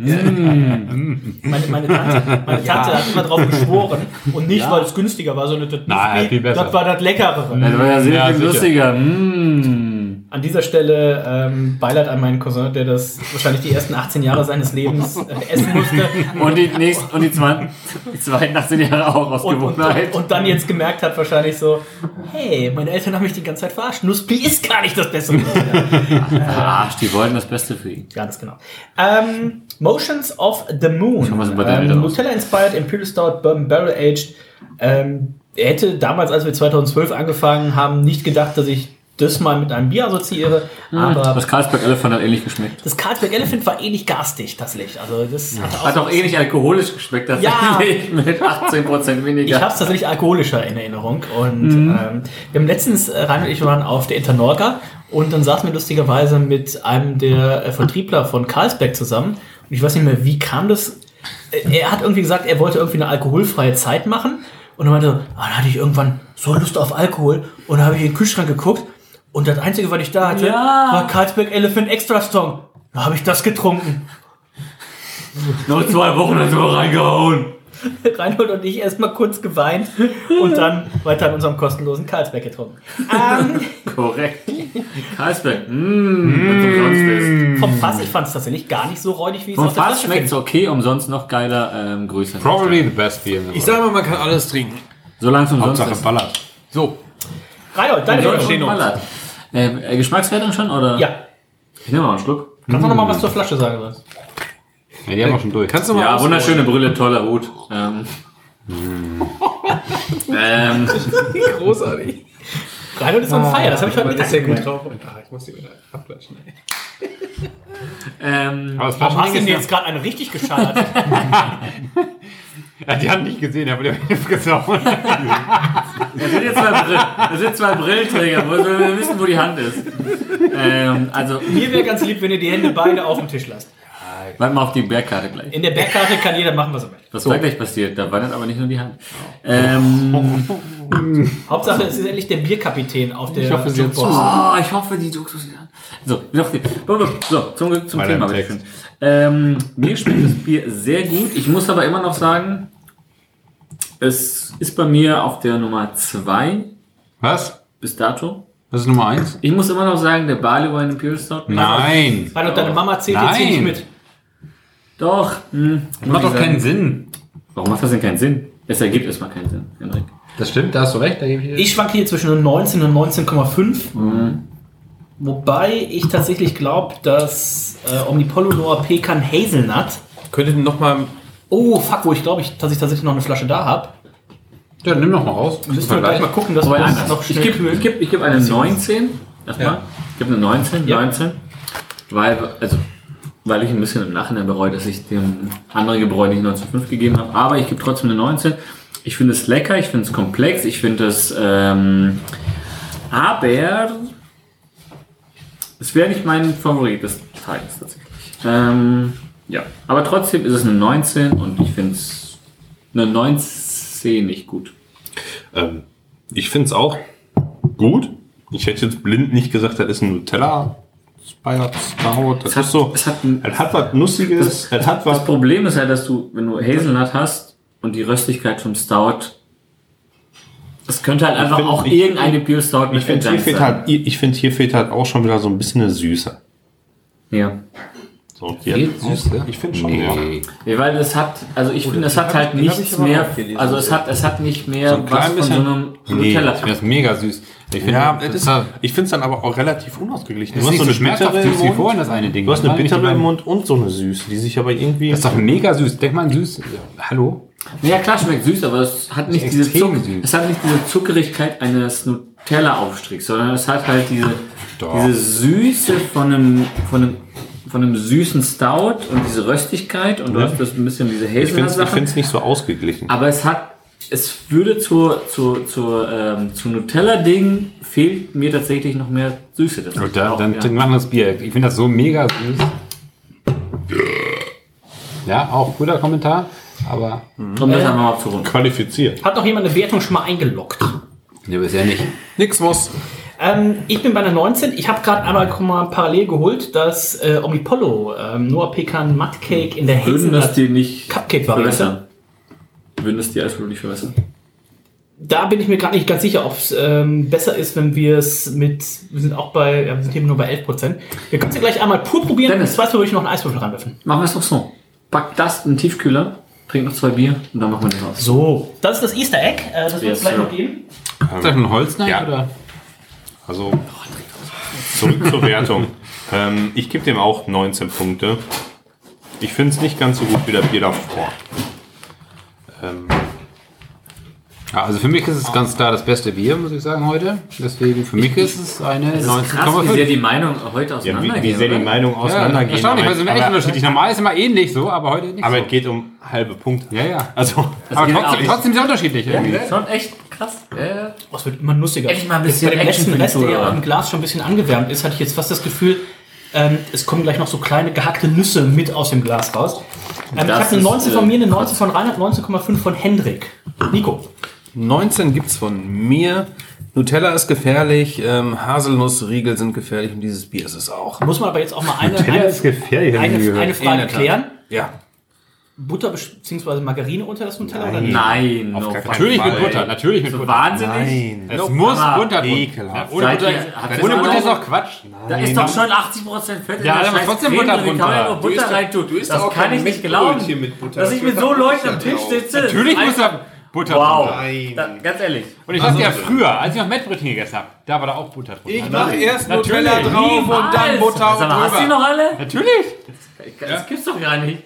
B: Meine, meine Tante, meine Tante hat immer drauf geschworen. Und nicht, weil es günstiger war, sondern das,
F: Nein, viel besser.
D: Also
B: das war das Leckerere.
D: Das war ja sehr
F: Ja,
D: viel
F: sicher.
D: lustiger. Mm.
B: An dieser Stelle ähm, Beileid an meinen Cousin, der das wahrscheinlich die ersten 18 Jahre seines Lebens äh, essen musste.
D: Und die nächsten, und die zweiten, die zweiten 18 Jahre auch aus
B: Und, und,
D: Gewohnheit.
B: und dann jetzt gemerkt hat wahrscheinlich so, hey, meine Eltern haben mich die ganze Zeit verarscht. Nuspi ist gar nicht das Bessere.
D: Arsch, die wollen das Beste für ihn.
B: Ganz genau. Ähm, Motions of the Moon.
D: Schon mal so bei der Welt
B: Ähm,
D: raus.
B: Nutella Inspired, Imperial Stout, Bourbon Barrel Aged. Ähm, er hätte damals, als wir 2012 angefangen haben, nicht gedacht, dass ich das mal mit einem Bier assoziiere. Aber
D: Ah, das Carlsberg Elephant hat ähnlich geschmeckt.
B: das Carlsberg Elephant war ähnlich garstig, das Licht. Also das hatte
D: Hat auch ähnlich alkoholisch geschmeckt,
B: Ja.
D: tatsächlich. Mit 18% weniger.
B: Ich habe es tatsächlich alkoholischer in Erinnerung. Und
D: Mhm.
B: ähm, wir haben letztens, äh, Rainer und ich waren auf der Internorga und dann saßen wir lustigerweise mit einem der äh, Vertriebler von Carlsberg zusammen. Und ich weiß nicht mehr, wie kam das. Äh, Er hat irgendwie gesagt, er wollte irgendwie eine alkoholfreie Zeit machen. Und er meinte, so, ah, dann hatte ich irgendwann so Lust auf Alkohol. Und dann habe ich in den Kühlschrank geguckt. Und das Einzige, was ich da hatte,
D: Ja.
B: war Carlsberg Elephant Extra Strong. Da habe ich das getrunken.
D: Noch zwei Wochen hat wir reingehauen.
B: Reinhold und ich erstmal kurz geweint und dann weiter an unserem kostenlosen Karlsberg getrunken.
D: Korrekt. Carlsberg. Mmh, was umsonst ist.
B: Vom Fass, ich fand es tatsächlich gar nicht so räudig, wie es
D: Vom
B: auf der
D: Fass
B: Flasche
D: schmeckt es
B: klingt.
D: okay, umsonst noch geiler. Ähm, Grüße.
E: Probably the best beer in the world.
C: sag mal, man kann alles trinken.
D: Solange es umsonst
E: Hauptsache
D: ist.
E: ballert.
C: So.
B: Reinhold, deine
D: Umsonst
B: Erinnerung.
D: ballert. Ähm, äh, Geschmackswertung schon, oder?
B: Ja.
D: Ich nehme mal einen Schluck.
B: Kannst du noch mal was zur Flasche sagen? Was?
F: Ja, die haben wir schon durch.
C: Kannst du mal
D: Ja,
C: ausholen?
D: wunderschöne Brille, toller Hut. Ähm. ähm,
G: Großartig.
B: Reinhold ist on fire, das habe ich heute
G: ist ja
B: Mittag
G: gut
B: gemerkt.
G: drauf. Und, ah, ich muss die wieder abklatschen. ey.
D: ähm,
F: Aber das
B: Warum hast du
F: Flaschending
B: denn
F: ist
B: jetzt gerade eine richtig geschallert?
F: ja- Ja, die haben nicht gesehen, aber die haben jetzt gesaut.
D: Da sind jetzt zwei, Brill, da sind zwei Brillenträger, wo wir wissen, wo die Hand ist. Ähm, also,
B: Mir wäre ganz lieb, wenn ihr die Hände beide auf dem Tisch lasst.
D: warten wir auf die Bergkarte gleich.
B: In der Bergkarte kann jeder machen, was er möchte.
D: Was da gleich passiert, da wandert aber nicht nur die Hand. Ähm,
B: Hauptsache, es ist endlich der Bierkapitän auf der
F: Ich hoffe, sie hat
B: Jukebox.
D: oh, ich hoffe, die Dokus an. So, wie auf die- so zum, zum
F: Weiter
D: Thema.
F: im
D: bitte
F: Text.
D: schön. Ähm, mir schmeckt das Bier sehr gut. Ich muss aber immer noch sagen, es ist bei mir auf der Nummer 2
E: Was?
D: bis dato.
E: Das ist Nummer eins?
D: Ich muss immer noch sagen, der Barley Wine Imperial Stout.
E: Nein.
B: Reinhold, deine Mama zählt jetzt hier nicht
E: Nein.
B: mit.
D: Doch. Hm, muss ich
E: Macht doch
D: sagen.
E: keinen Sinn.
D: Warum macht das denn keinen Sinn? Es ergibt erstmal keinen Sinn, Henrik.
E: Das stimmt, da hast du recht. Da gebe ich dir-
B: Ich schwanke hier zwischen 19 und 19,5. Wobei ich tatsächlich glaube, dass äh, Omnipollo Noir Pecan Hazelnut.
C: Könntet ihr noch mal
B: Oh, fuck, wo ich glaube, ich, dass ich tatsächlich noch eine Flasche da habe.
E: Ja, nimm doch mal raus.
B: Müssen wir gleich mal gucken, dass wir
D: Wobei
B: das noch
D: anders. Ich
B: schnell
D: gebe ich
B: kühlen.
D: geb, ich geb eine 19. Erstmal. Ich gebe eine 19.
B: Ja.
D: 19. Weil, also, weil ich ein bisschen im Nachhinein bereue, dass ich dem anderen Gebräu nicht 19,5 gegeben habe. Aber ich gebe trotzdem eine 19. Ich finde es lecker, ich finde es komplex, ich finde es. Ähm, aber es wäre nicht mein Favorit des Tages tatsächlich. Ähm, ja, aber trotzdem ist es eine 19 und ich finde es eine 19 nicht gut.
E: Ähm, ich finde es auch gut. Ich hätte jetzt blind nicht gesagt, das ist ein Nutella. Spider Stout. Das ist so.
D: Es hat ein
E: Es hat was Nussiges. Es hat was.
D: Das Problem ist halt, dass du, wenn du Hazelnut hast und die Röstigkeit vom Stout, es könnte halt einfach
E: find-
D: auch
E: ich-
D: irgendeine Pure Stout mit
E: Ich finde, hier,
D: Adjunct
E: fehlt halt, ich finde, hier fehlt halt auch schon wieder so ein bisschen eine Süße.
D: Ja.
E: So, und hier-
F: ne?
E: Ich finde schon. Ja.
D: ja, weil es hat, also ich finde, es
G: den
D: hat
G: hab
D: halt
G: ich- den hab ich
D: nichts
G: aber
D: mehr,
G: auch gelesen.
D: also es hat, es hat nicht mehr
E: So ein
D: was
E: klein
D: von so
E: bisschen-
D: einem
F: Nee,
D: Nutella.
F: das ist mega süß. Ich finde,
E: Ja,
F: das
E: es ist,
F: hat-
E: ich finde es dann aber auch relativ unausgeglichen.
F: ist nicht so schmerzhaft süß wie
E: Mund,
F: vorhin das eine Ding.
E: du hast
F: Das
E: eine
F: war nicht
E: bittere
F: mein-
E: im Mund und so eine süße, die sich aber irgendwie.
F: Das ist doch mega süß. Denk mal an süß. Hallo?
D: Ja klar, schmeckt süß, aber es hat nicht diese
F: extrem
D: Zuck
F: süß.
D: es hat nicht diese Zuckerigkeit eines Nutella-Aufstrichs, sondern es hat halt diese, diese Süße von einem, von einem von einem süßen Stout und diese Röstigkeit und du hast das ein bisschen diese
E: ich finde es ich
D: Hazelnut-Sache.
E: find's nicht so ausgeglichen.
D: Aber es hat, es würde zur, zur, zur, ähm, zu Nutella-Ding fehlt mir tatsächlich noch mehr Süße. Das
F: Und dann,
D: auch,
F: dann
D: ja.
F: trinken wir ein anderes Bier. Ich finde das so mega süß. Ja, auch guter Kommentar. Aber.
D: Komm, das einfach mal zurück.
E: Qualifiziert.
B: Hat noch jemand eine Wertung schon mal eingeloggt?
F: Nee, bisher nicht.
C: nix muss.
B: Ähm, ich bin bei einer 19. Ich habe gerade einmal guck mal parallel geholt, dass äh, Omnipollo ähm, Noah Pecan Mud Cake in der
D: Würden das
B: Hazelnut
D: dir nicht
B: Cupcake-Variante.
D: verbessern? Würden das dir absolut nicht verbessern?
B: da bin ich mir gerade nicht ganz sicher, ob es ähm, besser ist, wenn wir es mit, wir sind auch bei, ja, wir sind eben nur bei 11%. Wir können es ja gleich einmal pur probieren
D: Dennis.
B: und zweitens würde ich noch einen Eiswürfel reinwerfen.
D: Machen wir es doch so. Pack das in den Tiefkühler, trink noch zwei Bier und dann machen wir das aus.
B: So. Das ist das Easter Egg, äh, das wird es
D: Yes,
B: gleich
D: sir.
B: noch geben.
C: Ist das ein Holzknife,
B: oder?
E: Also zurück zur Wertung. Ähm, ich gebe dem auch 19 Punkte. Ich finde es nicht ganz so gut wie der Bier davor. Ähm,
F: Ja, also für mich ist es ganz klar das beste Bier, muss ich sagen, heute. Deswegen, für mich ist es eine
D: Das ist krass, wie
F: 19,5.
D: sehr die Meinung heute
E: ja,
D: auseinandergeht.
E: wie, wie sehr die
D: oder?
E: Meinungen auseinandergehen.
F: Ja, erstaunlich, weil sie sind echt unterschiedlich. Normal ist immer ähnlich so, aber heute nicht
E: aber
F: so.
E: es geht um halbe Punkte.
F: Ja, ja.
E: Also,
F: aber trotzdem, trotzdem sehr unterschiedlich.
E: Ja,
F: irgendwie.
D: Schon echt krass. Äh,
B: Oh, es wird immer lustiger.
D: Endlich mal ein bisschen
B: Bei dem
D: Action
B: letzten
D: für die
B: Rest, der
D: Zuhörer.
B: im Glas schon ein bisschen angewärmt ist, hatte ich jetzt fast das Gefühl, ähm, es kommen gleich noch so kleine gehackte Nüsse mit aus dem Glas raus. Ähm, ich
C: Das
B: habe eine
C: ist,
B: 19 von
C: äh,
B: mir, eine 19 von Reinhard, 19,5 von Hendrik. Nico.
C: 19 gibt's von mir. Nutella ist gefährlich, ähm, Haselnussriegel sind gefährlich und dieses Bier ist es auch.
B: Muss man aber jetzt auch mal eine,
C: Nutella
B: eine,
C: ist gefährlich, hab ich nie
B: eine,
C: gehört.
B: eine
C: In
B: Frage
C: der Tat.
B: klären.
C: Ja.
B: Butter bzw. Margarine unter das Nutella oder
C: Nein.
B: nicht?
D: Nein,
C: Auf gar keinen
F: Natürlich mit
C: Fall.
F: Butter, natürlich mit
D: So
F: Butter.
D: wahnsinnig?
F: Es
D: Nope.
F: muss
D: Aber
F: Butter drunter.
E: ekelhaft.
F: Ohne
D: Seid
F: Butter,
D: ihr- habt ihr
F: ohne
D: das
F: Butter ist
D: auch-
F: auch Quatsch.
D: Da ist doch schon 80% Fett in
F: Ja,
D: der
F: aber
D: scheiß
F: trotzdem
D: Creme
F: Butter
D: drin. Kann man ja
F: drunter.
D: nur Butter rein tun. das
G: auch
D: kann
G: kein
D: ich nicht
G: McDonald's
D: glauben,
G: hier mit Butter.
D: dass ich mit so Leuten am Tisch sitze.
F: Natürlich
D: Das
F: muss
D: ist ein-
F: da Butter
D: Wow.
F: drunter.
D: Da, ganz ehrlich.
F: Und ich sagte
D: Also-
F: ja früher, als ich noch Mettbrötchen gegessen habe, da war da auch Butter drunter.
C: Ich mach erst
F: Natürlich.
C: Nutella drauf und dann
D: Niemals.
C: Butter
D: Also, Sag mal,
C: und
D: hast du die
C: drüber.
D: noch alle?
F: Natürlich.
D: Das gibt's doch gar nicht.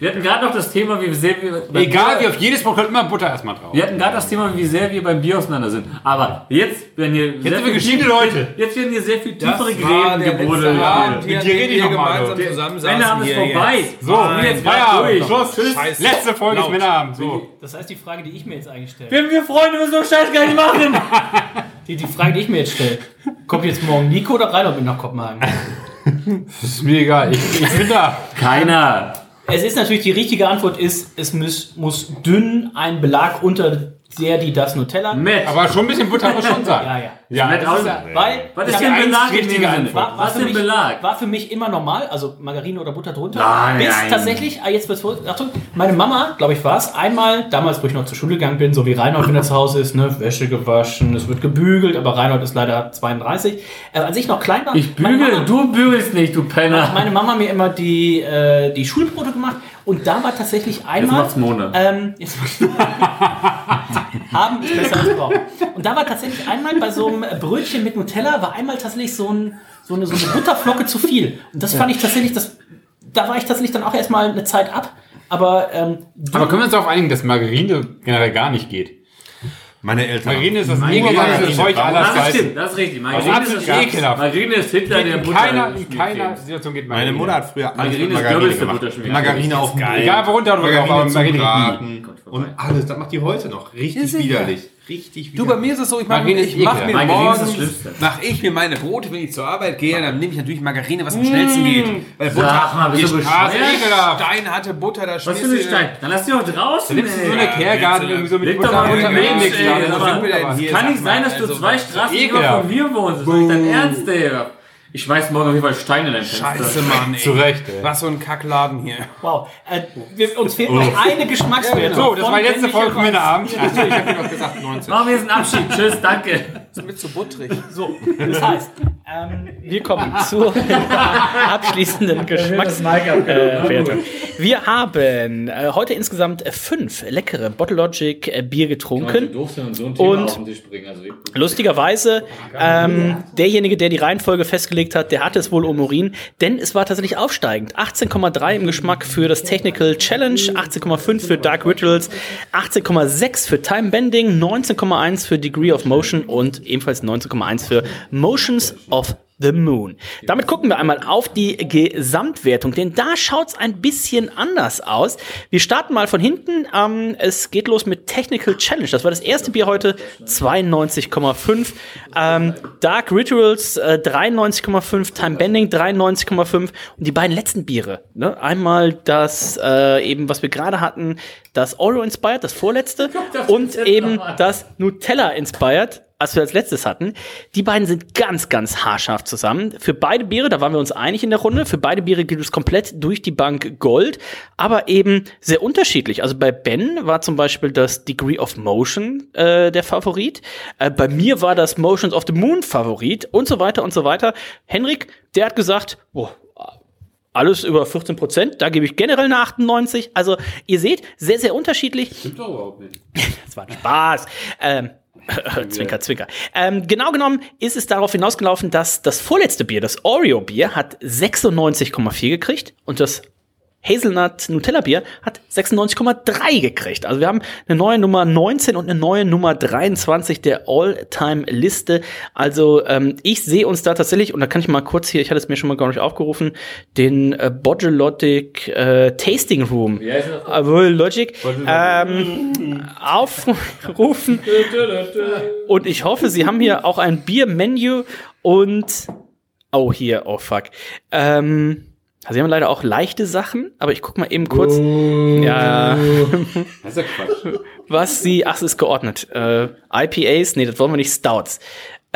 D: Wir hatten gerade noch das Thema, wie wir sehr wir
F: Egal, wie auf jedes Brot kommt immer Butter erstmal drauf.
D: wir hatten gerade das Thema, wie sehr wir beim Bier auseinander sind. Aber jetzt werden hier sehr
F: sind wir
D: viel-
F: geschiedene Leute.
D: Jetzt werden hier sehr viel
C: Das
D: tiefere
C: war
D: Gräben
C: der letzte
D: gebrodelt.
C: Abend,
F: Mit
C: mit
F: dir
C: dir
F: rede ich noch
C: wir
F: mal,
C: gemeinsam
F: du.
C: zusammen
D: Männerabend ist
C: hier
D: vorbei.
C: jetzt.
F: So,
D: Nein,
F: jetzt
D: Feierabend.
F: Feierabend.
D: Schluss.
F: Schluss. Scheiße. Letzte Folge
C: Laut.
F: ist Männerabend. So.
B: Das heißt, die Frage, die ich mir jetzt eigentlich stelle.
D: Wenn wir Freunde müssen, so Scheiß gar nicht machen.
B: Die, die Frage, die ich mir jetzt stelle. Kommt jetzt morgen Nico oder Reinhard mit nach Kopenhagen?
F: Ist mir egal. Ich, ich bin da.
D: Keiner.
B: Es ist natürlich, die richtige Antwort ist, es muss, muss dünn ein Belag unter der, die das Nutella.
D: Matt.
F: Aber schon ein bisschen Butter muss schon sein. also,
B: Ja, ja.
F: Ja,
D: Matt
F: das ist
D: Rausel.
B: Weil
D: Was
B: ich
D: ist
B: hab
D: denn
B: eins
D: Belag in
F: richtige
D: dem Sinne?
F: Antwort.
B: war, war,
D: Was
B: für
D: denn
B: mich,
D: Belag?
B: war für mich immer normal, also Margarine oder Butter drunter.
D: Nein,
B: bis
D: nein.
B: tatsächlich, ah, jetzt wird's wohl- Achtung, meine Mama, glaube ich, war es, einmal, damals, wo ich noch zur Schule gegangen bin, so wie Reinhold, wenn er zu Hause ist, ne, Wäsche gewaschen, es wird gebügelt, aber Reinhold ist leider 32. Äh, als ich noch klein war,
D: Ich
B: meine Mama-
D: bügel, du bügelst nicht, du Penner.
B: hat meine Mama mir immer die, äh, die Schulbrote gemacht und da war tatsächlich einmal.
D: macht's Mona.
B: Ähm, jetzt haben ist besser als Frau. Und da war tatsächlich einmal bei so einem Brötchen mit Nutella, war einmal tatsächlich so, ein, so, eine, so eine Butterflocke zu viel. Und das fand ich tatsächlich, das, da war ich tatsächlich dann auch erstmal eine Zeit ab. Aber ähm,
F: Aber können wir uns darauf einigen, dass Margarine generell gar nicht geht?
E: Meine Eltern.
F: Margarine ist das
E: Margarine.
F: ekelhafte Zeug aller
D: Das ist
F: Zeiten.
D: stimmt, das ist richtig.
F: Das ist
D: Margarine
F: absolut
D: ist, das
F: ekelhaft.
D: Margarine ist Hitler, der
F: In
D: Butter
F: keiner, in
D: schmiert.
F: keiner Situation geht Margarine.
E: Meine Mutter hat früher alles
D: Margarine
E: mit
D: ist
E: Margarine
D: Kürbis, der
E: gemacht.
D: Butter schmeckt.
E: Margarine auf dem Brot.
F: Egal worunter du drauf, aber
E: Margarine zum
F: Margarine
E: Braten.
D: Gott, vorbei.
E: Und alles. Das macht die heute noch. Richtig
C: Ist egal.
E: widerlich. Richtig widerlich.
C: Du, bei mir ist es so, ich mache
F: Margarine ist
C: ich mach
F: ekelhaft.
C: mir
D: Margarine ist das
C: morgens,
D: Schlimmste.
C: mache ich mir meine Brote, wenn ich zur Arbeit gehe, dann nehme ich natürlich Margarine, was am schnellsten geht. Weil Butter,
D: mal, bist du
F: Ah, ist
D: bescheuert?
F: ekelhaft.
C: Stein hatte Butter, da
D: Was für eine Stein? Dann lass die doch draußen,
F: Nimmst du so eine
D: ey.
F: Kehrgarten irgendwie so mit
D: Leg doch
F: Butter
D: mal
F: runter?
D: Mensch,
F: Nee, nix
D: ey,
F: dran, das ist
D: aber-
F: gut, aber-
C: hier,
D: Kann
C: sag
D: nicht sein, dass du
C: also,
D: zwei Straßen über
F: ekelhaft.
D: von mir wohnst. Das ist nicht dein Ernst, ey. Ich schmeiß morgen auf jeden Fall Steine in dein Fenster.
C: Scheiße, Mann, ey.
F: Zu Recht, ey.
C: Was so ein Kackladen hier.
B: wow, äh, wir, uns fehlt noch eine Geschmackswerte.
F: So, das war
B: Von
F: die letzte
B: männlicher
F: Folge von Männerabend.
C: Natürlich, ich hab dir doch gesagt, 19.
D: Machen wir jetzt einen Abschied. Tschüss, danke.
C: Das ist mir zu buttrig.
B: So, das heißt, ähm, wir kommen zur abschließenden Geschmackswertung. Wir haben äh, heute insgesamt fünf leckere Bottle Logic äh, Bier getrunken. Und- auf den Lustigerweise, ähm, derjenige, der die Reihenfolge festgelegt hat, der hatte es wohl um Urin, denn es war tatsächlich aufsteigend. 18,3 im Geschmack für das Technical Challenge, 18,5 für Dark Rituals, 18,6 für Time Bending, 19,1 für Degree of Motion und ebenfalls 19,1 für Motions of The Moon. Damit gucken wir einmal auf die Gesamtwertung, denn da schaut's ein bisschen anders aus. Wir starten mal von hinten. Ähm, es geht los mit Technical Challenge. Das war das erste Bier heute, 92,5. Ähm, Dark Rituals äh, 93,5, Time Bending 93,5 und die beiden letzten Biere. Ne? Einmal das äh, eben, was wir gerade hatten, das Oreo Inspired, das vorletzte und eben das Nutella Inspired. was wir als letztes hatten, die beiden sind ganz, ganz haarscharf zusammen. Für beide Biere, da waren wir uns einig in der Runde, für beide Biere gibt es komplett durch die Bank Gold, aber eben sehr unterschiedlich. Also bei Ben war zum Beispiel das Degree of Motion äh, der Favorit, äh, bei mir war das Motions of the Moon Favorit und so weiter und so weiter. Henrik, der hat gesagt, oh, alles über 14 Prozent, da gebe ich generell eine 98. Also ihr seht, sehr, sehr unterschiedlich.
H: Stimmt doch überhaupt nicht.
B: Das war ein Spaß. Ähm, zwinker, zwinker. Ähm, genau genommen ist es darauf hinausgelaufen, dass das vorletzte Bier, das Oreo-Bier, hat 96,4 gekriegt und das Hazelnut-Nutella-Bier hat 96,3 gekriegt. Also wir haben eine neue Nummer 19 und eine neue Nummer 23 der All-Time-Liste. Also ähm, ich sehe uns da tatsächlich, und da kann ich mal kurz hier, ich hatte es mir schon mal gar nicht aufgerufen, den äh, Bodulotic äh, Tasting Room.
D: Wie heißt das?
B: Äh, Wohl Logic. Ähm, aufrufen. Und ich hoffe, Sie haben hier auch ein Biermenü und oh hier, oh fuck. Ähm, also Sie haben leider auch leichte Sachen, aber ich guck mal eben kurz. Ja.
H: Das ist ja Quatsch.
B: Was sie, ach, es ist geordnet. Äh, IPAs, nee, das wollen wir nicht, Stouts.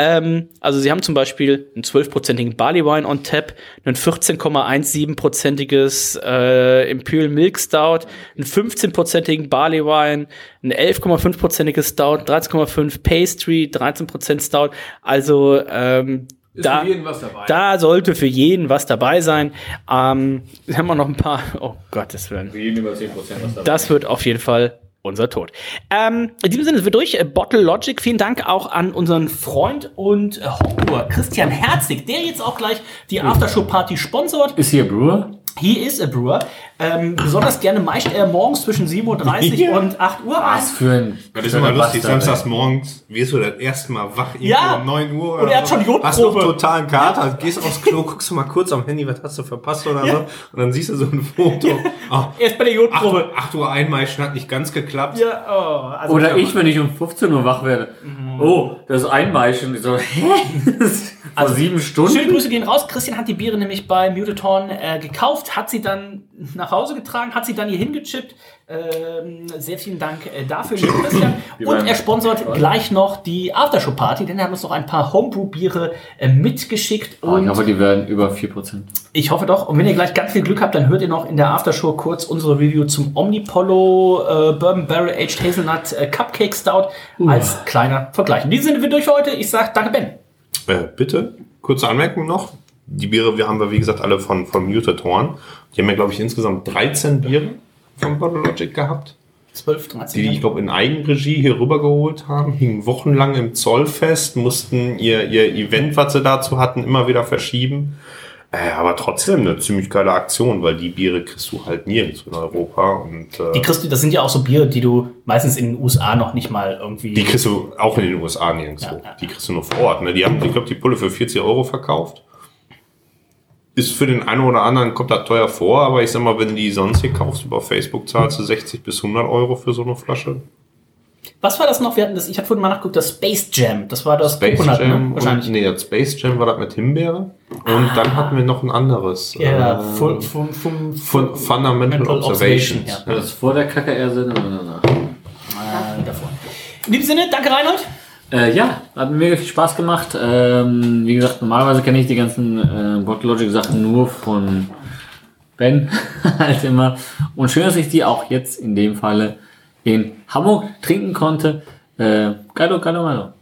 B: Ähm, also sie haben zum Beispiel einen 12-prozentigen Barley Wine on Tap, ein 14,17-prozentiges äh, Imperial Milk Stout, einen 15-prozentigen Barley Wine, ein 11,5-prozentiges Stout, 13,5 Pastry, 13% Stout. Also ähm,
I: Ist
B: da,
I: für jeden was dabei.
B: da sollte für jeden was dabei sein. Ähm, wir haben auch noch ein paar, oh Gottes Willen.
D: Für jeden über 10% was dabei.
B: Das wird auf jeden Fall unser Tod. Ähm, in diesem Sinne sind wir durch. Äh, Bottle Logic, vielen Dank auch an unseren Freund und äh, Homebrewer Christian Herzig, der jetzt auch gleich die Aftershow-Party sponsort.
D: Ist hier Brewer?
B: Hier ist ein Brewer. Ähm, besonders gerne meischt er morgens zwischen 7.30 Uhr und 8 Uhr ein.
D: Was für ein.
E: Das ist immer lustig. Samstags morgens wirst du das erste Mal wach, irgendwie
B: Ja.
E: um 9 Uhr.
B: Und er hat
E: so.
B: schon Jodprobe.
E: Hast noch totalen Kater, gehst aufs Klo, guckst du mal kurz am Handy, was hast du verpasst oder
B: Ja.
E: so. Und dann siehst du so ein Foto. Ah,
B: Erst bei der Jodprobe.
E: 8 Uhr einmal, hat nicht ganz geklappt.
B: Ja, oh, also
D: Oder ich, wenn ich um 15 Uhr wach werde. Oh, das Einweichen. Ich So, hä? Also sieben Stunden.
B: Schöne Grüße gehen raus. Christian hat die Biere nämlich bei Muted Horn äh, gekauft, hat sie dann nach Hause getragen, hat sie dann hier hingechippt. Ähm, sehr vielen Dank äh, dafür, lieber Christian.
D: Wir
B: Und
D: waren-
B: er sponsort gleich noch die Aftershow-Party, denn er hat uns noch ein paar Homebrew-Biere äh,
E: Ah,
B: mitgeschickt.
D: Oh, ich
B: Und
D: hoffe, die werden über 4%.
B: ich hoffe doch. Und wenn ihr gleich ganz viel Glück habt, dann hört ihr noch in der Aftershow kurz unsere Review zum Omnipollo äh, Bourbon Barrel Aged Hazelnut äh, Cupcake Stout als kleiner Vergleich. In diesem Sinne sind wir durch für heute. Ich sage danke, Ben.
E: Äh, bitte, kurze Anmerkung noch. Die Biere wir haben wir, wie gesagt, alle von, von Muted Horn. Die haben ja, glaube ich, insgesamt 13 Biere von Bottle Logic gehabt.
B: 12,
E: Die, die ich glaube, in Eigenregie hier rübergeholt haben, hingen wochenlang im Zoll fest, mussten ihr, ihr Event, was sie dazu hatten, immer wieder verschieben. Äh, aber trotzdem eine ziemlich geile Aktion, weil die Biere kriegst du halt nirgends in Europa. Und, äh,
B: Die kriegst du, das sind ja auch so Biere, die du meistens in den USA noch nicht mal irgendwie.
E: Die kriegst du auch in den USA nirgendwo. Die kriegst du nur vor Ort. Ne? Die haben, ich glaube, die Pulle für 40 Euro verkauft. Ist für den einen oder anderen, kommt das teuer vor, aber ich sag mal, wenn du die sonst hier kaufst, über Facebook zahlst du 60 bis 100 Euro für so eine Flasche.
B: Was war das noch? Wir hatten das, ich hatte vorhin mal nachgeguckt, das Space Jam. Das war das
E: Space
B: Coconut,
E: Jam,
B: ne? wahrscheinlich.
E: und, nee, das Space Jam war das mit Himbeere. Und dann hatten wir noch ein anderes.
B: Ja,
E: äh,
B: fu- fu- fu-
E: Fun- Fundamental
B: Mental
E: Observations.
B: Observation,
D: War das vor der KKR-Sendung oder danach?
B: Äh, davor. In diesem Sinne, danke Reinhold.
D: Äh, ja, hat mir mega viel Spaß gemacht. Ähm, wie gesagt, normalerweise kenne ich die ganzen äh, Botlogic-Sachen nur von Ben, halt immer. Und schön, dass ich die auch jetzt in dem Falle in Hamburg trinken konnte. Äh, geilo, geilo, geilo.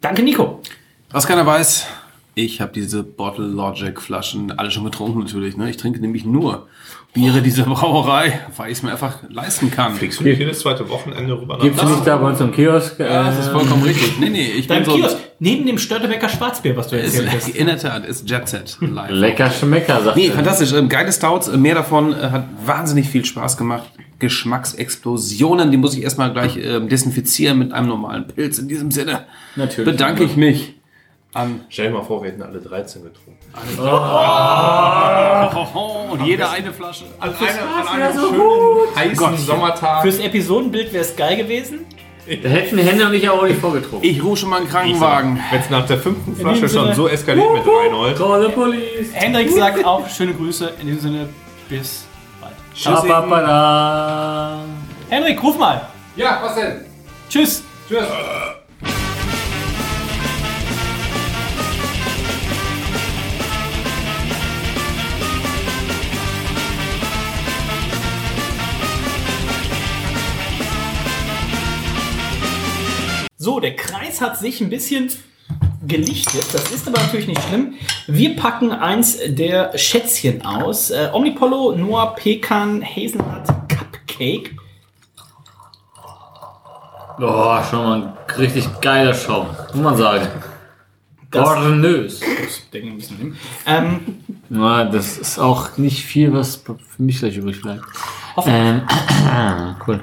B: Danke, Nico.
C: Was keiner weiß, ich habe diese Bottle Logic Flaschen alle schon getrunken natürlich. Ne? Ich trinke nämlich nur Biere dieser Brauerei, weil ich es mir einfach leisten kann.
E: Fliegst du nicht jedes zweite Wochenende rüber nach
D: Gibt's nicht da bei uns im Kiosk? äh,
C: Ja, das ist vollkommen richtig. Nee, nee, ich
B: Dein
E: Also-
C: bin so...
B: Kiosk, neben dem Störtebecker Schwarzbier, was du
C: Ist,
B: erzählt hast.
C: in der Tat, ist Jet Set live.
D: Lecker Schmecker, sagt
C: Nee,
D: er.
C: fantastisch. Ähm, geile Stouts, äh, mehr davon. äh, Hat wahnsinnig viel Spaß gemacht. Geschmacksexplosionen, die muss ich erstmal gleich ähm, desinfizieren mit einem normalen Pilz. In diesem Sinne
D: Natürlich.
C: bedanke ich mich an...
E: Stell dir mal vor, wir hätten alle 13 getrunken.
C: Oh, und jeder eine Flasche.
E: An,
C: Fürs
E: einer-
C: Glas
E: an
C: wär
E: einem
C: so
E: schönen, heißen
C: Gottchen.
E: Sommertag.
B: Fürs Episodenbild wäre es geil gewesen.
D: Da hätten Hände und ich aber auch nicht vorgetrunken.
C: Ich rufe schon mal einen Krankenwagen.
E: Wenn es nach der fünften
B: In diesem
E: Flasche schon
B: Sinne.
E: so eskaliert mit Reinhold.
D: Call the police.
C: Äh,
B: Hendrik sagt auch schöne Grüße. In diesem Sinne, bis bald.
D: Pa, pa, pa, da.
B: Henrik, ruf mal.
C: Ja, was denn?
B: Tschüss.
C: Tschüss.
B: Eis hat sich ein bisschen gelichtet. Das ist aber natürlich nicht schlimm. Wir packen eins der Schätzchen aus. Äh, Omnipollo, Noah, Pekan, Hazelnut, Cupcake.
D: Boah, schon mal ein richtig geiler Schaum, muss man sagen. Ordnös.
B: Ähm,
D: Na, das ist auch nicht viel, was für mich gleich übrig bleibt. Ähm, cool.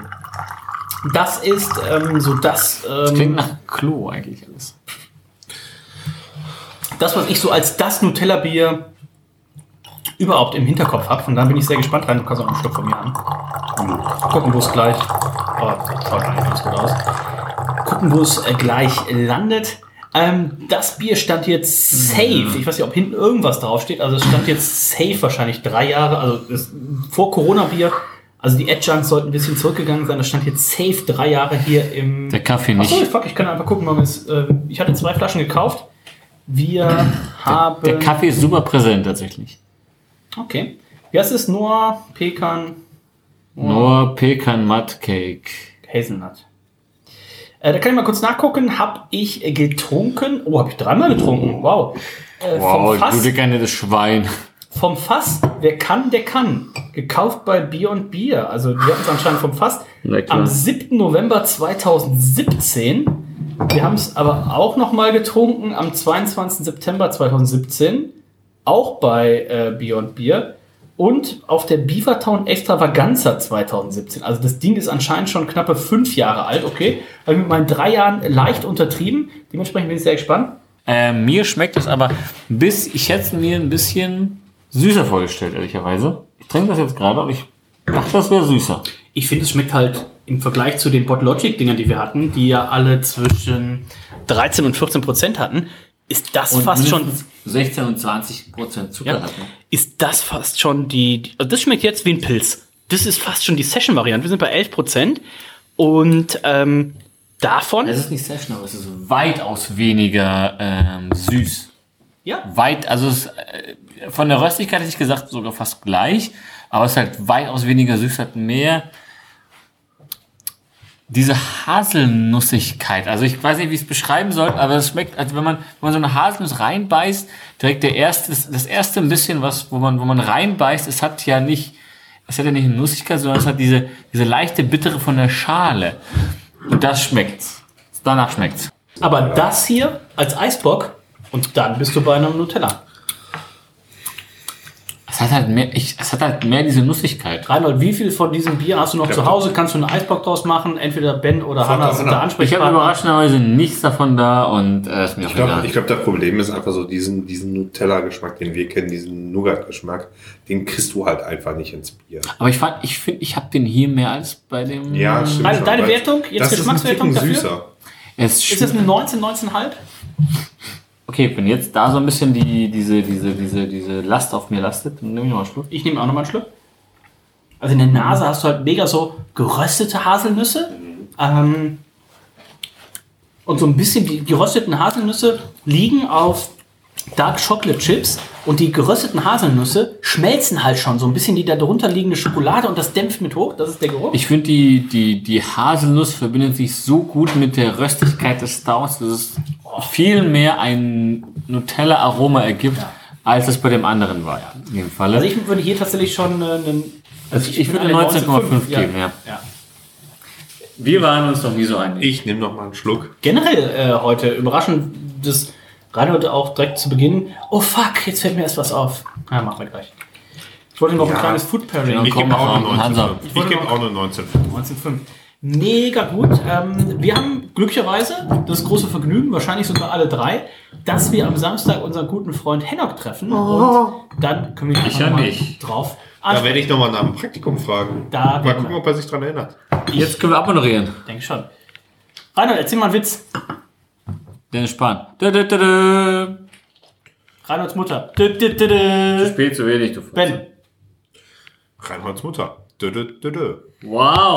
B: das ist ähm, so das. Ähm, das
D: klingt nach Klo eigentlich alles.
B: das, was ich so als das Nutella-Bier überhaupt im Hinterkopf habe. Von da bin ich sehr gespannt rein. Du kannst auch einen Schluck von mir an. Gucken, wo es gleich. Oh, schaut eigentlich ganz gut aus. Gucken, wo es äh, gleich landet. Ähm, das Bier stand jetzt safe. Ich weiß nicht, ob hinten irgendwas draufsteht. Also es stand jetzt safe wahrscheinlich drei Jahre. Also es, vor Corona-Bier. Also die Adjuncts sollten ein bisschen zurückgegangen sein. Das stand jetzt safe drei Jahre hier im.
D: Der Kaffee nicht.
B: Achso, fuck, ich kann einfach gucken, warum es. Äh, ich hatte zwei Flaschen gekauft. Wir haben.
D: Der Kaffee ist super präsent tatsächlich.
B: Okay. Ja, es ist nur Pekan,
D: Nur Pekan Mud Cake.
B: Hazelnut. Äh, da kann ich mal kurz nachgucken. Hab ich äh, getrunken? Oh, habe ich dreimal getrunken. Wow. Äh, vom,
D: Wow, du
B: Fass,
D: dickerndes Schwein.
B: vom Fass. Wer kann, der kann. Gekauft bei Bier und Bier. Also wir hatten es anscheinend vom Fass.
D: Na klar.
B: Am 7. November 2017. Wir haben es aber auch noch mal getrunken am 22. September 2017. Auch bei äh, Beyond Beer. Und auf der Beavertown Extravaganza 2017. Also das Ding ist anscheinend schon knappe fünf Jahre alt, okay. Habe ich mit meinen drei Jahren leicht untertrieben. Dementsprechend bin ich sehr gespannt.
D: Äh, mir schmeckt es aber bis, ich hätte es mir ein bisschen süßer vorgestellt, ehrlicherweise. Ich trinke das jetzt gerade, aber ich dachte, das wäre süßer.
B: Ich finde, es schmeckt halt im Vergleich zu den Botlogic-Dingern, die wir hatten, die ja alle zwischen 13 und 14 Prozent hatten, ist das fast schon,
D: mindestens 16 und 20 Prozent Zucker
B: ja,
D: hat. ne?
J: ist das fast schon die, die also das schmeckt jetzt wie ein Pilz. Das ist fast schon die Session-Variante. Wir sind bei 11% und ähm, davon
D: Es ist nicht Session, aber es ist weitaus weniger ähm, süß.
B: Ja.
D: Weit, also es, äh, von der Röstigkeit hätte ich gesagt sogar fast gleich, aber es ist halt weitaus weniger süß, hat mehr diese Haselnussigkeit. Also ich weiß nicht, wie ich es beschreiben soll, aber es schmeckt, als wenn man, wenn man so eine Haselnuss reinbeißt, direkt der erste, das erste ein bisschen was, wo man, wo man reinbeißt, es hat ja nicht, es hat ja nicht eine Nussigkeit, sondern es hat diese, diese leichte Bittere von der Schale. Und das schmeckt's. Danach schmeckt's.
B: aber das hier als Eisbock und dann bist du bei einem Nutella.
D: Es hat halt mehr, ich, es hat halt mehr diese Nussigkeit.
B: Reinhold, wie viel von diesem Bier hast du noch zu Hause? Kannst du einen Eisbock draus machen? Entweder Ben oder Hannah sind da
D: Ich habe
B: Ansprechpartner.
D: überraschenderweise nichts davon da und äh, ist mir auch
E: Ich glaube,
D: egal.
E: ich glaub, das Problem ist einfach so diesen, diesen Nutella-Geschmack, den wir kennen, diesen Nougat-Geschmack, den kriegst du halt einfach nicht ins Bier.
D: Aber ich fand, ich finde, ich habe den hier mehr als bei dem.
E: Ja, stimmt.
B: Also
E: schon,
B: deine
E: weil
B: Wertung, jetzt
E: das ist ein
B: Geschmackswertung
E: Ticken
B: dafür?
E: süßer.
D: Es
B: Ist das
D: schmeckt-
B: eine 19, 19,5?
D: okay, wenn jetzt da so ein bisschen die, diese, diese, diese, diese Last auf mir lastet, dann nehme ich noch mal einen Schluck.
B: Ich nehme auch nochmal einen Schluck. Also in der Nase hast du halt mega so geröstete Haselnüsse. Ähm, und so ein bisschen die gerösteten Haselnüsse liegen auf Dark Chocolate Chips und die gerösteten Haselnüsse schmelzen halt schon so ein bisschen die da drunter liegende Schokolade und das dämpft mit hoch. Das ist der Geruch.
D: Ich finde, die, die, die Haselnuss verbindet sich so gut mit der Röstigkeit des Stouts, dass es viel mehr ein Nutella-Aroma ergibt, als es bei dem anderen war. In dem Falle.
B: also ich würde hier tatsächlich schon äh, einen.
D: Also ich würde
B: bin alle
D: 19,5 geben, ja.
B: ja.
D: Wir waren uns noch nie so einig.
E: Ich nehme noch mal einen Schluck.
B: Generell äh, heute überraschend, dass Reinhold auch direkt zu Beginn. Oh fuck, jetzt fällt mir erst was auf. Ja, machen wir gleich. Ich wollte noch ein
E: Ja.
B: kleines Food Pairing.
E: Ich gebe auch eine
D: Hansa.
E: 19,5. Ich gebe auch eine 19,5.
B: 19,5. Mega gut. Ähm, wir haben glücklicherweise das große Vergnügen, wahrscheinlich sogar alle drei, dass wir am Samstag unseren guten Freund Hennock treffen. Und dann können wir ihn
D: Ich
B: einfach
D: ja
B: mal
D: nicht.
B: drauf
E: Da werde
B: ansprechen.
E: ich noch mal nach dem Praktikum fragen.
B: Da
E: Mal
B: werden
E: gucken,
B: wir.
E: ob er sich dran erinnert.
D: Jetzt können wir abmoderieren.
B: Ich denke schon. Reinhold, erzähl mal einen Witz.
D: Dennis Spahn. Da, da, da, da.
B: Reinholds Mutter. Dü, dü, dü, dü.
D: Spät zu wenig, du
B: Ben.
E: Reinholds Mutter. Dö, dö, dö, dö.
D: Wow.